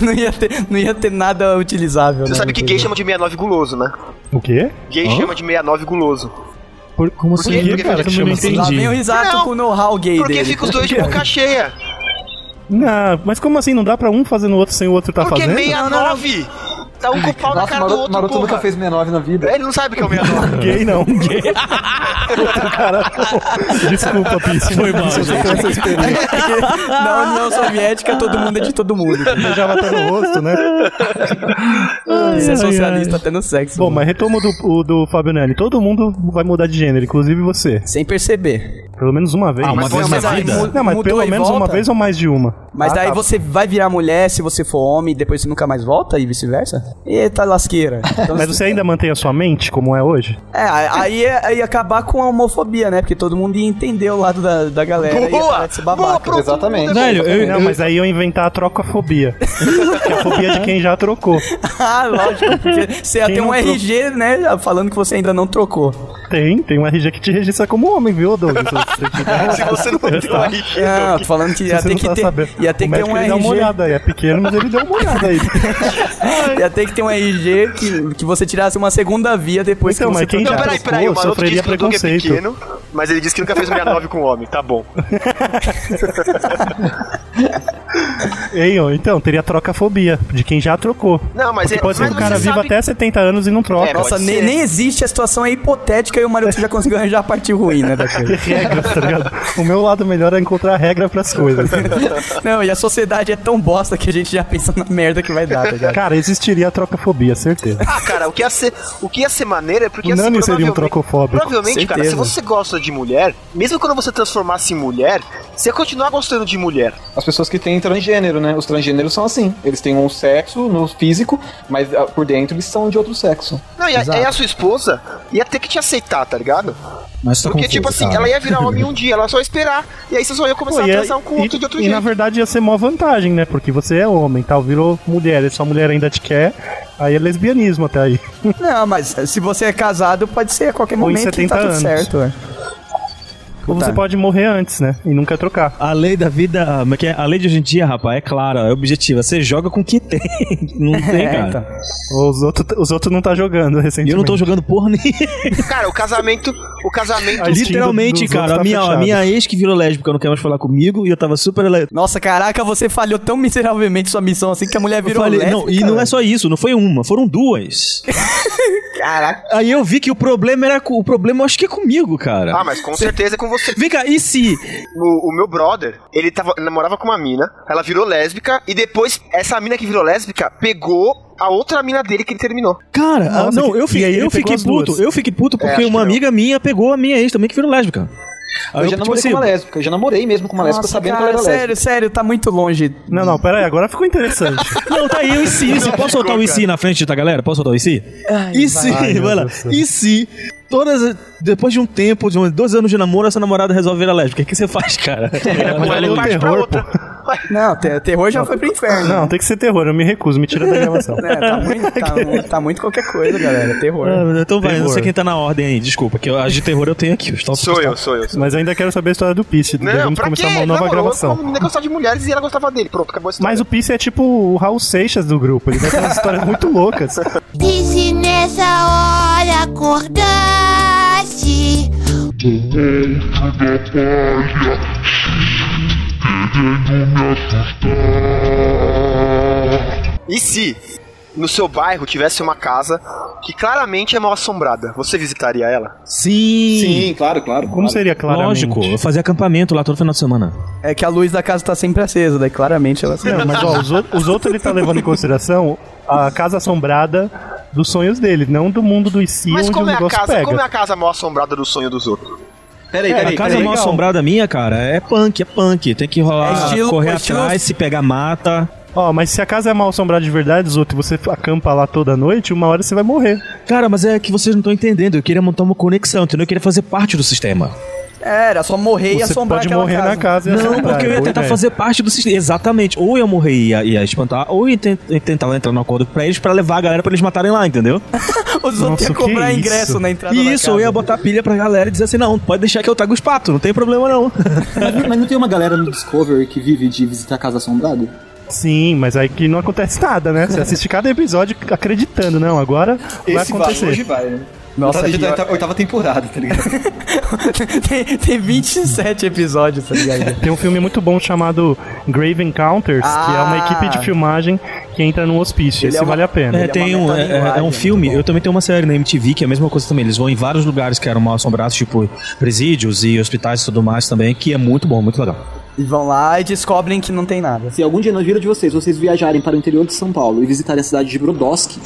F: Não ia ter, não ia ter nada utilizável.
I: Você
F: né,
I: sabe que gay chama de 69 guloso, né?
J: O quê?
I: Gay
J: Hã?
I: chama de 69 guloso.
J: Por- como
I: Por quê?
J: assim,
I: Porque
J: cara?
I: fica-
J: Como eu não
F: Lá vem o
J: entendi.
F: risato com o know-how gay
I: Porque
F: dele.
I: fica os dois de boca cheia.
J: Não, mas como assim? Não dá pra um fazer no outro sem o outro tá
I: Porque
J: fazendo?
I: 69 tá um com o pau na
P: Nossa,
I: cara do
P: Maroto,
I: outro,
P: Maroto
I: porra.
P: nunca fez 69 na vida.
I: Ele não sabe o que é o 69.
J: Gay não. Gay. Outro cara. Desculpa, Pisse. Foi mal,
F: Na União Soviética, todo mundo é de todo mundo.
J: Beijava até no rosto, né?
F: Isso é
J: Ai,
F: socialista
J: ai.
F: até no sexo.
J: Bom, mas retomo do, o do Fábio Nani. Todo mundo vai mudar de gênero, inclusive você.
F: Sem perceber.
J: Pelo menos uma vez.
F: Ah, uma Mas vez não, na mas aí vida? mu-
J: Não, mas
F: mudou
J: pelo
F: e
J: menos uma
F: volta?
J: vez ou mais de uma.
F: Mas
J: Ah,
F: daí
J: tá.
F: você vai virar mulher se você for homem e depois você nunca mais volta e vice-versa? Eita lasqueira. Então,
J: Mas você ainda mantém a sua mente como é hoje?
F: É, aí ia, aí ia acabar com a homofobia, né? Porque todo mundo ia entender o lado da, da galera. e ia
J: Boa!
F: parar de ser babaca. Exatamente.
J: Não, mas aí É, eu ia inventar a trocafobia. que é a fobia de quem já trocou.
F: Ah, lógico, porque você ia
J: Quem
F: ter um
J: não trocou?
F: RG, né? Falando que você ainda não trocou.
J: Tem, tem um RG que te registra como homem, viu, Douglas?
I: Se você não
J: Tá.
I: tem uma riqueza.
F: Não, tô É, falando que ia
J: Se você
F: ter
J: não
F: que
J: tá
F: ter,
J: sabendo.
F: ia ter
J: O
F: que ter
J: médico,
F: um
J: ele dá uma
F: RG.
J: olhada aí. É pequeno, mas ele deu uma olhada aí.
F: ia ter que ter um RG que, que você tirasse uma segunda via depois
J: Então,
F: que você
J: mas quem
I: Não,
J: já
I: peraí, peraí. O
J: testou
I: maroto
J: sofreria
I: diz que o Doug é
J: preconceito.
I: pequeno, mas ele disse que nunca fez 69 com homem. Tá bom.
J: Ei, ó, então, teria trocafobia de quem já trocou.
I: Não, mas
J: Porque
I: é-
J: pode ser
I: mas
J: que o cara
I: você
J: viva
I: sabe-
J: até 70 anos e não troca.
F: Nossa, nem, nem existe, a situação é hipotética e o Maroto já conseguiu arranjar a parte ruim, né, da coisa.
J: regras, tá ligado? O meu lado melhor é encontrar regra pras coisas.
F: Não, e a sociedade é tão bosta que a gente já pensa na merda que vai dar, tá ligado?
J: Cara, existiria a trocafobia, certeza.
I: Ah, cara, o que ia ser, o que ia ser maneiro é porque
J: O
I: ia ser
J: Nani seria um
I: provavelmente-
J: trocofóbico.
I: Provavelmente, cara, se
J: Certeza.
I: você gosta de mulher, mesmo quando você transformasse em mulher, você ia continuar gostando de mulher.
H: As pessoas que têm transgênero, né? Os transgêneros são assim. Eles têm um sexo no físico, mas ah, por dentro eles são de outro sexo.
I: Não, e a, e a sua esposa ia ter que te aceitar, tá ligado?
L: Mas
I: Porque, tipo assim, ela ia virar homem um dia, ela só ia esperar, e aí você só ia começar
J: Pô,
I: a
J: e é-
I: transar um com o outro
J: e-
I: de outro
J: e
I: jeito.
J: na verdade ia ser mó vantagem, né? Porque você é homem, tal, virou mulher, e sua mulher ainda te quer, aí é lesbianismo até aí.
F: Não, mas se você é casado, pode ser a qualquer
J: um- Ou em
F: momento e
J: 70
F: tá tudo
J: anos.
F: certo. é.
J: Ou
L: Tá.
J: você pode morrer antes, né? E nunca trocar.
L: A lei da vida. ah, mas que é- A lei de hoje em dia, rapaz, é clara, é objetiva. Você joga com o que tem. Não tem,
J: É,
L: cara.
J: então. Os outros os outros não tá jogando recentemente.
L: Eu não tô jogando porra nenhuma.
I: Cara, o casamento. O casamento.
L: Literalmente, cara.
J: tá
L: A minha, a minha ex que virou lésbica não quer mais falar comigo e eu tava super ele...
F: Nossa, caraca, você falhou tão miseravelmente sua missão assim que a mulher
L: Eu
F: virou
L: falei,
F: lésbica.
L: não, e não é só isso, não foi uma, foram duas.
F: Caraca.
L: Aí eu vi que o problema era. co- O problema eu acho que é comigo, cara.
I: Ah, mas com certeza é com você.
L: Vem cá, e se.
I: O, o meu brother, ele tava, namorava com uma mina, ela virou lésbica, e depois essa mina que virou lésbica pegou a outra mina dele que ele terminou.
L: Cara, ah,
I: Nossa,
L: não,
I: que-
L: eu
I: e aí
L: fiquei,
I: ele
L: eu
I: pegou
L: fiquei
I: as
L: puto.
I: duas.
L: Eu fiquei puto
I: É,
L: porque
I: acho
L: uma
I: que não.
L: amiga minha pegou a minha ex também que virou lésbica.
H: Eu,
L: Aí
H: já
L: tipo
H: namorei
L: assim,
H: com uma lésbica, eu já namorei mesmo com uma lésbica sabendo que ela era lésbica.
F: sério, sério, tá muito longe.
J: Não, não, pera aí, agora ficou interessante.
L: Não, tá aí o IC. IC. Posso soltar o IC na frente da galera? Posso soltar o IC? E se,
J: vai. Ai, meu
L: vai lá.
J: Deus do céu.
L: E se, todas, depois de um tempo, de uns dois anos de namoro, essa namorada resolve virar lésbica? O que você faz, cara?
I: é um
J: Valeu o É, um terror, pô.
F: Não, te- terror já foi pro inferno.
J: Não, tem que ser terror, eu me recuso, me tira da gravação.
F: É, tá muito, tá mu- tá muito qualquer coisa, galera. Terror.
L: Ah, então vai, não
J: Terror.
L: sei quem tá na ordem aí, desculpa, que eu- as de terror eu tenho aqui. Os tais-
I: Sou eu, sou eu.
J: Mas ainda quero saber a história do Pisse.
I: Não,
J: Devemos
I: pra quê?
J: Então começar uma
I: Ele
J: nova
I: namorou com uma
J: gravação.
I: menina que gostava de mulheres e ela gostava dele. Pronto, acabou a história.
J: Mas o Pisse é tipo o Raul Seixas do grupo, ele vai ter umas histórias muito loucas.
N: Disse nessa hora acordaste.
I: E se no seu bairro tivesse uma casa que claramente é mal assombrada, você visitaria ela?
L: Sim!
F: Sim,
H: claro, claro.
J: Como seria claramente?
L: Lógico, eu fazia acampamento lá todo final de semana.
F: É que a luz da casa tá sempre acesa, daí claramente ela
J: Não, mas ó, os, ou- os outros ele tá levando em consideração a casa assombrada dos sonhos dele, não do mundo do IC
I: Mas
J: onde o
I: como é, a
J: negócio
I: casa,
J: pega.
I: como é a casa mal assombrada do sonho dos outros?
F: É,
H: Peraí,
L: É, a casa mal assombrada minha, cara, é punk, é punk. Tem que rolar,
J: É estilo-
L: correr
J: é estilo-
L: atrás, se pegar mata.
J: Ó, mas se a casa é mal assombrada de verdade, os outros, e você acampa lá toda noite, uma hora você vai morrer.
L: Cara, mas é que vocês não estão entendendo. Eu queria montar uma conexão, entendeu? Eu queria fazer parte do sistema.
F: É, era só morrer e
J: Você
F: assombrar
J: pode
F: aquela
J: morrer na casa e
L: Não,
J: assombrar,
L: porque eu ia
J: boa
L: tentar
J: ideia.
L: fazer parte do sistema. Exatamente. Ou eu morrer e ia, ia espantar, ou eu ten- eu tentava entrar no acordo pra eles pra levar a galera pra eles matarem lá, entendeu?
F: Os outros iam cobrar ingresso na entrada da
L: Isso, eu ia botar Tá pilha pra galera e dizer assim: não, pode deixar que eu trago os patos, não tem problema não.
H: Mas, mas não tem uma galera no Discovery que vive de visitar a casa assombrada?
J: Sim, mas aí que não acontece nada, né? Você assiste cada episódio acreditando, não, agora vai
H: Esse
J: acontecer.
H: vai, hoje vai. né?
J: Nossa,
H: tá,
J: que-
H: já tá- tá- oitava temporada, tá ligado?
F: tem, tem 27 episódios, tá ligado?
J: Tem um filme muito bom chamado Grave Encounters, que é uma
F: Ah.
J: equipe de filmagem que entra num hospício.
L: Ele
J: Esse
L: é uma-
J: vale a pena.
L: É, tem um, é- é, é um
F: né,
L: filme, eu também tenho uma série na MTV que é a mesma coisa também. Eles vão em vários lugares que eram mal assombrados, tipo presídios e hospitais e tudo mais também, que é muito bom, muito legal.
F: E vão lá e descobrem que não tem nada.
H: Se algum dia na vida de vocês, vocês viajarem para o interior de São Paulo e visitarem a cidade de Brodowski,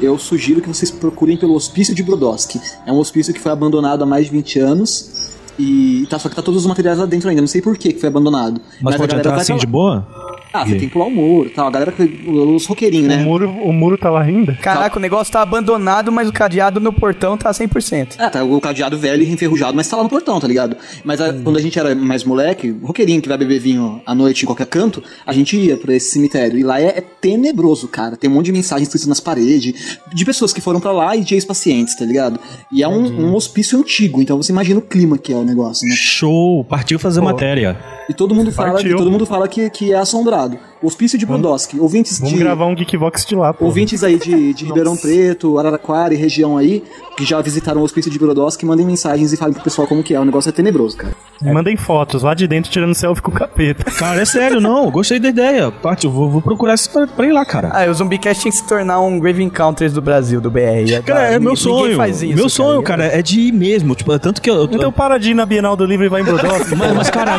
H: eu sugiro que vocês procurem pelo Hospício de Brodowski. É um hospício que foi abandonado há mais de 20 anos e tá, só que tá todos os materiais lá dentro ainda, não sei por que que foi abandonado.
L: Mas
H: a
L: pode
H: galera
L: entrar
H: vai
L: assim
H: pra
L: de
H: lá.
L: boa?
H: Ah, você tem que pular o muro e tal. A galera, que- os roqueirinhos, né?
J: O muro, o muro tá lá ainda?
F: Caraca, o negócio tá abandonado, mas o cadeado no portão tá 100%.
H: Ah, tá o cadeado velho e enferrujado, mas tá lá no portão, tá ligado? Mas a- quando a gente era mais moleque, roqueirinho que vai beber vinho à noite em qualquer canto, a gente ia pra esse cemitério. E lá é, é tenebroso, cara. Tem um monte de mensagens escritas nas paredes, de pessoas que foram pra lá e de ex-pacientes, tá ligado? E é um, um hospício antigo, então você imagina o clima que é o negócio, né?
L: Show! Partiu fazer matéria.
H: E todo mundo fala, e todo mundo fala que, que é assombrado. Hospício de Brodowski. Ouvintes
J: Vamos
H: de.
J: gravar um Geekbox de lá, pô.
H: Ouvintes aí de, de Ribeirão Preto, Araraquara e região aí, que já visitaram o hospício de Brodowski, mandem mensagens e falem pro pessoal como que é. O negócio é tenebroso, cara.
J: Mandem fotos lá de dentro tirando selfie com o capeta.
L: Cara, é sério, não. Gostei da ideia. Parte, eu vou, vou procurar isso pra, pra ir lá, cara.
F: Ah, e o Zumbicast tinha que se tornar um Grave Encounters do Brasil, do BR.
L: Cara, é
F: ninguém-
L: meu
F: ninguém
L: sonho.
F: faz isso,
L: meu sonho, cara, é de ir mesmo. Tipo, tanto que eu. Então
J: para de ir na Bienal do Livro e vai em Brodowski.
L: mas, mas, cara.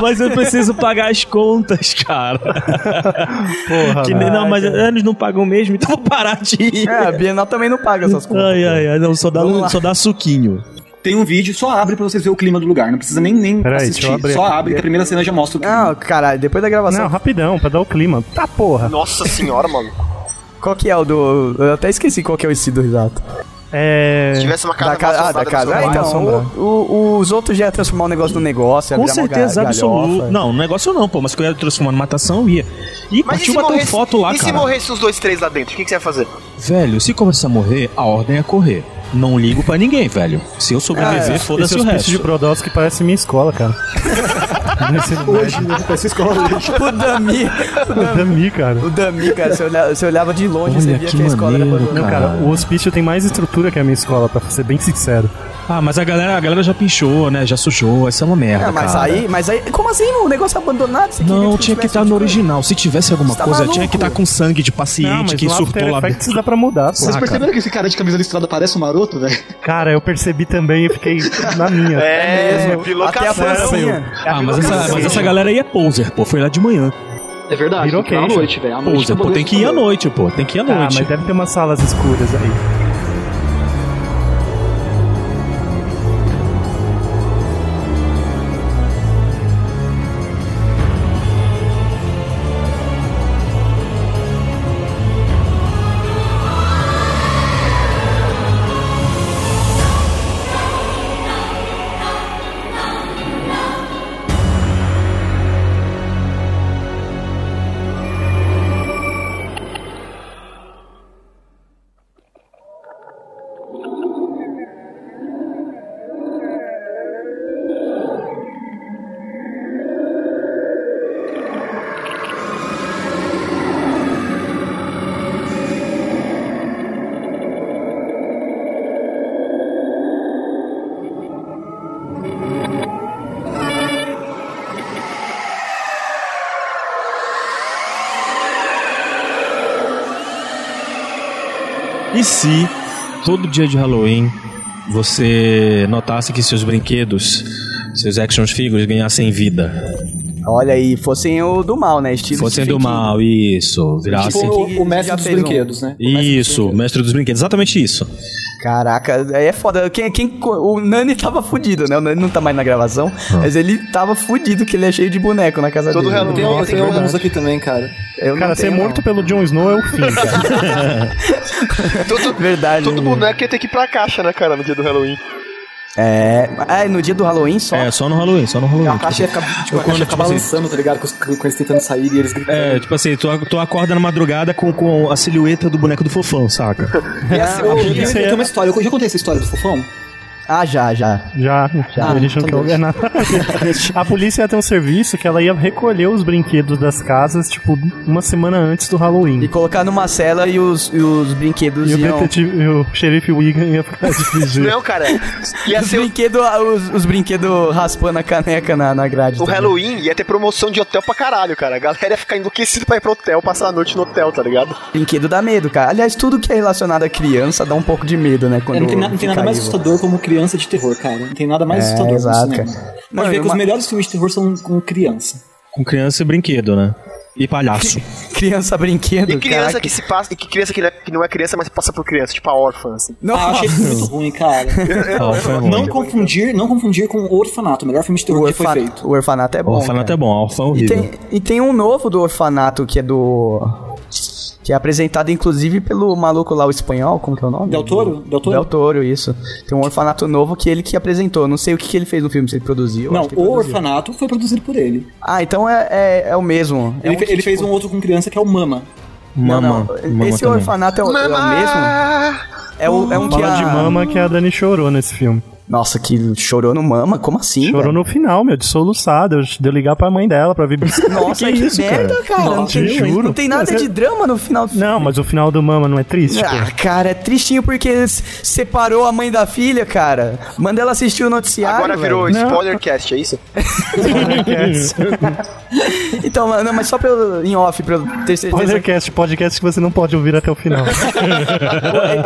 L: mas eu preciso pagar as contas, cara.
J: Porra,
L: que, nem- não, mas eles não pagam mesmo, então eu vou parar de ir.
F: É, a Bienal também não paga essas contas.
L: Ai, ai, ai. Não, só dá, um,
F: Vamos lá.
L: só dá suquinho.
H: Tem um vídeo, só abre pra vocês verem o clima do lugar. Não precisa nem, nem assistir. Só abre que a primeira cena já mostra o clima.
F: Não, caralho, depois da gravação.
J: Não, rapidão, pra dar o clima. Tá porra.
I: Nossa senhora, mano.
F: Qual que é o do. Eu até esqueci qual que é o estilo exato.
J: É.
I: Se tivesse uma casa
F: da casa,
I: mal
F: ah, da
I: assombrada,
F: casa.
H: é,
F: Ah,
I: transformava.
F: então,
I: Mal
F: o- o- os outros já ia transformar o negócio num negócio, ia
L: Com
F: virar uma
L: certeza
F: ga-
L: absoluta.
F: galhofa.
L: Não, um negócio não, pô. Mas que eu ia transformar em matação, eu ia. Ih,
I: Mas e
L: partiu
I: se,
L: bater
I: morresse,
L: foto lá,
I: e se
L: cara.
I: morresse os dois, três lá dentro? O que, que você ia fazer?
L: Velho, se começar a morrer, a ordem é correr. Não ligo pra ninguém, velho. Se eu
F: É,
L: sobreviver, foda-se o resto.
J: de Brodowski parece minha escola, cara.
P: Hoje, né? Essa escola hoje.
F: O Dami.
J: O Dami, cara.
F: O Dami, cara, você olhava, você olhava de longe, você via que, a escola era abandonada.
J: Não, cara, o hospício tem mais estrutura que a minha escola, pra ser bem sincero.
L: Ah, mas a galera, a galera já pinchou, né? Já sujou. Essa é uma merda,
F: Ah, mas
L: cara.
F: aí, mas aí, como assim, mano? O negócio abandonado? Você
L: Não, tinha que estar no original. Se tivesse alguma
F: Você tá
L: coisa,
F: maluco?
L: tinha que estar com sangue de paciente que surtou lá dentro.
J: dá pra mudar,
P: Vocês
L: Ah,
P: perceberam que esse cara de camisa listrada parece um maroto, velho?
J: Cara, eu percebi também e fiquei na minha.
I: É,
J: mesmo.
I: pilocação.
J: Até a pancinha. É a
L: Ah, mas essa,
J: pilocação.
L: mas essa galera aí é poser, pô. Foi lá de manhã.
P: É verdade,
L: Virou
P: tem que ir à
L: queijo.
P: noite, velho. À noite
F: é
L: Poser,
P: o
L: pô.
P: bagulho
L: Tem que ir à
P: fica louco.
L: noite, pô. Tem que ir à
J: Ah,
L: noite.
J: mas deve ter umas salas escuras aí.
L: E se todo dia de Halloween você notasse que seus brinquedos, seus action figures ganhassem vida?
F: Olha aí, fossem o do mal, né? Estilo
L: Fossem do
F: Stephen King.
L: mal, Ah, isso. Virassem.
F: Tipo, o- o mestre
L: Já
F: dos
J: um.
L: fez
F: brinquedos, né?
L: Isso, o mestre dos brinquedos, exatamente isso.
F: Caraca, aí é foda. Quem, quem, o Nani tava fudido, né? O Nani não tá mais na gravação,
L: Ah.
F: mas ele tava fudido que ele é cheio de boneco na casa
J: Todo
F: dele.
J: Halloween Tem- tem tem alguns
L: é
J: verdade.
F: aqui também, cara. Eu
J: Cara,
F: não
J: ser
F: tenho,
J: morto pelo Jon Snow é o fim, cara.
I: Todo,
F: Verdade.
I: Todo boneco ia ter que ir pra caixa, né, cara, no dia do Halloween.
F: É, é, no dia do Halloween só?
L: É, só no Halloween, só no Halloween.
P: A caixa ia ficar, tipo, a caixa ia ficar balançando, tá ligado? Com, os- com eles tentando sair e eles gritando.
L: assim É, tipo assim, tu, tu acorda na madrugada com, com a silhueta do boneco do fofão, saca?
H: E assim,
F: Ah,
H: o-
F: isso
H: eu
F: aí é-
H: tenho uma história. Eu já contei essa história do fofão?
F: Ah, já, já.
J: Já, já.
H: Ah,
J: Eles não
H: então
J: querem
H: deixa.
J: nada. A polícia ia ter um serviço que ela ia recolher os brinquedos das casas, tipo, uma semana antes do Halloween.
F: E colocar numa cela e os, e um. os brinquedos
J: E o
F: iam...
J: detetive, o xerife Wigan ia ficar dirigindo.
I: Não, cara.
F: os, brinquedo, os, os brinquedos raspando a caneca na, na grade.
I: O
F: também.
I: Halloween ia ter promoção de hotel pra caralho, cara. A galera ia ficar enlouquecida pra ir pro hotel, passar a noite no hotel, tá ligado?
F: Brinquedo dá medo, cara. Aliás, tudo que é relacionado a criança dá um pouco de medo, né? Quando
H: É, não tem, na- não tem
F: fica
H: nada mais
F: vivo.
H: assustador como criança de terror, cara. Não tem nada
F: É,
H: mais assustador
F: exato,
H: como cinema.
F: cara.
H: Mas
F: Mano,
H: vê que os
F: uma-
H: melhores filmes de terror são com criança.
L: Com criança e brinquedo, né? E palhaço.
F: Criança brinquedo,
I: E criança
F: caraca.
I: que se passa. E que criança que não, é, que não é criança, mas passa por criança, tipo a órfã, assim.
O: Ah, eu achei isso muito ruim, cara.
I: Órfã é ruim.
O: não confundir, não confundir com O Orfanato, o melhor filme de terror que foi
F: Orfana-
O: feito.
F: O orfanato é bom.
L: O orfanato
F: cara.
L: é bom, o orfão é
F: E
L: horrível.
F: tem, e tem um novo do orfanato que é do. Que é apresentado inclusive pelo maluco lá, o espanhol, como que é o nome?
O: Del Toro?
F: Del Toro? isso. Tem um orfanato novo que ele que apresentou. Não sei o que, que ele fez no filme, se ele produziu.
O: Não,
F: acho que ele
O: O
F: produziu.
O: Orfanato foi produzido por ele.
F: Ah, então é, é, é o mesmo. É
O: Ele,
F: um
O: fe-
F: que,
O: ele fez um
F: tipo-
O: outro com criança que é o Mama.
F: Não,
L: Mama.
F: não,
L: Mama
F: Esse
L: também.
F: orfanato é o, é o mesmo? É, o, é um que
J: Fala
F: a...
J: de mama que a Dani chorou nesse filme.
F: Nossa, que chorou no mama? Como assim?
J: Chorou no final, meu, de soluçada. Eu- Deu ligar pra mãe dela pra ver biscoito.
F: Nossa, que, merda, cara. não,
J: Te
F: tem,
J: juro.
F: não tem nada
J: Você-
F: de drama no final do
J: Não, mas o final do Mama não é triste?
F: Ah,
J: pô?
F: cara, é tristinho porque s- separou a mãe da filha, cara. Manda ela assistir o noticiário.
I: Agora virou
F: velho.
I: spoiler cast, é isso?
F: Então, mas- não, mas só pra eu, em off, pra eu ter certeza.
J: Podcast, podcast que você não pode ouvir até o final.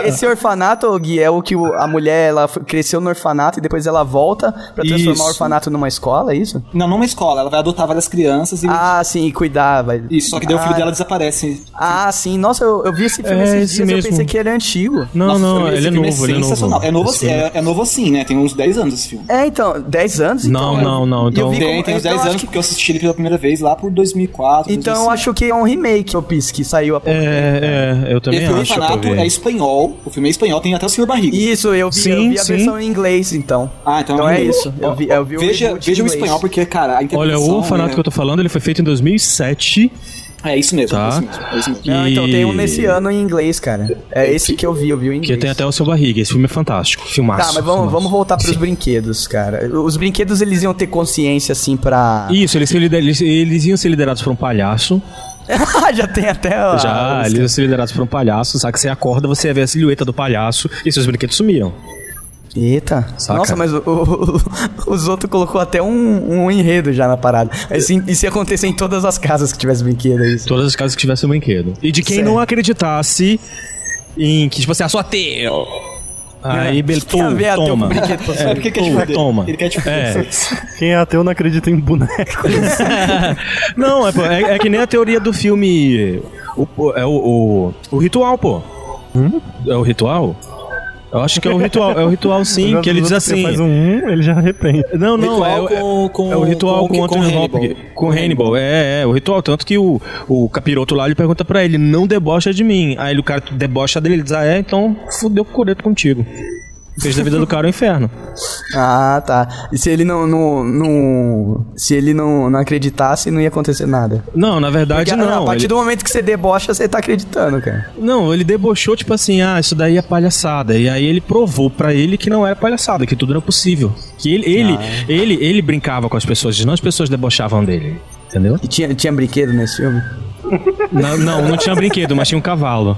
F: Esse orfanato, Gui, é o que o- a mulher ela f- cresceu no orfanato e depois ela volta pra transformar
O: Isso.
F: o orfanato numa escola, é isso?
O: Não, numa escola, ela vai adotar várias crianças e.
F: Ah, sim, e cuidar, vai.
O: Isso, só que daí o filho
F: Ah.
O: dela desaparece.
F: Ah, sim. Nossa, eu, eu vi esse filme
O: É,
F: esses
O: esse
F: dias e eu
O: mesmo.
F: pensei que ele é antigo.
L: Não,
O: Nossa,
L: não,
O: esse
L: ele é
O: filme
L: novo, ele é novo.
O: sensacional. É novo,
L: Esse
O: assim,
L: filme-
O: é, é novo assim, né? Tem uns 10 anos esse filme.
F: É, então, 10 anos? Então,
L: Não,
F: eu-
L: não, não,
F: eu
L: então-
F: vi
L: Tem,
F: como-
O: tem uns
F: então
O: 10
F: eu acho
O: anos, porque eu assisti ele pela primeira vez lá por 2004.
F: Então eu acho que é um remake, o Piz, que saiu há pouco tempo.
L: É, é, eu também
O: Esse
L: acho. que eu
O: orfanato
L: vi.
O: é espanhol, o filme é espanhol, tem até o Sr. Barriga.
F: Isso, eu vi, eu
L: Sim,
F: vi a
L: sim.
F: versão em inglês, então.
O: Ah, então,
F: Então é
O: um-
F: isso, eu vi- eu vi o
O: veja
F: reboot em
O: veja o
F: inglês.
O: espanhol, porque, cara, a
L: Olha, o orfanato que eu tô falando, ele foi feito em 2007.
O: É isso mesmo, é
L: tá?
O: isso mesmo, é isso mesmo.
F: Não, então tem um
L: E-
F: nesse ano em inglês, cara. É esse que eu vi, eu vi o inglês.
L: Que tem até o seu barriga. Esse filme é fantástico. Filmaço.
F: Tá, mas vamos, vamos voltar pros brinquedos, cara. Os brinquedos, eles iam ter consciência, assim, pra...
L: Isso, eles, são lider- eles, eles iam ser liderados por um palhaço.
F: Já tem até... ó,
L: já,
F: os-
L: eles iam ser liderados por um palhaço. Sabe que você acorda, você ia ver a silhueta do palhaço e seus brinquedos sumiram.
F: Eita.
L: Saca?
F: Nossa, mas o, o, os outros colocou até um, um enredo já na parada. Assim, isso ia acontecer em todas as casas que tivesse brinquedo, é isso?
L: Todas as casas que tivessem um brinquedo. E de quem
F: Certo.
L: não acreditasse em que, tipo assim, ah, só ateu. Aí,
F: É.
L: Bel-
F: Que tem a
L: pô,
F: ver ateu com
L: toma.
F: brinquedo, pô?
L: É,
F: É porque quer te
L: pô,
F: fuder.
L: toma.
F: Ele quer te fuder.
L: É.
J: Quem é ateu não acredita em boneco.
L: Não, é, pô, é, é que nem a teoria do filme. O, o- é o, o, o ritual, pô. É o ritual? Eu acho que é o ritual, é o ritual sim, que ele diz assim.
J: Faz um, um, ele já arrepende.
L: Não, não, é, o- é-
O: com, com,
L: é o ritual com, o Anthony
O: Hannibal.
L: Hopkins. Com Hannibal, é, é, o ritual. Tanto que o, o capiroto lá, ele pergunta pra ele, não debocha de mim. Aí o cara debocha dele, ele diz, ah, é, então fudeu com o coreto contigo. Fez da vida do cara o inferno.
F: Ah, tá. E se ele não... não, não- se ele não, não acreditasse, não ia acontecer nada.
L: Não, na verdade
F: Porque,
L: não.
F: a partir
L: ele-
F: do momento que você debocha, você tá acreditando, cara.
L: Não, ele debochou, tipo assim, ah, isso daí é palhaçada. E aí ele provou pra ele que não era palhaçada, que tudo era possível. Que ele, ele, ele, ele brincava com as pessoas, não as pessoas debochavam dele. Entendeu?
F: E tinha, tinha brinquedo nesse filme?
L: Não, não, não tinha brinquedo, mas tinha um cavalo.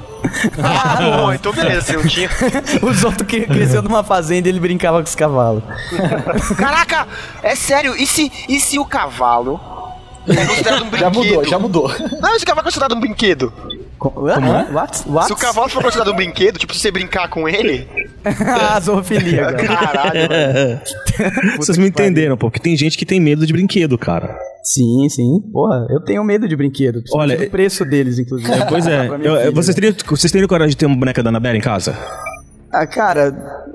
I: Ah, bom, então beleza, se não tinha.
F: Os outros que cresceu numa fazenda e ele brincava com os cavalos.
I: Caraca, é sério, e se, e se o cavalo é considerado um brinquedo?
H: Já mudou, já mudou.
I: Não, esse cavalo é considerado um brinquedo.
F: Hã? What? What?
I: Se o cavalo for considerado um brinquedo, tipo, se você brincar com ele.
F: ah, zoofilia, cara.
I: Caralho, velho.
L: Vocês me entenderam, pô, porque tem gente que tem medo de brinquedo, cara.
F: Sim, sim. Porra, eu tenho medo de brinquedo.
L: Olha,
F: Olha, o preço deles, inclusive.
L: Pois é,
F: Pra minha
L: eu-
F: filha,
L: vocês,
F: né?
L: teriam, vocês teriam coragem de ter uma boneca da Annabelle em casa?
F: Ah, cara,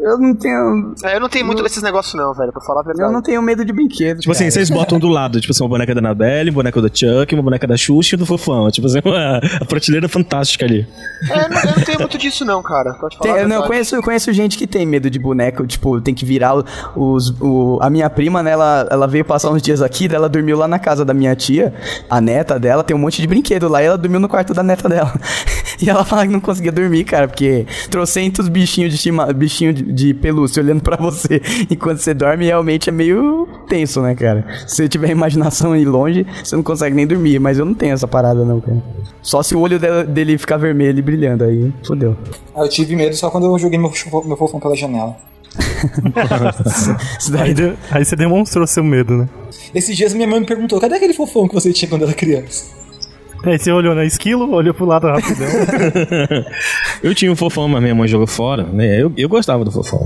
F: eu não tenho.
I: É, eu não tenho muito desses negócios, não, velho, pra falar a verdade.
F: Eu não tenho medo de brinquedo.
L: Tipo assim,
F: cara.
L: vocês botam do lado, tipo assim, uma boneca da Annabelle, uma boneca do Chuck, uma boneca da Xuxa e do Fofão. Tipo assim, uma, a prateleira fantástica ali.
I: É, eu não, eu não tenho muito disso, não, cara. Pode falar.
F: Tem-
I: a
F: eu, não, eu
I: verdade.
F: conheço, eu conheço gente que tem medo de boneco, tipo, tem que virar o- os. o- a minha prima, né, ela, ela veio passar uns dias aqui, daí ela dormiu lá na casa da minha tia, a neta dela, tem um monte de brinquedo lá, e ela dormiu no quarto da neta dela. E ela fala que não conseguia dormir, cara, porque trocentos bichinhos de, chima, bichinho de, de pelúcia olhando pra você enquanto você dorme, realmente é meio tenso, né, cara? Se você tiver imaginação aí longe, você não consegue nem dormir, mas eu não tenho essa parada, não, cara. Só se o olho dela- dele ficar vermelho e brilhando, aí fodeu.
O: Ah, Eu tive medo só quando eu joguei meu, fofo- meu fofão pela janela.
F: Isso
J: Aí,
F: daí
J: de- aí você demonstrou seu medo, né?
O: Esses dias minha mãe me perguntou, cadê aquele fofão que você tinha quando era criança?
J: Aí você olhou na esquilo, olhou pro lado rapidão.
L: Eu tinha um fofão, mas minha mãe jogou fora, né? Eu, eu gostava do fofão.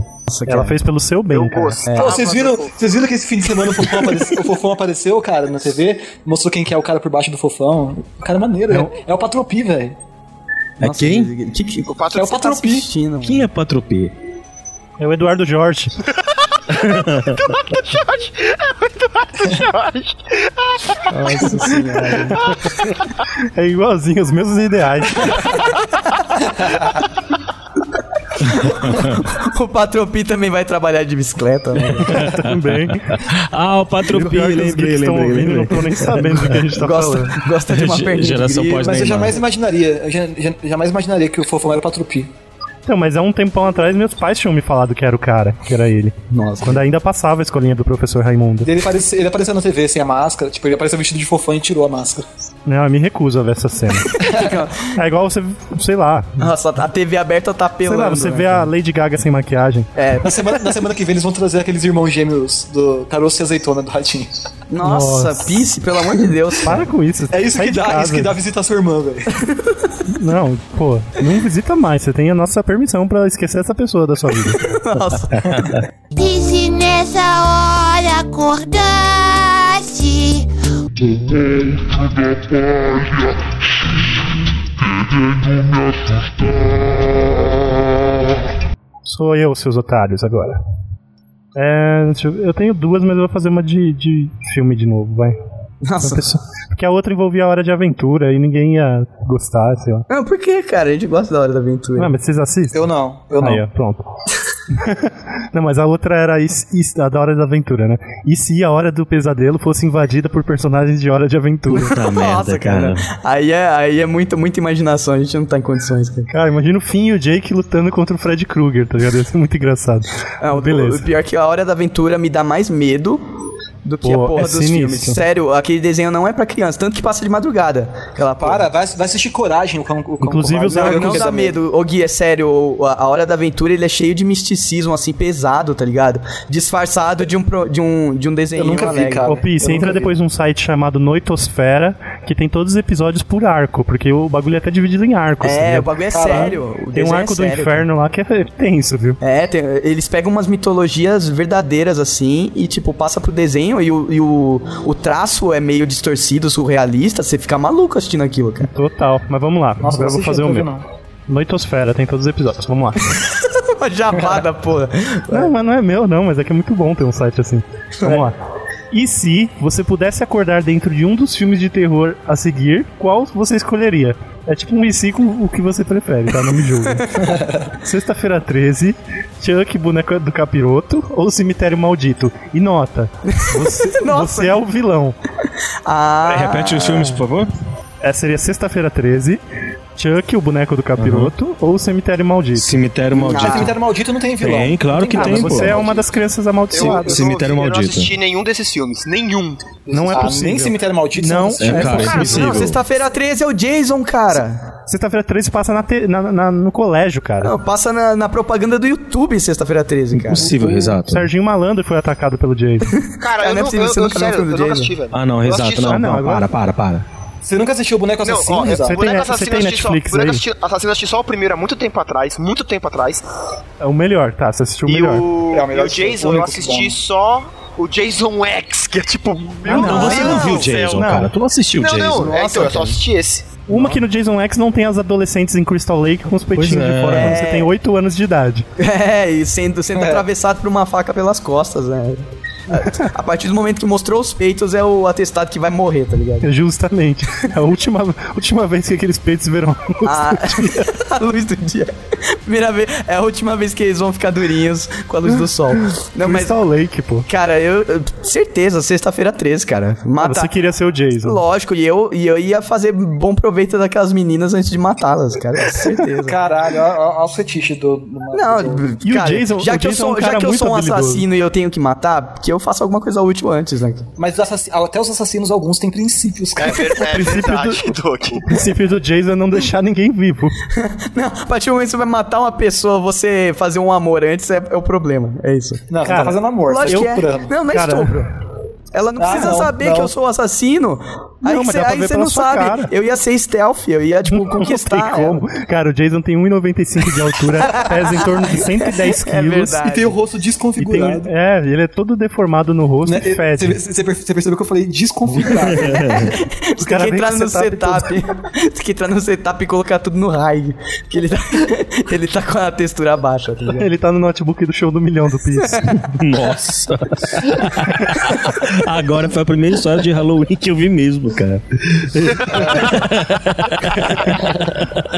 J: Ela fez pelo seu bem, cara.
L: É.
H: Pô, vocês, viram,
P: vocês viram que esse fim de semana o Fofão, apareceu, o Fofão apareceu, cara, na TV? Mostrou quem que é o cara por baixo do Fofão. O cara é maneiro,
L: né?
P: é,
L: um-
P: é o Patropi, velho.
L: É quem?
P: é
I: O
P: o
J: Tá
P: Patropi.
L: Quem é Patropi?
J: É o Eduardo Jorge.
B: Eduardo Jorge! É o Eduardo Jorge!
J: Nossa senhora. É igualzinho, os mesmos ideais.
F: o Patropi também vai trabalhar de bicicleta, né?
J: Também.
L: Ah, o Patropi,
F: Pior que os
L: lembrei,
F: geeks tão
L: lembrei,
F: ouvindo,
L: lembrei.
F: não tão nem sabendo do que a gente tá
P: gosta,
F: falando.
P: Gosta de uma
L: Ge-
P: perninha de
L: geração
P: grilo.
L: pós-
P: Mas eu
L: Neymar.
P: jamais imaginaria, eu ja- ja- jamais imaginaria que o Fofão era o Patropi.
J: Então, mas há um tempão atrás meus pais tinham me falado que era o cara, que era ele.
P: Nossa.
J: Quando ainda passava a escolinha do professor Raimundo.
P: Ele apareceu, ele apareceu na TV sem a máscara, tipo, ele apareceu vestido de Fofão e tirou a máscara.
J: Não, Né, eu me recuso a ver essa cena. é igual você, sei lá.
F: é- Nossa, a TV aberta tá
J: Sei
F: pelando.
J: lá, você vê a Lady Gaga sem maquiagem.
P: É, na semana, na semana que vem eles vão trazer aqueles irmãos gêmeos do Caroço e Azeitona do Ratinho.
F: Nossa,
J: Nossa.
F: Pisse, pelo amor de Deus.
J: Para com isso.
P: É isso
J: sai
P: que
J: de
P: dá,
J: casa.
P: isso que dá visitar sua irmã, velho.
J: Não, pô, não visita mais. Você tem a nossa permissão pra esquecer essa pessoa da sua vida.
F: Nossa.
N: E se nessa hora acordasse,
J: Sou eu, seus otários, agora. É, deixa eu, eu tenho duas, mas eu vou fazer uma de, de filme de novo, vai.
F: Nossa.
J: Uma pessoa- Porque a outra envolvia a hora de aventura e ninguém ia gostar, sei lá.
F: Não, por que, cara? A gente gosta da hora da aventura.
J: Não, mas vocês assistem?
P: Eu não, eu
J: Aí,
P: não.
J: ó, pronto. não, mas a outra era e se- e se- a da Hora da Aventura, né? E se a Hora do Pesadelo fosse invadida por personagens de Hora de Aventura?
F: Nossa, cara. Aí é, aí é muito, muita imaginação, a gente não tá em condições, cara.
J: Cara, imagina o Finn e o Jake lutando contra o Fred Krueger, tá ligado? Ia ser muito engraçado.
F: Ah, o,
J: Beleza.
F: o pior é que a Hora da Aventura me dá mais medo do que
J: Pô,
F: a porra
J: é
F: dos
J: sinistro.
F: filmes. Sério, aquele desenho não é pra criança, tanto que passa de madrugada. Aquela
P: Para, vai, vai assistir Coragem, o cão, o cão
F: Inclusive,
P: covarde.
F: os não, não dá medo. Ô Gui, é sério, o- a a Hora da Aventura ele é cheio de misticismo, assim, pesado, tá ligado? Disfarçado de um, pro- de um, de um desenho. alegre.
J: Ô, Pi, você entra depois num site chamado Noitosfera, que tem todos os episódios por arco, porque o bagulho é até dividido em arcos.
F: É,
J: entendeu?
F: o bagulho é
J: Caralho.
F: sério, o
J: Tem
F: desenho
J: um
F: é
J: arco do
F: sério,
J: inferno lá que é tenso, viu?
F: É, tem- eles pegam umas mitologias verdadeiras assim e, tipo, passa pro desenho e o, e o, o traço é meio distorcido, surrealista, você fica maluco assistindo aquilo, cara.
J: Total, mas vamos lá.
F: Nossa,
J: Agora eu
F: não
J: vou fazer
F: assisti
J: o
F: tudo,
J: meu.
F: não.
J: Noitosfera, tem todos os episódios, vamos lá.
F: Uma japada, porra.
J: Não, mas não é meu, não, mas é que é muito bom ter um site assim. Vamos lá. E se você pudesse acordar dentro de um dos filmes de terror a seguir, qual você escolheria? É tipo um e se com o que você prefere, tá? Não me julgue. Sexta-feira 13, Chuck, boneco do capiroto ou Cemitério Maldito? E nota, você, você é o vilão.
F: Ah.
L: Repete os filmes, por favor.
J: É, seria Sexta-feira 13, Chuck, o boneco do capiroto ou Cemitério Maldito?
L: Cemitério
P: Ah, Cemitério Maldito não tem vilão.
L: Tem, claro
P: Não
L: que
J: Ah,
L: tem,
J: mas
L: pô.
J: você é uma das crianças amaldiçoadas.
L: Cemitério
I: eu não
L: Maldito.
I: assisti nenhum desses filmes. Nenhum.
J: Não é
I: Ah,
J: possível.
I: nem Cemitério
P: Maldito
J: Não,
I: você não
J: é,
I: assistiu.
J: cara,
I: Cara,
J: é possível.
F: Não, sexta-feira 13 é o Jason, cara.
J: Sexta-feira 13 passa na te- na- na- no colégio, cara.
F: Não, passa na, na propaganda do YouTube sexta-feira 13, cara.
L: Impossível,
J: O Serginho Malandro foi atacado pelo Jason.
I: Cara,
F: não
I: eu,
F: é
I: não,
F: possível,
I: eu,
F: você
I: eu-
F: nunca viu
I: sério,
F: o filme
I: eu
F: do
I: não
F: Jason?
I: assisti, velho.
L: Ah, não,
I: Eu assisti
L: exato.
I: só-
L: Não, não, para,
J: agora-
L: para, para.
P: Você nunca assistiu o Boneco
I: Não,
P: Assassino,
I: ó, é-
P: Exato?
J: você tem-
I: Boneco
J: você
I: Assassino
J: tem
I: eu assisti só-
J: Netflix
I: Boneco
J: aí?
I: Assassino- Assassino eu assisti só o primeiro há muito tempo atrás, muito tempo atrás.
J: É o melhor, tá? Você assistiu o
I: E
J: melhor.
I: o,
P: É o melhor
I: e o
P: filme,
I: Jason
P: o
I: eu
P: único que
I: assisti
P: dá.
I: só o Jason X, que é tipo. Meu
J: não,
L: Não, você não viu o Jason, cara. Tu não assistiu o
I: Não,
L: Jason.
I: não, é, então, eu só assisti esse.
J: Uma que no Jason X não tem as adolescentes em Crystal Lake com os peitinhos
L: Pois é.
J: de fora quando você tem 8 anos de idade.
F: É, e sendo, sendo atravessado por uma faca pelas costas, né? A partir do momento que mostrou os peitos é o atestado que vai morrer, tá ligado?
J: Justamente. É a última, última vez que aqueles peitos viram.
F: A, Ah, a luz do dia. Primeira vez, é a última vez que eles vão ficar durinhos com a luz do sol. Não, Ah, mas,
J: Crystal Lake, pô.
F: cara, eu. eu- Certeza, sexta-feira 13, cara. Mata.
J: Você queria ser o Jason.
F: Lógico, e eu, e eu ia fazer bom proveito daquelas meninas antes de matá-las, cara. Certeza.
P: Caralho, olha o fetiche do. do
F: Não,
J: E o
F: cara,
J: Jason-
F: já
J: o
F: que eu
J: Jason
F: sou,
J: é um
F: já
J: cara
F: que eu
J: muito
F: sou um
J: habilidoso.
F: assassino e eu tenho que matar, que eu faça alguma coisa útil antes, né?
P: Mas os assassinos, até os assassinos, alguns têm princípios, cara.
I: É
J: O princípio do-
I: Doug.
J: O princípio do Jason é não deixar ninguém vivo.
F: Não, a partir do momento que você vai matar uma pessoa, você fazer um amor antes é, é o problema. É isso.
P: Não, você
J: Cara,
P: tá fazendo amor, você
F: Lógico
P: tá
F: que é.
P: estuprando.
F: Não, não é
J: Cara.
F: estupro. Ela não
P: Ah,
F: precisa
P: não,
F: saber
P: não.
F: que eu sou o assassino Aí
J: Não, mas
F: cê-
J: dá pra
F: aí
J: ver
F: você
J: pela
F: não
J: sua
F: sabe.
J: cara.
F: Eu ia ser stealth, eu ia, tipo, conquistar.
J: Tem como. Cara, o Jason tem 1,95 de altura, pesa em torno de 110
F: É
J: quilos.
F: verdade. E tem o rosto
J: desconfigurado. é, ele é todo deformado no rosto e fede.
P: Né, Você percebeu que eu falei desconfigurado.
J: Os
F: Tem
J: caras
F: que
J: vêm
F: entrar
J: com
F: no
J: setup todo-
F: setup. Tem que entrar no setup e colocar tudo no high. Porque ele tá, ele tá com a textura baixa, tá ligado?
J: Ele tá no notebook do show do milhão do Pix.
L: Nossa. Agora foi a primeira história de Halloween que eu vi mesmo, cara.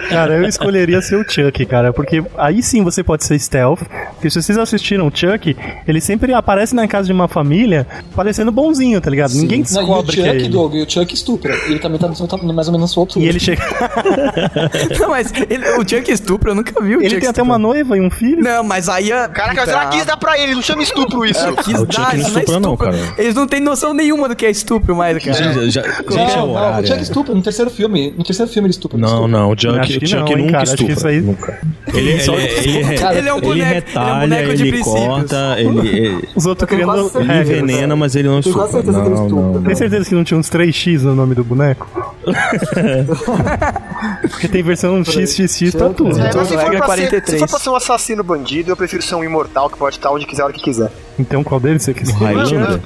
J: Cara, eu escolheria ser o Chuck, cara, porque aí sim você pode ser stealth. Porque se vocês assistiram o Chuck, ele sempre aparece na casa de uma família parecendo bonzinho, tá ligado? Ninguém
P: e
J: descobre
P: o
J: que é
P: Chuck,
J: ele.
P: Doug, e o Chuck estupra. Ele também tá mais ou menos na sua altura.
J: E ele chega.
L: tá-
F: Não, mas ele- o Chuck estupra, eu nunca vi o
J: Ele
F: Chuck
J: tem até
F: estupra.
J: uma noiva e um filho.
F: Não, mas aí a.
J: é
I: Caraca, mas ela quis dar pra ele, não chama estupro isso.
F: Ela
L: Ah,
F: quis dar, isso não é estupro. Eles não têm noção nenhuma do que é estupro mais, cara.
L: Gente, já- gente,
P: Não,
L: é
P: não, o
L: horário,
P: Chuck
L: é.
P: estupra no terceiro filme. No terceiro filme ele estupra.
I: É,
P: ele
L: Não,
P: estupra.
L: não, o Chuck,
P: Acho que
L: o Chuck
P: não, hein,
L: nunca
P: cara, acho que
L: estupra.
P: isso aí-
L: Nunca. Ele, ele,
P: Só
L: ele,
P: estupra.
L: ele,
P: Cara, ele é um boneco, ele é um
L: retalha,
P: boneco de
L: ele
P: princípios.
L: corta, ele, é. ele...
J: Os outros querendo.
L: Ele
J: regras.
L: envenena, mas ele não estupra. Não, não, não.
J: Tem certeza que não tinha uns 3x no nome do boneco? Porque tem versão XXX pra tudo.
I: É, mas se for, pra ser, se for pra ser um assassino bandido, eu prefiro ser um imortal que pode estar onde quiser, a hora que quiser.
J: Então qual deles você quer ser?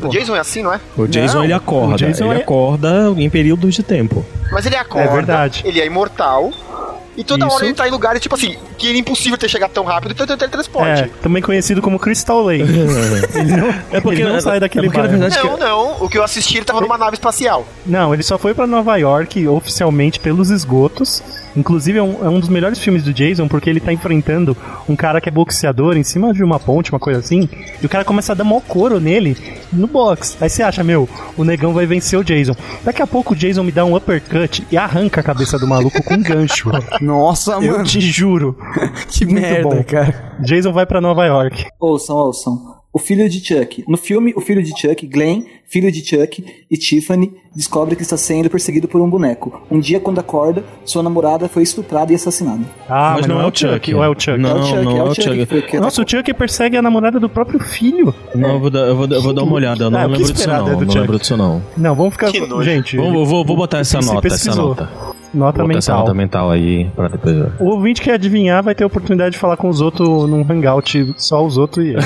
I: O Jason é assim, não é?
L: O né? Jason
I: Não.
L: ele acorda,
J: O Jason
L: ele
J: é-
L: acorda em períodos de tempo.
I: Mas ele acorda,
L: É verdade.
I: ele é imortal. E toda
J: Isso.
I: hora ele tá em lugares, tipo assim, que é impossível ter chegado tão rápido, então tem teletransporte.
J: É, também conhecido como Crystal Lake. ele não, é ele
L: é
J: não sai daquele bairro.
I: Não, não. O que eu assisti, ele tava numa nave espacial.
J: Não, ele só foi pra Nova York oficialmente pelos esgotos. Inclusive é um, é um dos melhores filmes do Jason porque ele tá enfrentando um cara que é boxeador em cima de uma ponte, uma coisa assim, e o cara começa a dar mó couro nele no box. Aí você acha, meu, o negão vai vencer o Jason. Daqui a pouco o Jason me dá um uppercut e arranca a cabeça do maluco com um gancho.
F: Nossa,
J: Eu
F: mano.
J: te juro.
F: Que merda, cara.
J: Jason vai pra Nova York.
H: Ouçam, ouçam. O filho de Chuck. No filme, o filho de Chuck, Glenn, filho de Chuck e Tiffany, descobre que está sendo perseguido por um boneco. Um dia, quando acorda, sua namorada foi estuprada e assassinada.
J: Ah, mas, não, é o Chuck, ou é o Chuck?
L: Não, É o Chuck, não é é o o Chuck Chuck. que foi- que
J: Nossa, o Chuck persegue a namorada do próprio filho.
L: Não, eu vou dar, eu vou, dar- eu vou dar uma olhada, eu não
J: Ah, o que
L: lembro disso
J: esperar,
L: não,
J: né, do
L: não
J: Chuck?
L: lembro disso não.
J: Não, vamos ficar.
L: nojo.
J: Gente.
L: Vou- vou- vou botar essa
J: se
L: nota, essa
J: pesquisou.
L: nota.
J: Nota
L: Vou botar essa
J: mental.
L: nota mental aí pra depois.
J: O ouvinte que adivinhar vai ter a oportunidade de falar com os outros num hangout, só os outros e eu.
L: O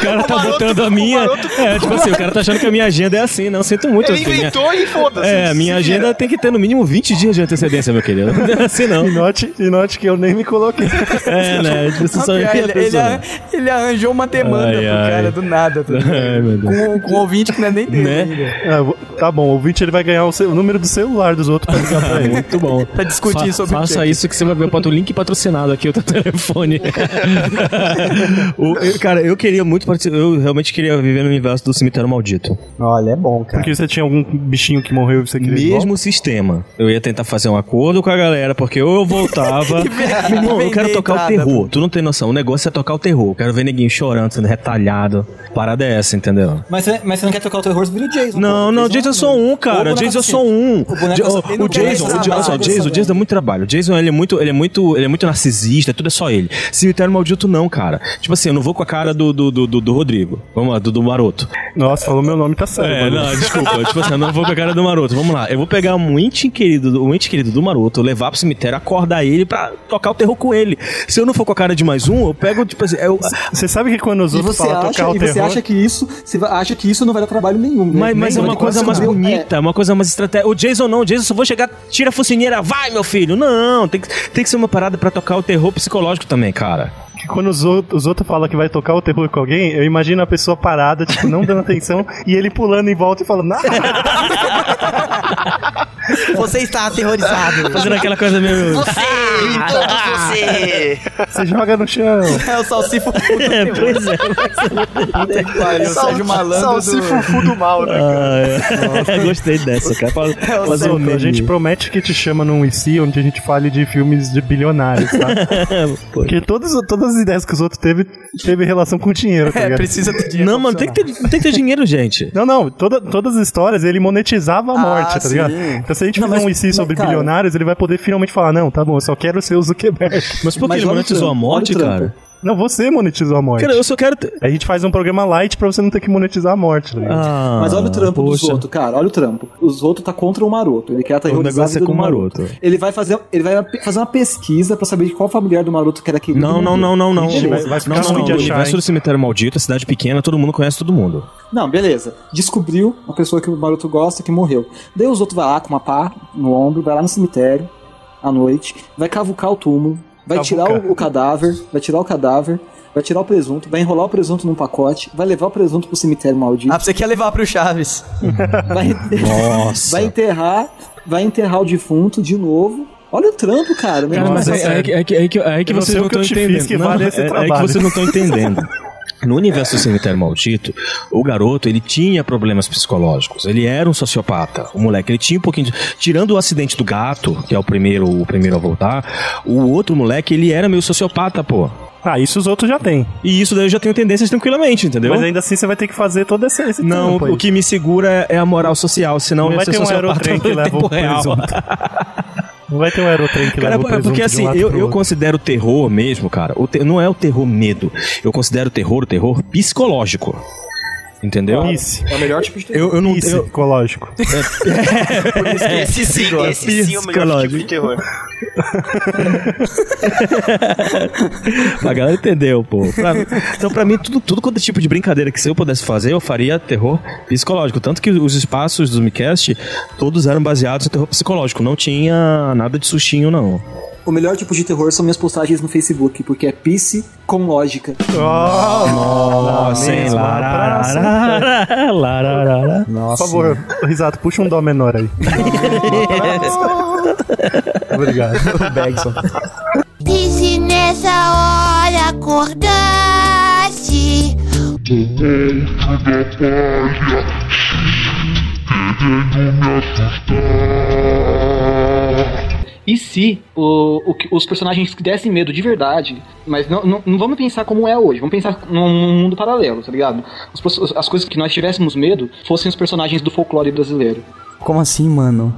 L: cara tá botando a minha. É, tipo assim, o cara tá achando que a minha agenda é assim, não. Sinto muito.
J: Ele
L: assim, minha-
J: inventou e foda-se,
L: É, a
I: assim,
L: minha
J: se
L: agenda tem que ter no mínimo 20 dias de antecedência, meu querido. Não é assim não.
J: E note, e note que eu nem me coloquei.
L: É, né? Você só
F: Ah, ele,
L: inventa isso,
F: ele,
L: né?
F: ele arranjou uma demanda
L: Ai,
F: pro
L: ai.
F: cara do nada. Tá ligado?
L: Ai, É, meu Deus.
F: com, com um ouvinte que não é nem dele.
L: Né?
F: ainda.
J: Ah, vou- tá bom, o ouvinte ele vai ganhar o, ce- o número do celular dos outros pra ligar pra ele.
L: Muito bom.
F: Pra discutir sobre o
L: Faça
F: Chuck.
L: isso que você vai ver. Bota o link patrocinado aqui, o teu telefone. O- eu- cara, eu queria muito participar. Eu realmente queria viver no universo do cemitério maldito.
F: Olha, é bom, cara.
J: Porque você tinha algum bichinho que morreu e você queria de volta?
L: Mesmo sistema. Eu ia tentar fazer um acordo com a galera, porque ou eu voltava. Meu irmão, eu quero
F: vender
L: tocar o
F: entrada.
L: terror. Tu não tem noção. O negócio é tocar o terror. Eu quero ver ninguém chorando, sendo retalhado. Parada é essa, entendeu?
P: Mas você, mas você não quer tocar o terror, você vira o Jason.
L: Não, não, Jason é só um,
P: O
L: cara.
P: boneco
H: tá
L: Jason é
P: assim.
L: só um.
P: O boneco
L: Ja-
P: assim, ele
L: O,
P: não quer mais
L: Jason, o Ja-
P: trabalho,
L: olha só,
P: ele
L: Jason,
P: sabe.
L: o Jason dá muito trabalho. O Jason ele é muito, ele é muito, ele é muito narcisista, tudo é só ele. Cemitério maldito não, cara. Tipo assim, eu não vou com a cara do do, do, do- do Rodrigo. Vamos lá, do, do Maroto.
J: Nossa, falou meu nome, tá certo.
L: É,
J: mano.
L: não, desculpa. tipo assim, eu não vou com a cara do Maroto. Vamos lá. Eu vou pegar um ente querido, um ente querido do Maroto, levar pro cemitério, acordar ele pra tocar o terror com ele. Se eu não for com a cara de mais um, eu pego tipo assim, eu-
J: Você sabe que quando os
P: E
J: outros
P: você,
J: falam
P: acha,
J: tocar o
P: e você
J: terror.
P: acha que isso você va- acha que isso não vai dar trabalho nenhum. né?
L: Mas, mas é
P: Nem
L: uma
P: vai
L: coisa mais
P: descobrir.
L: bonita, uma coisa mais estratégica. O Jason não, o Jason só vou chegar, tira a focinheira, vai, meu filho. Não, tem que, tem que ser uma parada pra tocar o terror psicológico também, cara.
J: que Quando os outros, os outros falam que vai tocar o terror com alguém, eu imagino a pessoa parada, tipo, não dando atenção, e ele pulando em volta e falando. "Ah!"
P: É.
F: Você está aterrorizado.
L: Fazendo aquela coisa meio.
I: Você!
J: Você joga no chão.
F: É o salsifo. É,
L: pois é.
F: Puta que pariu, o
I: Sal-
F: Sérgio Malandro.
I: Salsifufu do mal, né?
L: Ah, é. Gostei dessa, cara.
P: É
L: Fala- Fazer um
J: Solta, a
L: meme.
J: gente promete que te chama num IC onde a gente fale de filmes de bilionários, tá? Porque todas, todas as ideias que os outros teve, teve relação com dinheiro, tá
L: É,
J: ligado?
L: precisa ter dinheiro Não, pra mano, tem que ter- tem que ter dinheiro, gente.
J: Não, não, toda- todas as histórias ele monetizava a
L: Ah,
J: morte, tá
L: sim.
J: ligado? Então se a gente
L: Não,
J: fizer
L: mas-
J: um IC
L: mas,
J: sobre
L: cara-
J: bilionários, ele vai poder finalmente falar, não, tá bom, eu só quero ser o Zuckerberg.
L: Mas por que
J: Mas
L: ele
J: olha o
L: monetizou
J: trampo,
L: a morte,
J: olha o
L: cara?
J: trampo. Não, você monetizou a morte.
L: Cara, eu só quero.
J: A gente faz um programa light pra você não ter que monetizar a morte, tá ligado?
L: Ah,
H: Mas olha o trampo do Zoto, cara. Olha o trampo. O Zoto tá contra o Maroto. Ele quer aterrorizar
L: negócio
H: a vida
L: é
H: do
L: com o Maroto.
H: Ele vai fazer, ele vai pe- fazer uma pesquisa pra saber de qual familiar do Maroto que era querido.
L: Não,
H: e
L: não, não, não, não.
H: Beleza.
L: não, não, não. O universo do cemitério maldito, a cidade pequena, todo mundo conhece todo mundo.
H: Não, beleza. Descobriu uma pessoa que o Maroto gosta que morreu. Daí os outros vai lá com uma pá no ombro, vai lá no cemitério à noite, vai cavucar o túmulo, vai
J: Cavucar.
H: tirar o, o cadáver, vai tirar o cadáver, vai tirar o presunto, vai enrolar o presunto num pacote, vai levar o presunto pro cemitério maldito.
F: Ah, você quer levar pro Chaves.
H: Vai, vai enterrar, vai enterrar o defunto de novo. Olha o trampo, cara. Meu
L: Cara, mas
H: irmão.
L: é, é, que- é, que- é que, é que
H: Eu não
L: vocês
H: sei
L: não
H: o que
L: estão
H: eu te fiz
L: entendendo.
H: que
L: Não,
H: vale
L: é,
H: esse
L: é que
H: trabalho.
L: vocês não estão entendendo. No universo do cemitério maldito, o garoto ele tinha problemas psicológicos. Ele era um sociopata, o moleque. Ele tinha um pouquinho. De... Tirando o acidente do gato, que é o primeiro, o primeiro a voltar, o outro moleque ele era meio sociopata, pô.
J: Ah, isso os outros já têm.
L: E isso daí eu já tenho tendências tranquilamente, entendeu?
J: Mas ainda assim você vai ter que fazer todo esse, esse
L: Não,
J: trampo aí.
L: o que me segura é a moral social, senão
J: Não
L: eu ia
J: vai
L: ser
J: ter um
L: sociopata
J: aerotrem
L: no
J: que leva o
L: tempo real.
J: presunto. Não vai ter um aerotrem que
L: Cara,
J: leva o
L: é
J: presunto
L: porque
J: de um
L: assim,
J: lado
L: eu,
J: pro
L: eu
J: outro.
L: considero o terror mesmo, cara. O te- não é o terror medo. Eu considero o terror o terror psicológico. Entendeu?
J: Isso.
L: É o melhor tipo de terror. Eu, eu não
J: Isso,
L: eu,
J: psicológico.
L: Esse sim, esse sim é o melhor tipo de
I: terror.
L: A galera entendeu, pô. Pra- então, pra mim, tudo, tudo quanto é tipo de brincadeira que se eu pudesse fazer, eu faria terror psicológico. Tanto que os espaços do Micast, todos eram baseados em terror psicológico. Não tinha nada de sustinho, não.
H: O melhor tipo de terror são minhas postagens no Facebook, porque é pisse com lógica.
L: Nossa, hein? Lararara, lararara.
F: Assim,
J: Por favor,
F: né?
J: Risato, puxa um dó menor aí. Obrigado. Bergson.
N: E se nessa hora acordasse?
B: Dentro da palha, querendo me assustar.
H: E se o- o que- os personagens que dessem medo de verdade, mas não, não, não vamos pensar como é hoje, vamos pensar num mundo paralelo, tá ligado? Os perso- as coisas que nós tivéssemos medo fossem os personagens do folclore brasileiro.
F: Como assim, mano?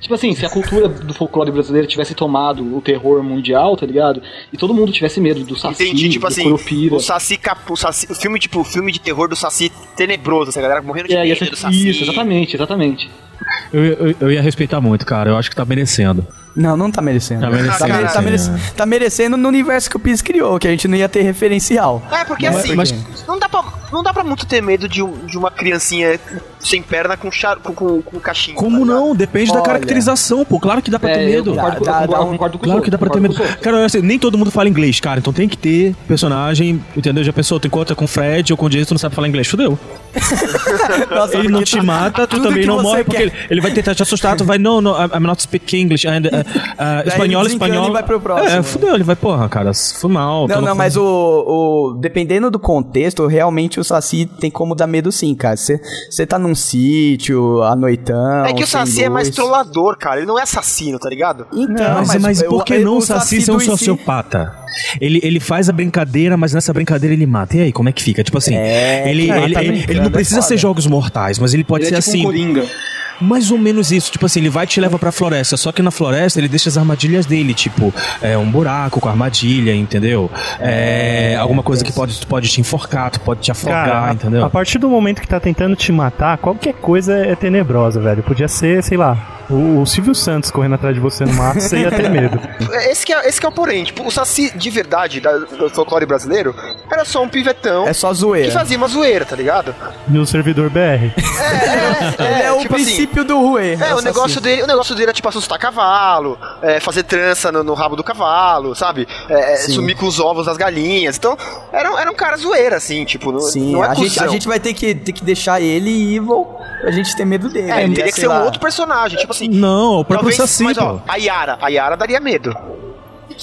H: Tipo assim, se a cultura do folclore brasileiro tivesse tomado o terror mundial, tá ligado? E todo mundo tivesse medo do saci,
I: Entendi, tipo
H: do
I: assim,
H: curupira.
I: o Saci, cap, o Saci, o filme tipo, o filme de terror do Saci tenebroso, essa galera morrendo de
H: É, ia
I: medo
H: ser-
I: do Saci.
H: Isso, exatamente, exatamente.
D: Eu, eu, eu ia respeitar muito, cara. Eu acho que tá merecendo.
F: Não, não tá merecendo.
D: Tá merecendo,
F: Tá, mere- tá
D: sim,
F: merece- tá merecendo no universo que o Piz criou, que a gente não ia ter referencial.
I: É, porque
F: Não é
I: assim,
F: porque-
I: Não, dá pra, não dá pra muito ter medo de, um- de uma criancinha sem perna com, char, com, com, com tá caixinha.
L: Como não? Depende da
I: Olha.
L: caracterização, pô. Claro que dá pra
I: É,
L: ter
I: eu
L: medo.
I: concordo com- Dá, eu dá,
F: um
I: concordo concordo com
L: claro
I: o
L: que dá pra ter medo.
I: concordo
L: Cara, olha assim, nem todo mundo fala inglês, cara. Então tem que ter personagem, entendeu? Já pensou, tu encontra com o Fred ou com o Jason, tu não sabe falar inglês, fudeu. ele não te mata, tu
F: tudo
L: também
F: que
L: não
F: você
L: morre,
F: quer.
L: porque ele, ele vai tentar te assustar, tu vai, não, não, I'm not speaking English. And, uh, uh,
F: ele
L: espanhol,
F: desencana
L: espanhol.
F: e vai pro próximo.
L: É, fudeu, ele vai, porra, cara, foi mal. tu
F: Não, não,
L: foi-
F: mas o, o- Dependendo do contexto, realmente o Saci tem como dar medo sim, cara. Você tá num sítio, à noitão.
I: É que o
F: sem
I: Saci é mais
F: luz.
I: trollador, cara. Ele não é assassino, tá ligado?
F: Então,
L: mas, mas
F: eu-
L: por que
F: eu-
L: não
F: o
L: o Saci
F: Saci
L: ser um
F: do em si-
L: sociopata? Ele, ele faz a brincadeira, mas nessa brincadeira ele mata. E aí, como é que fica? Tipo assim, ele,
F: cara,
L: ele,
F: tá
L: ele-
F: brincando,
L: ele não
F: é
L: precisa
F: foda.
L: ser jogos mortais, mas ele pode
K: Ele
L: ser
K: é tipo um
L: assim.
K: coringa.
L: Mais ou menos isso, tipo assim, ele vai e te leva pra floresta, só que na floresta ele deixa as armadilhas dele, tipo, é um buraco com armadilha, entendeu? É, alguma coisa que pode, pode te enforcar, tu pode te afogar,
J: Cara, a-
L: entendeu?
J: A, partir do momento que tá tentando te matar, qualquer coisa é tenebrosa, velho. Podia ser, sei lá, o, o Silvio Santos correndo atrás de você no mato, você ia ter medo.
I: Esse que é, esse que é o porém. Tipo, o Saci de verdade da- do folclore brasileiro era só um pivetão.
F: É só zoeira.
I: Que fazia uma zoeira, tá ligado?
J: No servidor BR.
F: É, o
I: tipo assim,
F: princípio do Rui.
I: É, o negócio, dele, o negócio dele era tipo assustar cavalo, é, fazer trança no, no rabo do cavalo, sabe? É, é,
F: Sim.
I: sumir com os ovos das galinhas. Então, era, era um cara zoeira, assim, tipo, não,
F: Sim,
I: não é
F: a, gente, a
I: cuzão.
F: gente vai ter que, ter que deixar ele evil pra gente ter medo dele.
I: É,
F: Ele
I: teria
F: é,
I: que
F: sei
I: ser
F: lá,
I: um outro personagem, tipo assim.
L: Não, o próprio
I: talvez-
L: Saci,
I: Mas ó,
L: pô.
I: a Yara, a Yara daria medo.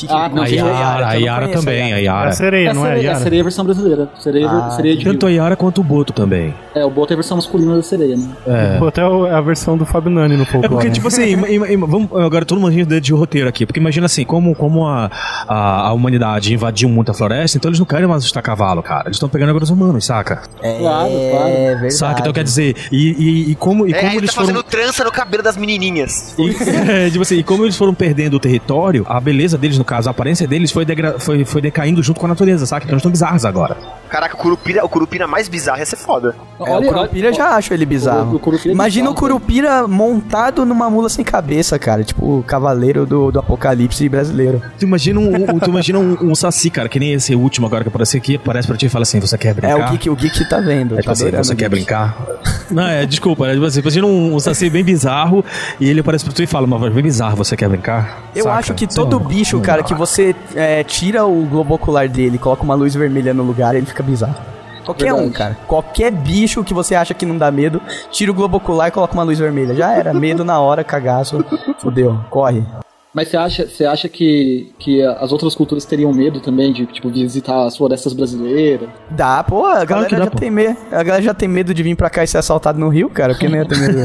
H: Ah,
L: a Yara,
H: tem
L: a
H: que eu não
L: Yara
H: conheço,
L: também, a
H: É
L: Yara.
H: a sereia, não é? a sereia versão brasileira. Sereia, ver- sereia de
L: Tanto a Yara quanto o Boto também.
H: É, o Boto é a versão masculina da sereia, né?
L: É.
J: Pô, até o- a versão do Fábio Nani no folclore.
L: É porque, tipo assim, ima- ima- ima- vamos, agora todo mundo rindo de- de roteiro aqui, porque imagina assim, como, como a, a, a humanidade invadiu muito a floresta, então eles não querem mais assustar cavalo, cara. Eles estão pegando agora os humanos, saca?
F: É,
H: claro,
F: verdade.
L: Saca? Então quer dizer, e, e, e como, e
I: é,
L: como
I: ele
L: eles
I: tá
L: foram.
I: fazendo trança no cabelo das menininhas.
L: E, tipo assim, e como eles foram perdendo o território, a beleza deles deles, no caso, a aparência deles foi, degra- foi, foi decaindo junto com a natureza, saca? Então eles estão bizarros agora.
I: Caraca, o Curupira, o Curupira mais bizarro ia ser foda.
F: É, o Curupira já acho ele bizarro.
I: o- o Curupira é
F: Imagina
I: bizarro,
F: o Curupira montado numa mula sem cabeça, cara. Tipo o cavaleiro do, do apocalipse brasileiro.
L: Tu imagina um, um- tu imagina um, um saci, cara, que nem esse último agora que apareceu aqui, aparece pra ti e fala assim, você quer brincar?
F: É, o geek, o geek tá vendo.
L: É tipo
F: tá
L: assim,
F: adorando
L: você
F: o
L: quer
F: geek.
L: brincar? Não, é, desculpa, né? Tipo assim, imagina um, um saci bem bizarro e ele aparece pra tu e fala, uma voz bem bizarra, você quer brincar?
F: Eu
L: Saca?
F: acho que
L: Sei
H: é
F: todo
L: lá.
F: bicho, cara, que você é, tira o globo ocular dele, coloca uma luz vermelha no lugar, ele fica bizarro. Qualquer um, cara. Qualquer bicho que você acha que não dá medo, tira o globo ocular e coloca uma luz vermelha. Já era. Medo na hora, cagaço. Fudeu. Corre.
H: Mas você acha, você acha que, que as outras culturas teriam medo também de, tipo, visitar as florestas brasileiras?
F: Dá, pô, a galera,
H: que dá,
F: já
H: pô.
F: tem medo, a galera já tem medo de vir pra cá e ser assaltado no Rio, cara. Porque não ia ter medo.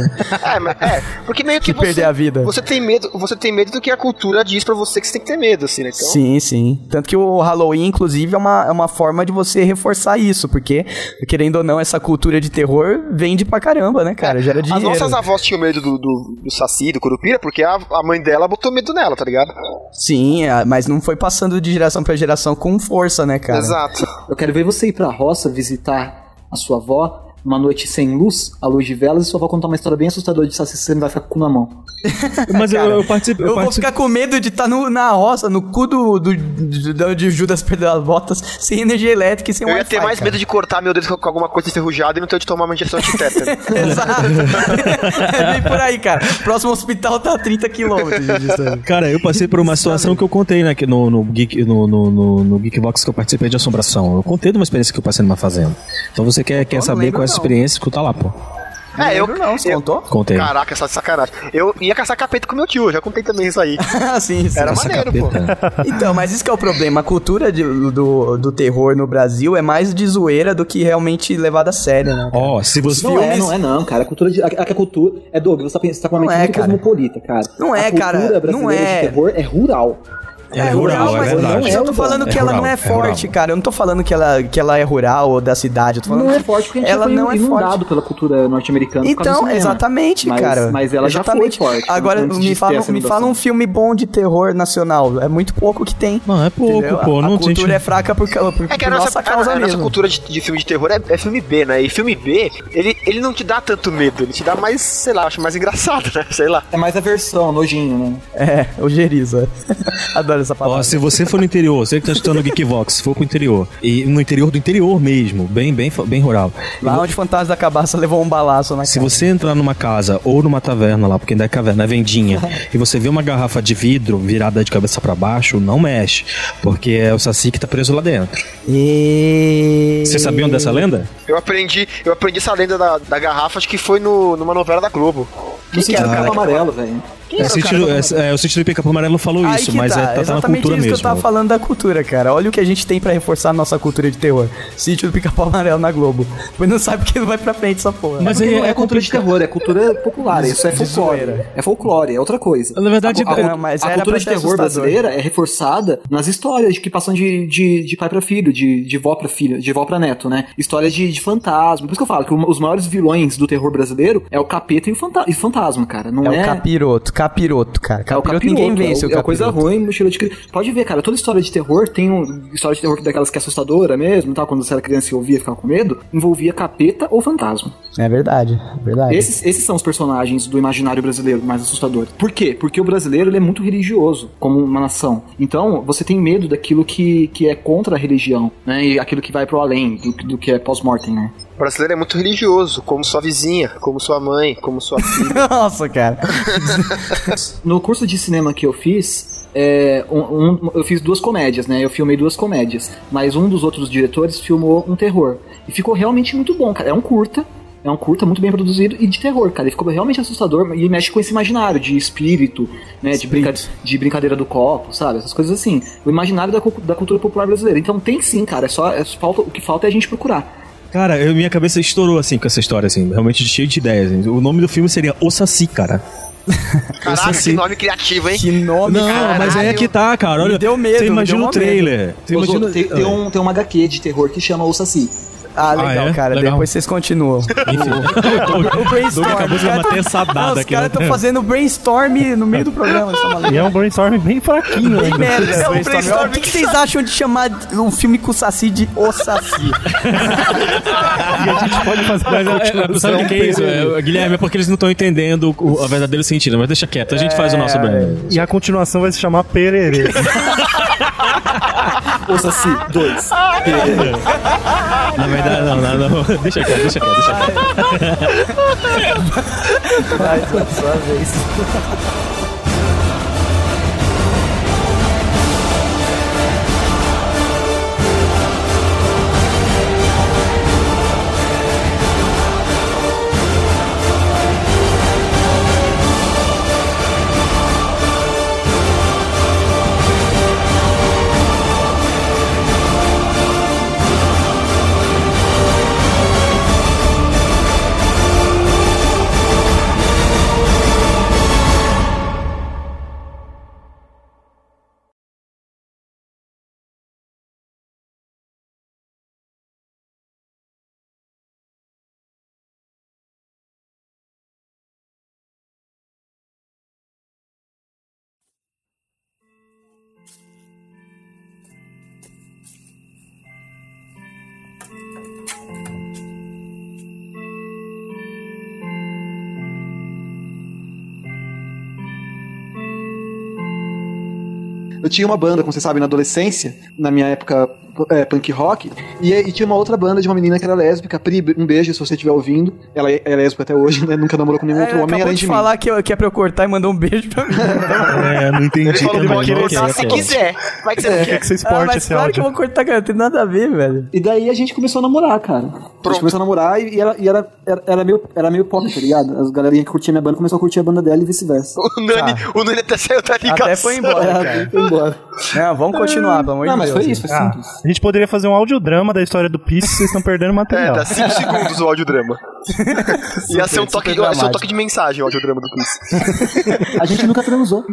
I: É, mas, é, porque meio que
F: De perder
I: você,
F: a vida.
I: você tem medo, você tem medo do que a cultura diz pra você que você tem que ter medo, assim, né? Então,
F: Sim, sim. Tanto que o Halloween, inclusive, é uma, é uma forma de você reforçar isso, porque, querendo ou não, essa cultura de terror vende pra caramba, né, cara? Gera
I: As
F: dinheiro.
I: nossas avós tinham medo do, do, do Saci, do Curupira, porque a, a mãe dela botou medo nela, tá ligado?
F: Sim, a- mas não foi passando de geração pra geração com força, né, cara?
I: Exato.
H: Eu quero ver você ir pra roça visitar Tá. a sua avó uma noite sem luz, à luz de velas, e sua avó contar uma história bem assustadora de saci, você não vai ficar com o cu na mão.
L: Mas eu, eu participo.
F: Eu, vou ficar com medo de estar na roça, no cu do, do, do- de Judas perdendo as botas, sem energia elétrica e sem
I: Eu ia
F: Wi-Fi,
I: ter mais
F: cara.
I: medo de cortar meu dedo com com alguma coisa enferrujada e não ter de tomar uma injeção de tétano.
F: É bem por aí, cara. Próximo hospital tá a 30 quilômetros de distância.
L: Cara, eu passei por uma situação que eu contei né, que no, no, Geek, no, no, no, no Geekbox que eu participei de assombração. Eu contei de uma experiência que eu passei numa fazenda. Então você quer, quer saber qual é essa experiência, escuta lá, pô.
I: É, eu.
F: Não, você contou?
L: Contei.
I: Caraca, só de sacanagem. Eu ia caçar capeta com meu tio, eu já contei também isso aí.
F: sim, sim.
I: Era
F: Caçar
I: maneiro, pô.
F: Então, mas isso que é o problema. A cultura de- do, do terror no Brasil é mais de zoeira do que realmente levada a sério, né?
L: Ó, se você.
H: Não é, não é não, cara. A cultura de, a, a cultura... É, Doug, você tá, pensando, você tá com uma
F: Não
H: mente
F: é,
H: muito
F: cara.
H: cosmopolita, cara.
F: Não é,
H: a cultura
F: cara, não
H: brasileira
F: é.
H: de terror é rural.
L: É rural, é
F: mas,
L: verdade.
F: mas eu tô falando
L: É
F: que ela
L: rural,
F: não é
L: é
F: forte, cara. Eu não tô falando que ela, que ela é rural ou da cidade. Eu tô falando
H: Não é
F: que
H: forte porque a gente
F: ela
H: foi
F: não é
H: inundado
F: forte.
H: pela cultura norte-americana. por causa do
F: Então,
H: cinema.
F: exatamente,
H: Mas-
F: cara.
H: Mas ela
F: exatamente.
H: já foi forte.
F: Agora,
H: antes
F: me
H: de ter
F: fala,
H: essa
F: me
H: inundação.
F: fala um filme bom de terror nacional. É muito pouco que tem.
L: Não, é
I: pouco, pô.
F: A
I: Não,
F: cultura
I: gente-
F: é fraca por, ca- por,
I: É que a
F: por
I: nossa,
F: nossa,
I: a-
F: causa
I: a nossa
F: mesmo.
I: cultura de, de filme de terror é, é filme B, né? E filme B, ele, ele não te dá tanto medo, ele te dá mais, sei lá, acho mais engraçado, né? Sei lá.
H: É mais a versão, nojinho, né?
F: É, o Geriza. Adoro essa palavra.
L: Ó, se você for no interior, você que tá escutando o Geekvox, se for pro interior, e no interior do interior mesmo, bem, bem, bem rural.
F: Lá onde o Fantasma da Cabaça levou um balaço na
L: Se você entrar numa casa ou numa taverna lá, porque ainda é caverna, é vendinha, e você vê uma garrafa de vidro virada de cabeça pra baixo, não mexe, porque é o Saci que tá preso lá dentro.
F: E...
L: Vocês sabiam dessa é lenda?
I: Eu aprendi, eu aprendi essa lenda da, da garrafa, acho que foi no, numa novela da Globo.
H: No sentido do
I: cara
H: cabo
I: que-
H: amarelo, velho.
L: Ah, É, o sentido- é, é, o sentido do pica amarelo falou
F: Aí
L: isso,
F: que
L: mas é, tá, tá na
F: exatamente
L: cultura
F: isso
L: mesmo.
F: que eu tava falando da cultura, cara. Olha o que a gente tem pra reforçar a nossa cultura de terror. Sítio do Pica-Pau Amarelo na Globo. Mas não sabe porque não vai pra frente essa porra.
H: Mas
F: porque
H: é,
F: não
H: é cultura de terror, é cultura popular,
F: De-
H: isso é
F: de
H: folclore.
F: zoeira.
H: É folclore, é outra coisa.
L: Na verdade,
H: a, a,
F: não, mas
H: a
F: era pra
H: cultura de
F: ser
H: terror
F: assustador.
H: brasileira é reforçada nas histórias que passam de, de, de pai pra filho, de, de vó pra filho, de vó pra neto, né? Histórias de, de fantasma. Por isso que eu falo que o- os maiores vilões do terror brasileiro é o capeta e o, fanta e o fantasma, cara. Não
F: É,
H: é,
F: o capiroto, capiroto, cara.
H: É o
F: Capiroto,
H: capiroto,
F: ninguém vence
H: é,
F: o
H: o- é
F: capiroto.
H: uma coisa ruim, mochila de criança. Pode ver, cara, toda história de terror tem um, história de terror que- daquelas que é assustadora mesmo, tá? quando você era criança e ouvia e ficava com medo, envolvia capeta ou fantasma.
F: É verdade, verdade.
H: Esses, esses são os personagens do imaginário brasileiro mais assustadores. Por quê? Porque o brasileiro ele é muito religioso como uma nação. Então, você tem medo daquilo que, que é contra a religião, né? E aquilo que vai pro além do, do que é pós-mortem, né?
I: O brasileiro é muito religioso, como sua vizinha, como sua mãe, como sua filha.
F: Nossa, cara.
H: No curso de cinema que eu fiz, é, um- um- eu fiz duas comédias, né? Eu filmei duas comédias, mas um dos outros diretores filmou um terror. E ficou realmente muito bom, cara. É um curta. É um curta muito bem produzido e de terror, cara. Ele ficou realmente assustador e mexe com esse imaginário de espírito, né? De, brinca- de brincadeira do copo, sabe? Essas coisas assim. O imaginário da, cu- da cultura popular brasileira. Então tem sim, cara. É só, é só falta, o que falta é a gente procurar.
L: Cara, eu- minha cabeça estourou assim com essa história, assim, realmente cheio de ideias. hein. O nome do filme seria O Saci, cara.
I: Caraca, que nome criativo, hein?
F: Que nome,
L: Não, mas aí é que tá, cara. Olha,
H: Me deu medo,
L: Você
H: me
F: um
L: imagina
H: deu
L: o
H: uma
L: trailer.
H: medo.
L: Você
J: É.
H: Ô, Zô,
L: imagina...
H: tem, tem um, tem uma HQ de terror que chama O Saci.
F: Ah, legal,
L: Ah, é?
F: cara.
L: Legal.
F: Depois vocês continuam.
L: Enfim.
F: o, o brainstorm.
L: Doug acabou de
F: Os caras
L: matar essa
F: tão-
L: dada
F: Os
L: aqui,
F: caras
L: né?
F: estão fazendo brainstorm no meio do programa. eles tão malucos.
J: E é um brainstorm bem fraquinho
F: Que
J: ainda.
F: merda, é um brainstorm. O que, que vocês acham de chamar um filme com o Saci de Assim? O Saci?
J: E a gente pode fazer
L: Mas
J: uma
L: é, é, sabe o que é isso? É, Guilherme, é porque eles não estão entendendo o, o verdadeiro sentido, mas deixa quieto, a gente faz o nosso
F: É.
L: bem.
J: E a continuação vai se chamar Pererê.
F: O Saci 2.
L: Na verdade, não, não, não. Deixa quieto, deixa quieto, deixa quieto.
F: Vai, tá sua vez.
H: Eu tinha uma banda, como vocês sabem, na adolescência, na minha época é, punk rock, e, e tinha uma outra banda de uma menina que era lésbica, Pri, um beijo se você estiver ouvindo. Ela é, é lésbica até hoje, né? Nunca namorou com nenhum outro
F: Ela
H: homem
F: É, acabou
H: além
F: de
H: de mim.
F: falar que, eu- que é pra eu cortar e mandou um beijo pra mim.
L: É, não é entendi.
I: Vai
H: que você não quer.
J: É, que você
F: ah,
H: exporte
F: mas
H: esse
F: claro
H: áudio.
F: que eu vou cortar, cara. Não tem nada a ver, velho.
H: E daí a gente começou a namorar, cara. A gente começou a namorar e, e ela, e era, era, era meio, era meio pop, tá ligado? As galerinha que curtia minha banda começou a curtir a banda dela e vice-versa.
I: O Nani, Ah. o Nani até saiu tá da ligação.
F: Até foi embora,
H: É,
F: cara.
H: foi embora.
F: Não, vamos continuar, pelo amor de
H: Não, mas
F: Deus.
H: foi isso, foi
J: Ah, a gente poderia fazer um audiodrama da história do Peace, vocês estão perdendo
I: É,
J: material.
I: dá 5 segundos o audiodrama. Ia ser um toque,
J: super
I: ia ser um
J: dramático.
I: toque de mensagem o audiodrama do Chris.
H: A gente nunca transou.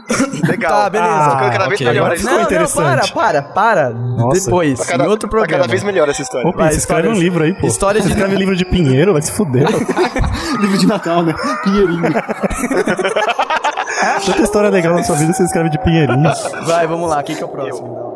I: Legal.
F: Tá, beleza.
I: Ficou cada vez melhor essa
F: Não, não, para, para, para. Depois,
I: Tá cada-
F: em outro
I: tá cada
F: programa.
I: vez melhor essa história.
J: Ô, Peace, escreve um livro aí, pô.
F: História de...
J: Escreve livro de Pinheiro, vai se fuder.
H: Livro de Natal, né? Pinheirinho.
J: Tanta história legal na sua vida, você escreve de Pinheirinho.
F: Vai, vamos lá. Quem que é o próximo?